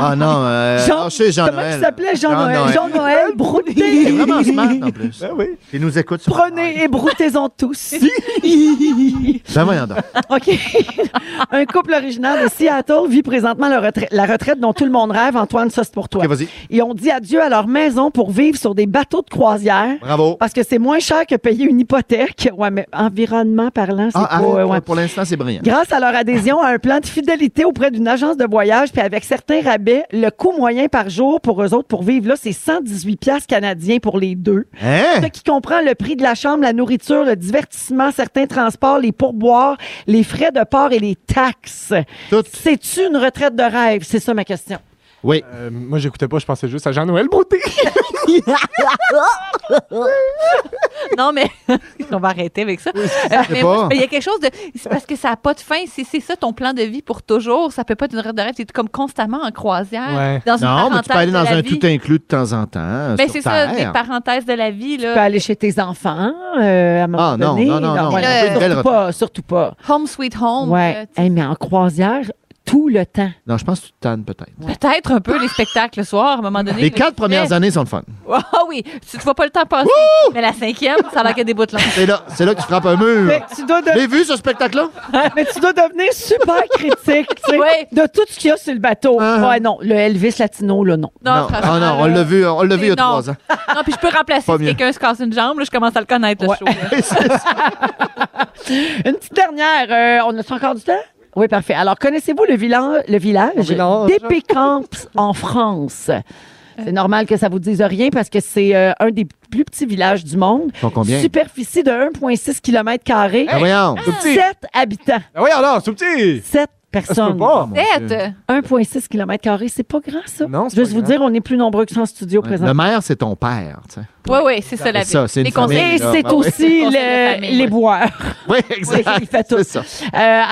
Speaker 6: Ah non, euh,
Speaker 4: Jean-
Speaker 6: lâchez
Speaker 4: Comment il
Speaker 6: Jean-Noël.
Speaker 4: s'appelait Jean-Noël? Jean-Noël
Speaker 6: Il est
Speaker 4: Brouté.
Speaker 6: vraiment smart en plus. Il nous écoute. sur-
Speaker 4: Prenez et broutez-en tous.
Speaker 6: Ben voyons
Speaker 4: Ah,
Speaker 6: donc.
Speaker 4: OK. Un couple originaire de Seattle vit présentement le retrait- la retraite dont tout le monde rêve. Antoine, ça, c'est pour toi.
Speaker 6: OK, vas-y.
Speaker 4: Ils ont dit adieu à leur maison pour vivre sur des bateaux de croisière.
Speaker 6: Bravo.
Speaker 4: Parce que c'est moins cher que payer une hypothèque. Ouais, mais environnement parlant, c'est
Speaker 6: Ah,
Speaker 4: pas.
Speaker 6: arrête,
Speaker 4: euh, ouais.
Speaker 6: Pour l'instant, c'est brillant.
Speaker 4: Grâce à leur adhésion à un plan de fidélité auprès d'une agence de voyage, puis avec certains rabais, le coût moyen par jour pour eux autres pour vivre là, c'est 118 pièces canadiens pour les deux.
Speaker 6: Hein?
Speaker 4: Ce qui comprend le prix de la chambre, la nourriture, le divertissement, certains transports, les pourboires, les frais de port et les taxes. C'est-tu une retraite de rêve? C'est ça ma question.
Speaker 6: Oui.
Speaker 3: Euh, moi, j'écoutais pas, je pensais juste à Jean-Noël Beauté.
Speaker 5: non, mais on va arrêter avec ça. Euh,
Speaker 3: c'est
Speaker 5: mais
Speaker 3: pas.
Speaker 5: moi, je- il y a quelque chose de. C'est parce que ça n'a pas de fin. Si c'est ça ton plan de vie pour toujours, ça peut pas être une rêve de rêve. T'es comme constamment en croisière. Dans une
Speaker 6: non, mais tu peux
Speaker 5: parenthèse de
Speaker 6: aller dans
Speaker 5: la
Speaker 6: un
Speaker 5: vie.
Speaker 6: tout inclus de temps en temps. euh,
Speaker 5: Mais
Speaker 4: Ben,
Speaker 6: sur
Speaker 5: c'est ça, des
Speaker 6: Terre.
Speaker 5: parenthèses de la vie. Là.
Speaker 4: Tu peux aller chez tes enfants euh, à un moment
Speaker 6: Ah, non,
Speaker 4: donné.
Speaker 6: non, non, non,
Speaker 4: ouais,
Speaker 6: c'est une belle
Speaker 4: surtout pas, surtout pas.
Speaker 5: Home sweet home. euh,
Speaker 4: Ouais. Hey, mais en croisière, tout le temps.
Speaker 6: Non, je pense que tu te tannes peut-être.
Speaker 5: Peut-être un peu les spectacles le soir, à un moment donné.
Speaker 6: Les quatre premières
Speaker 5: Mais-
Speaker 6: années sont le fun.
Speaker 5: Ah oui, tu ne vois pas le temps passer. Mais la cinquième, ça a l'air qu'il y a des bouts de langue.
Speaker 6: C'est là, c'est là que tu frappes un mur.
Speaker 5: Mais
Speaker 4: tu dois de-
Speaker 6: J'ai vu ce spectacle-là?
Speaker 4: Ah, Mais tu dois devenir super critique tu sais, de tout ce qu'il y a sur le bateau. Ouais, non, le Elvis Latino, là, non.
Speaker 5: Non,
Speaker 6: Ah, Non,
Speaker 5: franchement,
Speaker 6: ah non,
Speaker 5: là,
Speaker 6: on l'a vu, on l'a vu il y a
Speaker 5: c'est non.
Speaker 6: trois ans.
Speaker 5: Non, puis je peux remplacer
Speaker 6: Pas
Speaker 5: si
Speaker 6: mieux.
Speaker 5: quelqu'un se casse une jambe, là, je commence à le connaître, le show. là.
Speaker 4: Une petite dernière. euh, on a encore du temps? Oui, parfait. Alors, connaissez-vous le, village, le village, d'Épicamps en France? C'est normal que ça vous dise rien parce que c'est euh, un des plus petits villages du monde.
Speaker 6: Ils sont combien?
Speaker 4: Superficie de 1,6 km.
Speaker 6: Ah, voyons, tout petit.
Speaker 4: 7 habitants.
Speaker 3: Ah, voyons, non, tout petit.
Speaker 4: 7
Speaker 3: Ça se
Speaker 4: personnes.
Speaker 3: peut
Speaker 6: Oh,
Speaker 3: pas, mon Sept. Dieu.
Speaker 4: 1,6 km, c'est pas grand, ça. Non, Juste vous dire, on est plus nombreux que ça en studio
Speaker 6: Ouais,
Speaker 4: présent.
Speaker 6: Le maire, c'est ton père, tu sais.
Speaker 5: Oui, oui, c'est ça la vie.
Speaker 6: C'est ça, c'est une
Speaker 5: Les conseils-
Speaker 6: famille,
Speaker 4: Et
Speaker 6: là,
Speaker 4: c'est
Speaker 6: ben oui.
Speaker 4: aussi
Speaker 5: Conseil de
Speaker 4: le-
Speaker 5: famille,
Speaker 4: les
Speaker 5: ouais.
Speaker 4: boires.
Speaker 6: Oui, exact.
Speaker 4: Oui, il fait tout. Euh,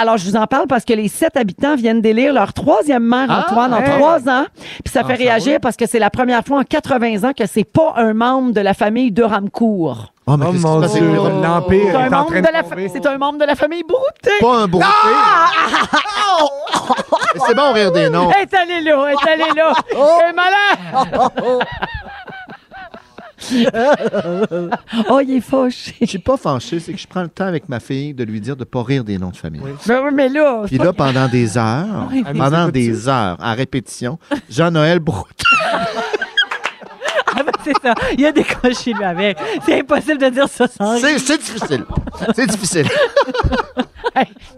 Speaker 4: alors, je vous en parle parce que les sept habitants viennent d'élire leur troisième maire,
Speaker 6: Ah,
Speaker 4: Antoine,
Speaker 6: hey.
Speaker 4: en trois ans. Puis ça
Speaker 6: Ah,
Speaker 4: fait
Speaker 6: ça
Speaker 4: réagir
Speaker 6: roule.
Speaker 4: parce que c'est la première fois en 80 ans que c'est pas un membre de la famille de Ramcourt.
Speaker 6: Oh, mais qu'est-ce qui se
Speaker 3: mon
Speaker 6: passe avec
Speaker 3: Dieu,
Speaker 6: Jérôme?
Speaker 3: l'Empire
Speaker 4: C'est un, membre de la fa- c'est un membre de la famille Brouté.
Speaker 6: Pas un Brouté.
Speaker 4: Ah!
Speaker 6: Mais C'est bon rire des noms.
Speaker 4: Elle est allée là, elle est allée là.
Speaker 3: Oh!
Speaker 4: Elle est malade. oh, il est fâché.
Speaker 6: Je suis pas fâché, c'est que je prends le temps avec ma fille de lui dire de pas rire des noms de famille.
Speaker 4: Mais Ben oui, mais là.
Speaker 6: Puis là, pendant des heures,
Speaker 4: Ah, Oui.
Speaker 6: pendant des heures, à répétition, Jean-Noël Brouté.
Speaker 14: Ah ben, c'est ça. Il a décroché lui avec. C'est impossible de dire ça sans
Speaker 6: C'est c'est difficile. C'est difficile.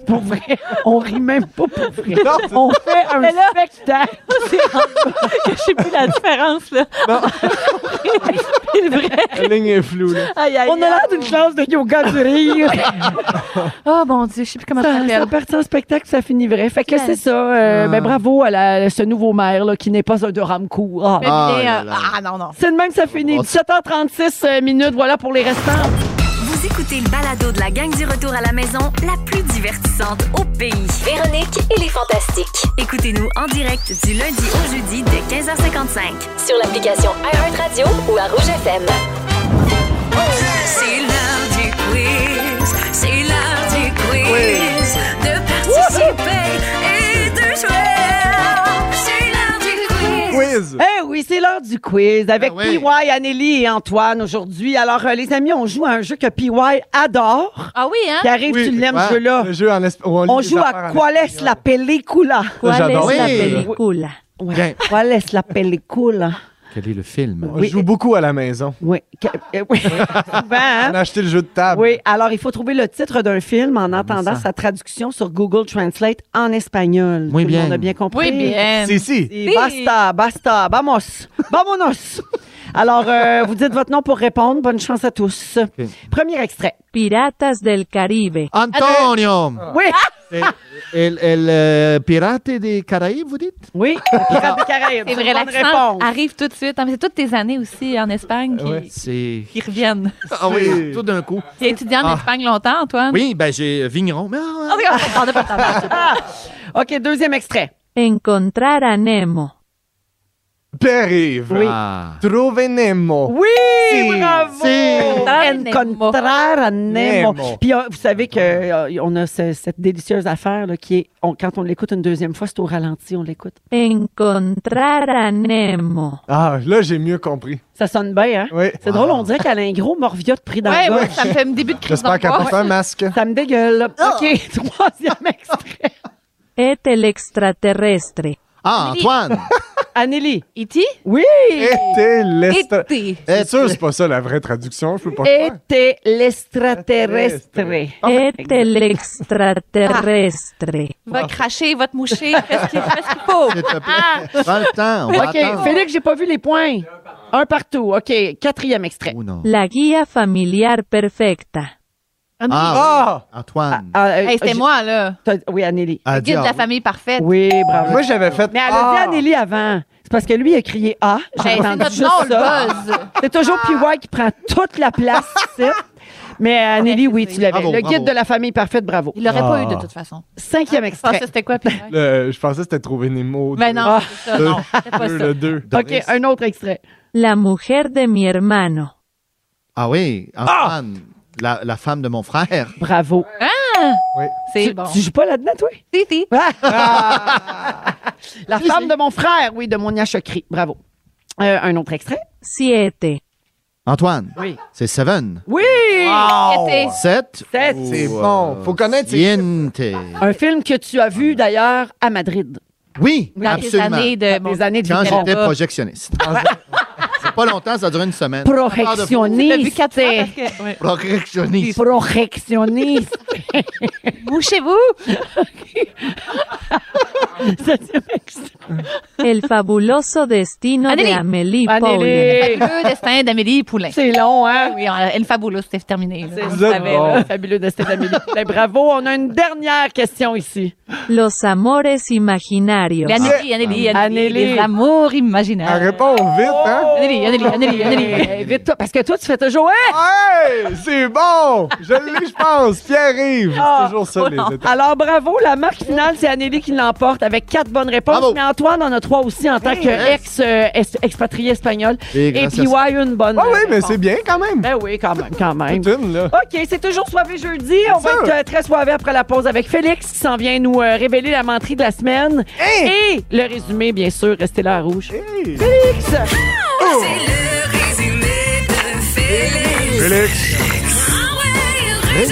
Speaker 4: Pour vrai, on rit même pas pour vrai.
Speaker 14: Non, c'est-
Speaker 4: on fait un
Speaker 14: Mais là-
Speaker 4: spectacle.
Speaker 14: Je sais plus la différence, là.
Speaker 3: La ligne est floue, là.
Speaker 4: On a l'air d'une classe de yoga du rire.
Speaker 5: oh mon Dieu, je sais plus comment ça
Speaker 4: ça
Speaker 5: s'appelle.
Speaker 4: Ça partit en spectacle, ça finit vrai. Fait que
Speaker 5: Yes.
Speaker 4: c'est ça. euh,
Speaker 5: Ah.
Speaker 4: ben, bravo à la- ce nouveau maire là, qui n'est pas un de Ramcourt. Ah.
Speaker 5: Mais bien, euh, ah non, non.
Speaker 4: C'est de même que ça finit. 17h36 euh, minutes, voilà pour les restants.
Speaker 2: Vous écoutez le balado de la gang du retour à la maison, la plus divertissante au pays.
Speaker 9: Véronique et les Fantastiques.
Speaker 2: Écoutez-nous en direct du lundi au jeudi dès 15h55.
Speaker 9: Sur l'application iHeartRadio ou à Rouge FM.
Speaker 1: C'est l'heure du quiz, c'est l'heure du quiz. De participer et de jouer. C'est l'heure du quiz.
Speaker 4: Eh oui, c'est l'heure du quiz avec PY, Anneli et Antoine aujourd'hui. Alors, euh, les amis, on joue à un jeu que PY adore.
Speaker 5: Ah oui, hein?
Speaker 4: Qui arrive,
Speaker 3: Oui,
Speaker 4: tu l'aimes,
Speaker 3: ouais,
Speaker 4: ce jeu-là.
Speaker 3: Le jeu en esp- où
Speaker 4: On
Speaker 3: lit les
Speaker 4: joue
Speaker 3: affaires
Speaker 4: à
Speaker 3: en
Speaker 4: Qual es la película?
Speaker 3: Ça, j'adore.
Speaker 4: la
Speaker 3: Oui.
Speaker 4: película? Ouais. Qual es la película?
Speaker 6: Quel est le film?
Speaker 3: On joue beaucoup à la maison. hein?
Speaker 4: Oui. euh, oui.
Speaker 3: On a acheté le jeu de table.
Speaker 4: Oui, alors il faut trouver le titre d'un film en entendant sa traduction sur Google Translate en espagnol.
Speaker 6: Muy
Speaker 4: Tout le
Speaker 6: bien.
Speaker 4: monde a bien compris.
Speaker 5: Muy bien. Si, si. Si.
Speaker 4: Basta, basta, vamos, vámonos. Alors, euh, vous dites votre nom pour répondre. Bonne chance à tous. Premier extrait. Piratas del Caribe.
Speaker 6: Antonio!
Speaker 4: Oui.
Speaker 6: El, el, euh, pirate des Caraïbes, vous dites?
Speaker 4: Oui, pirate des Caraïbes.
Speaker 5: Ah, C'est vrai, l'accent arrive tout de suite. Ah, mais C'est toutes tes années aussi en Espagne qui,
Speaker 6: C'est.
Speaker 5: qui reviennent.
Speaker 6: Ah oui, tout d'un coup.
Speaker 5: Tu as étudié en
Speaker 6: Ah.
Speaker 5: Espagne longtemps, Antoine?
Speaker 6: Oui, ben j'ai euh, Vigneron, mais ah,
Speaker 5: Ah oui, on n'a pas de temps.
Speaker 4: Ah! OK, deuxième extrait.
Speaker 14: Encontrar a Nemo.
Speaker 3: Père-Yves.
Speaker 4: Oui.
Speaker 6: Ah.
Speaker 3: Trouve Nemo.
Speaker 4: Oui, bravo!
Speaker 3: Si.
Speaker 4: Encontrar a Nemo.
Speaker 3: Nemo.
Speaker 4: Puis euh, vous savez que euh, on a ce- cette délicieuse affaire là, qui est, on- quand on l'écoute une deuxième fois, c'est au ralenti, on l'écoute.
Speaker 14: Encontrar a Nemo.
Speaker 3: Ah, là, j'ai mieux compris.
Speaker 4: Ça sonne bien, hein? C'est drôle, on dirait qu'Alain Gros m'a reviote pris dans
Speaker 5: Ouais,
Speaker 4: le
Speaker 5: ouais, ça me fait un début de crise
Speaker 3: J'espère qu'elle porte un masque.
Speaker 4: Ça me dégueule.
Speaker 5: Oh!
Speaker 4: OK, troisième extrait.
Speaker 14: Et el extraterrestre.
Speaker 6: Ah, Antoine!
Speaker 4: Anneli.
Speaker 5: E.T.?
Speaker 4: Oui.
Speaker 3: Été l'estra-
Speaker 5: Été.
Speaker 3: C'est sûr, c'est pas ça la vraie traduction. Je peux pas.
Speaker 4: Était l'extraterrestre. Était l'extraterrestre.
Speaker 5: Va
Speaker 6: Ah.
Speaker 5: cracher, va te Ah. moucher, fais ce qu'il fais ce qu'il faut.
Speaker 6: Prends le temps, on va
Speaker 4: OK,
Speaker 6: attendre.
Speaker 4: Félix, j'ai pas vu les points. Un partout. OK, quatrième extrait.
Speaker 6: Oh,
Speaker 18: La guía familiar perfecta.
Speaker 6: Ah, Antoine.
Speaker 5: Hey,
Speaker 18: Este
Speaker 5: c'était moi, là.
Speaker 4: Ah, Oui, Anneli.
Speaker 5: Le guide de la famille
Speaker 4: Ah.
Speaker 5: parfaite.
Speaker 4: Oui, bravo.
Speaker 5: Moi,
Speaker 3: j'avais fait. Ah!
Speaker 4: Mais elle a dit Anneli avant. C'est parce que lui, il a crié Ah. J'ai
Speaker 5: Hey, Ben, c'est
Speaker 4: entendu
Speaker 5: notre
Speaker 4: juste
Speaker 5: nom, le
Speaker 4: ça.
Speaker 5: buzz.
Speaker 4: C'est toujours PY qui prend toute la place. ici. Mais Anneli, oui, tu l'avais.
Speaker 3: Bravo,
Speaker 4: Le guide
Speaker 3: bravo.
Speaker 4: de la famille parfaite,
Speaker 5: Ah,
Speaker 4: bravo.
Speaker 5: ben, Il l'aurait pas
Speaker 3: Ah.
Speaker 5: eu de toute façon. Ah,
Speaker 4: Cinquième extrait.
Speaker 5: Je pensais c'était quoi, puis-
Speaker 3: Le- je pensais que c'était trouver Nemo.
Speaker 5: Mais
Speaker 3: deux.
Speaker 5: Ben non, c'est ça, non, c'était pas
Speaker 3: Deux,
Speaker 5: ça.
Speaker 3: le deux.
Speaker 4: OK, un autre extrait.
Speaker 18: La mujer de mi hermano.
Speaker 6: Ah oui, Antoine, la, la femme de mon frère.
Speaker 4: Bravo.
Speaker 5: Ah!
Speaker 3: Oui.
Speaker 5: C'est
Speaker 4: Tu-
Speaker 5: bon.
Speaker 4: Tu joues pas là-dedans, toi? Ah!
Speaker 5: Si, si.
Speaker 4: La femme de mon frère, oui, de Monia Chokri. Bravo. Euh, un autre extrait.
Speaker 18: Siete.
Speaker 6: Antoine,
Speaker 4: Oui.
Speaker 6: c'est Seven.
Speaker 4: Oui!
Speaker 6: Sept. Sept.
Speaker 4: Sept.
Speaker 3: C'est bon, faut connaître ses-
Speaker 6: Siente.
Speaker 4: Un film que tu as vu d'ailleurs à Madrid.
Speaker 6: Oui,
Speaker 4: Dans tes
Speaker 6: absolument.
Speaker 4: années de- Dans tes années de
Speaker 6: Quand
Speaker 4: Nicolas.
Speaker 6: j'étais projectionniste. C'est pas longtemps, ça a duré une semaine.
Speaker 4: Projectionniste.
Speaker 18: Ah,
Speaker 6: Projectionniste.
Speaker 4: Projectionniste.
Speaker 5: Mouchez-vous!
Speaker 18: El fabuloso destino de
Speaker 5: Anneli.
Speaker 18: Amélie
Speaker 5: Le
Speaker 18: Poulain.
Speaker 5: fabuleux destin d'Amélie Poulain.
Speaker 4: C'est long, hein?
Speaker 5: Oui, on- une fabuleuse, c'est terminé. là.
Speaker 4: Vous
Speaker 5: On
Speaker 4: êtes
Speaker 5: savait,
Speaker 4: bon.
Speaker 5: là.
Speaker 4: Fabuleux destin d'Amélie. Ben, bravo, on a une dernière question ici.
Speaker 18: Los amores imaginarios.
Speaker 5: Mais Anneli, Anneli, Anneli, les amours imaginaires. Elle
Speaker 3: répond vite, hein?
Speaker 5: Anneli, Anneli, Anneli, Anneli.
Speaker 4: Eh, vite, toi, parce que toi, tu fais toujours. hein? Hey!
Speaker 3: Ouais, c'est bon! Je l'ai, je pense. Pierre arrive. C'est toujours ça, les étapes.
Speaker 4: Alors, bravo. La marque finale, c'est Anneli qui l'emporte avec quatre bonnes réponses. Mais Antoine en a trois aussi en tant qu'ex-expatrié espagnol.
Speaker 3: Et
Speaker 4: Et
Speaker 3: grâce
Speaker 4: puis,
Speaker 3: à
Speaker 4: ouais, une bonne.
Speaker 3: Ah oui, mais
Speaker 4: réponse.
Speaker 3: c'est bien quand même.
Speaker 4: Ben oui, quand même, quand même.
Speaker 3: C'est une, là.
Speaker 4: OK, c'est toujours soivé jeudi. On va
Speaker 3: sûr.
Speaker 4: être euh, très soivé après la pause avec Félix qui s'en vient nous euh, révéler la menterie de la semaine.
Speaker 3: Hein?
Speaker 4: Et le résumé, bien sûr. Restez là à rouge. Félix!
Speaker 3: Oh.
Speaker 1: C'est le résumé de Félix.
Speaker 3: Félix.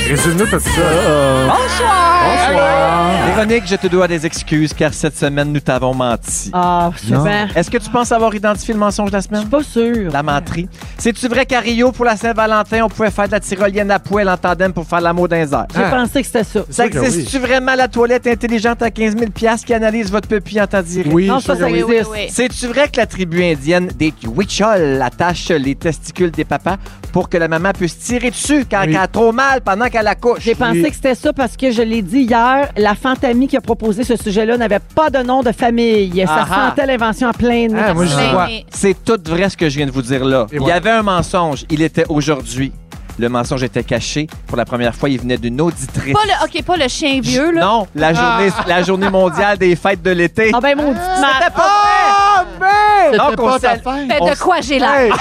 Speaker 8: Résume-nous tout ça.
Speaker 4: Bonsoir!
Speaker 8: Véronique, je te dois des excuses car cette semaine, nous t'avons menti.
Speaker 4: Ah,
Speaker 8: Non.
Speaker 4: super.
Speaker 8: Est-ce que tu penses avoir identifié le mensonge de la semaine? Je suis
Speaker 4: pas sûr.
Speaker 8: La menterie. C'est-tu vrai qu'à Rio, pour la Saint-Valentin, on pouvait faire de la tyrolienne à poêle en tandem pour faire l'amour d'un Ah. airs?
Speaker 19: Ah.
Speaker 4: J'ai pensé que c'était ça.
Speaker 8: Ça existe-tu vraiment la toilette intelligente à 15 000 piastres qui analyse votre pupille en temps direct?
Speaker 4: Oui, Non, ça, sûr que ça oui. existe. Oui, oui, oui.
Speaker 8: C'est-tu vrai que la tribu indienne des Huichol attache les testicules des papas pour que la maman puisse tirer dessus quand elle a trop mal pendant qu'elle accouche?
Speaker 4: J'ai pensé que c'était ça parce que je l'ai dit hier, la fantamie qui a proposé ce sujet-là n'avait pas de nom de famille. Ça
Speaker 8: Ah-ha.
Speaker 4: sentait l'invention en plein nez.
Speaker 8: Ah, moi, je vois. C'est tout vrai ce que je viens de vous dire là. Il y avait un mensonge. Il était aujourd'hui. Le mensonge était caché. Pour la première fois, il venait d'une auditrice.
Speaker 5: Pas le, OK, pas le chien
Speaker 4: E,
Speaker 5: vieux, là.
Speaker 8: Non, la journée,
Speaker 5: Ah.
Speaker 8: la journée mondiale des fêtes de l'été.
Speaker 4: Ah ben, mon petit
Speaker 8: C'était pas
Speaker 1: Ah,
Speaker 8: vrai! Donc, on sal-
Speaker 5: Mais
Speaker 8: on
Speaker 5: de quoi j'ai l'air?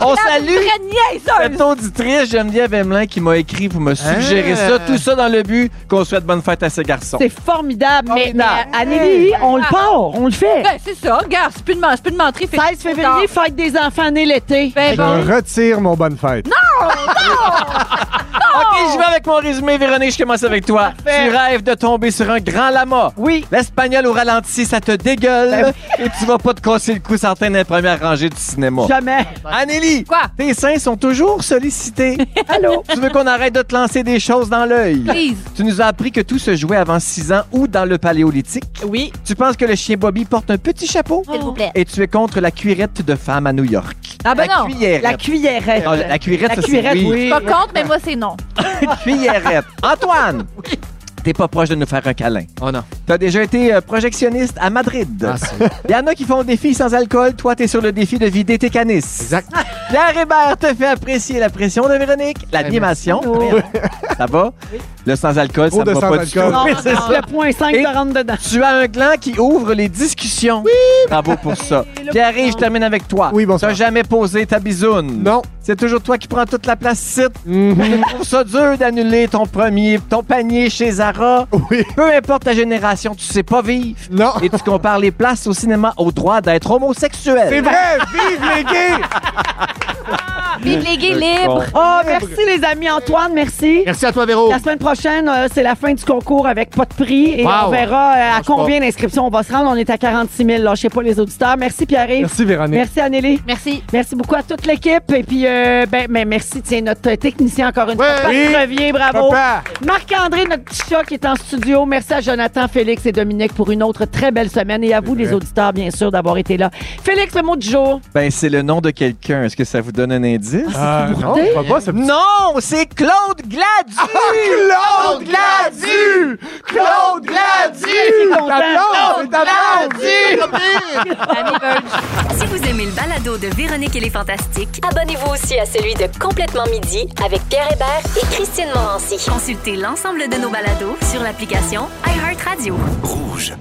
Speaker 8: on
Speaker 5: La
Speaker 8: salue
Speaker 5: vraie niaiseuse!
Speaker 8: cette auditrice Geneviève Emelin qui m'a écrit, vous me suggérez
Speaker 4: Hein?
Speaker 8: ça, tout ça dans le but qu'on souhaite bonne fête à ces garçons.
Speaker 4: C'est formidable, mais, mais, euh, Anneli, on le part, on le fait.
Speaker 5: Ben, c'est ça, regarde, c'est plus de, men- c'est plus de menterie. fait que
Speaker 4: 16
Speaker 5: c'est trop
Speaker 4: février,
Speaker 5: tard.
Speaker 4: fête des enfants nés l'été.
Speaker 5: Ben
Speaker 3: Je retire mon bonne fête.
Speaker 8: OK, je vais avec mon résumé, Véronique, je commence avec toi. Tu rêves de tomber sur un grand lama.
Speaker 4: Oui.
Speaker 8: L'espagnol au ralenti, ça te
Speaker 5: Ben
Speaker 8: dégueule. et tu vas pas te casser le cou certain dans la première rangée du cinéma.
Speaker 4: Jamais.
Speaker 8: Anneli, Quoi? tes seins sont toujours sollicités.
Speaker 4: Allô?
Speaker 8: Tu veux qu'on arrête de te lancer des choses dans l'œil?
Speaker 5: Please.
Speaker 8: Tu nous as appris que tout se jouait avant 6 ans ou dans le paléolithique.
Speaker 5: Oui.
Speaker 8: Tu penses que le chien Bobby porte un petit chapeau?
Speaker 5: S'il vous plaît.
Speaker 8: Et tu es contre la cuirette de femme à New York.
Speaker 4: Ah ben
Speaker 8: la
Speaker 4: non,
Speaker 8: Cuillerette.
Speaker 4: la cuillerette.
Speaker 8: Ah, la cuillerette,
Speaker 4: La
Speaker 8: ça, c'est
Speaker 4: cuillerette,
Speaker 8: oui.
Speaker 5: Je suis pas contre, mais moi, c'est non.
Speaker 8: cuillerette. Antoine! T'es pas proche de nous faire un câlin. Oh non. Ah, T'as déjà été euh, projectionniste à Madrid. Il y en a qui font des filles sans alcool. Toi, t'es sur le défi de vider tes canis. Exact. Pierre Hébert te fait apprécier la pression de Véronique, l'animation. Ça va? Le sans-alcool, ça
Speaker 3: Trop
Speaker 8: me
Speaker 3: de
Speaker 8: va pas du tout.
Speaker 3: sans-alcool. Non,
Speaker 8: Oui,
Speaker 3: non,
Speaker 8: c'est
Speaker 3: non.
Speaker 8: ça.
Speaker 4: Le point 5
Speaker 8: Et
Speaker 4: te rentre dedans.
Speaker 8: Tu as un gland qui ouvre les discussions. Oui! Bravo pour ça. Pierre, je termine avec toi. Oui, bonsoir. T'as jamais posé ta bisoune. Non. Mhm. C'est toujours toi qui prends toute la place site. Je trouve ça dur d'annuler ton premier, ton panier chez Zara. Oui. Peu importe ta génération, tu sais pas vivre. Non. Et tu compares les places au cinéma au droit d'être homosexuel.
Speaker 3: C'est vrai, vive les gays!
Speaker 20: Vive les gays libres.
Speaker 4: Oh, merci les amis. Antoine, merci.
Speaker 21: Merci à toi, Véro.
Speaker 4: La semaine prochaine, euh, c'est la fin du concours avec pas de prix et
Speaker 21: Wow.
Speaker 4: on verra euh, à
Speaker 21: Lâche
Speaker 4: combien
Speaker 21: pas.
Speaker 4: d'inscriptions on va se rendre. On est à 46 000, lâchez pas les auditeurs. Merci Pierre-Yves.
Speaker 22: Merci, Véronique.
Speaker 4: Merci Anneli. Merci. Merci beaucoup à toute l'équipe et puis euh, ben, ben, merci tiens notre technicien encore une fois. Pat
Speaker 22: Oui.
Speaker 4: Crevier, bravo.
Speaker 22: Papa.
Speaker 4: Marc-André, notre petit chat qui est en studio. Merci à Jonathan, Félix et Dominique pour une autre très belle semaine et à vous les auditeurs bien sûr d'avoir été là. Félix, le mot du jour.
Speaker 8: Ben, c'est le nom de quelqu'un. Est-ce que ça vous donne un indice?
Speaker 22: Ah, non, je crois pas, ce petit-
Speaker 8: Non, c'est Claude Gladu!
Speaker 1: Claude Gladu! Claude Gladu!
Speaker 19: Ta blonde, ta blonde!
Speaker 2: Si vous aimez le balado de Véronique et les Fantastiques, abonnez-vous aussi à celui de Complètement Midi avec Pierre Hébert et Christine Morancy. Consultez l'ensemble de nos balados sur l'application iHeartRadio.
Speaker 1: Rouge.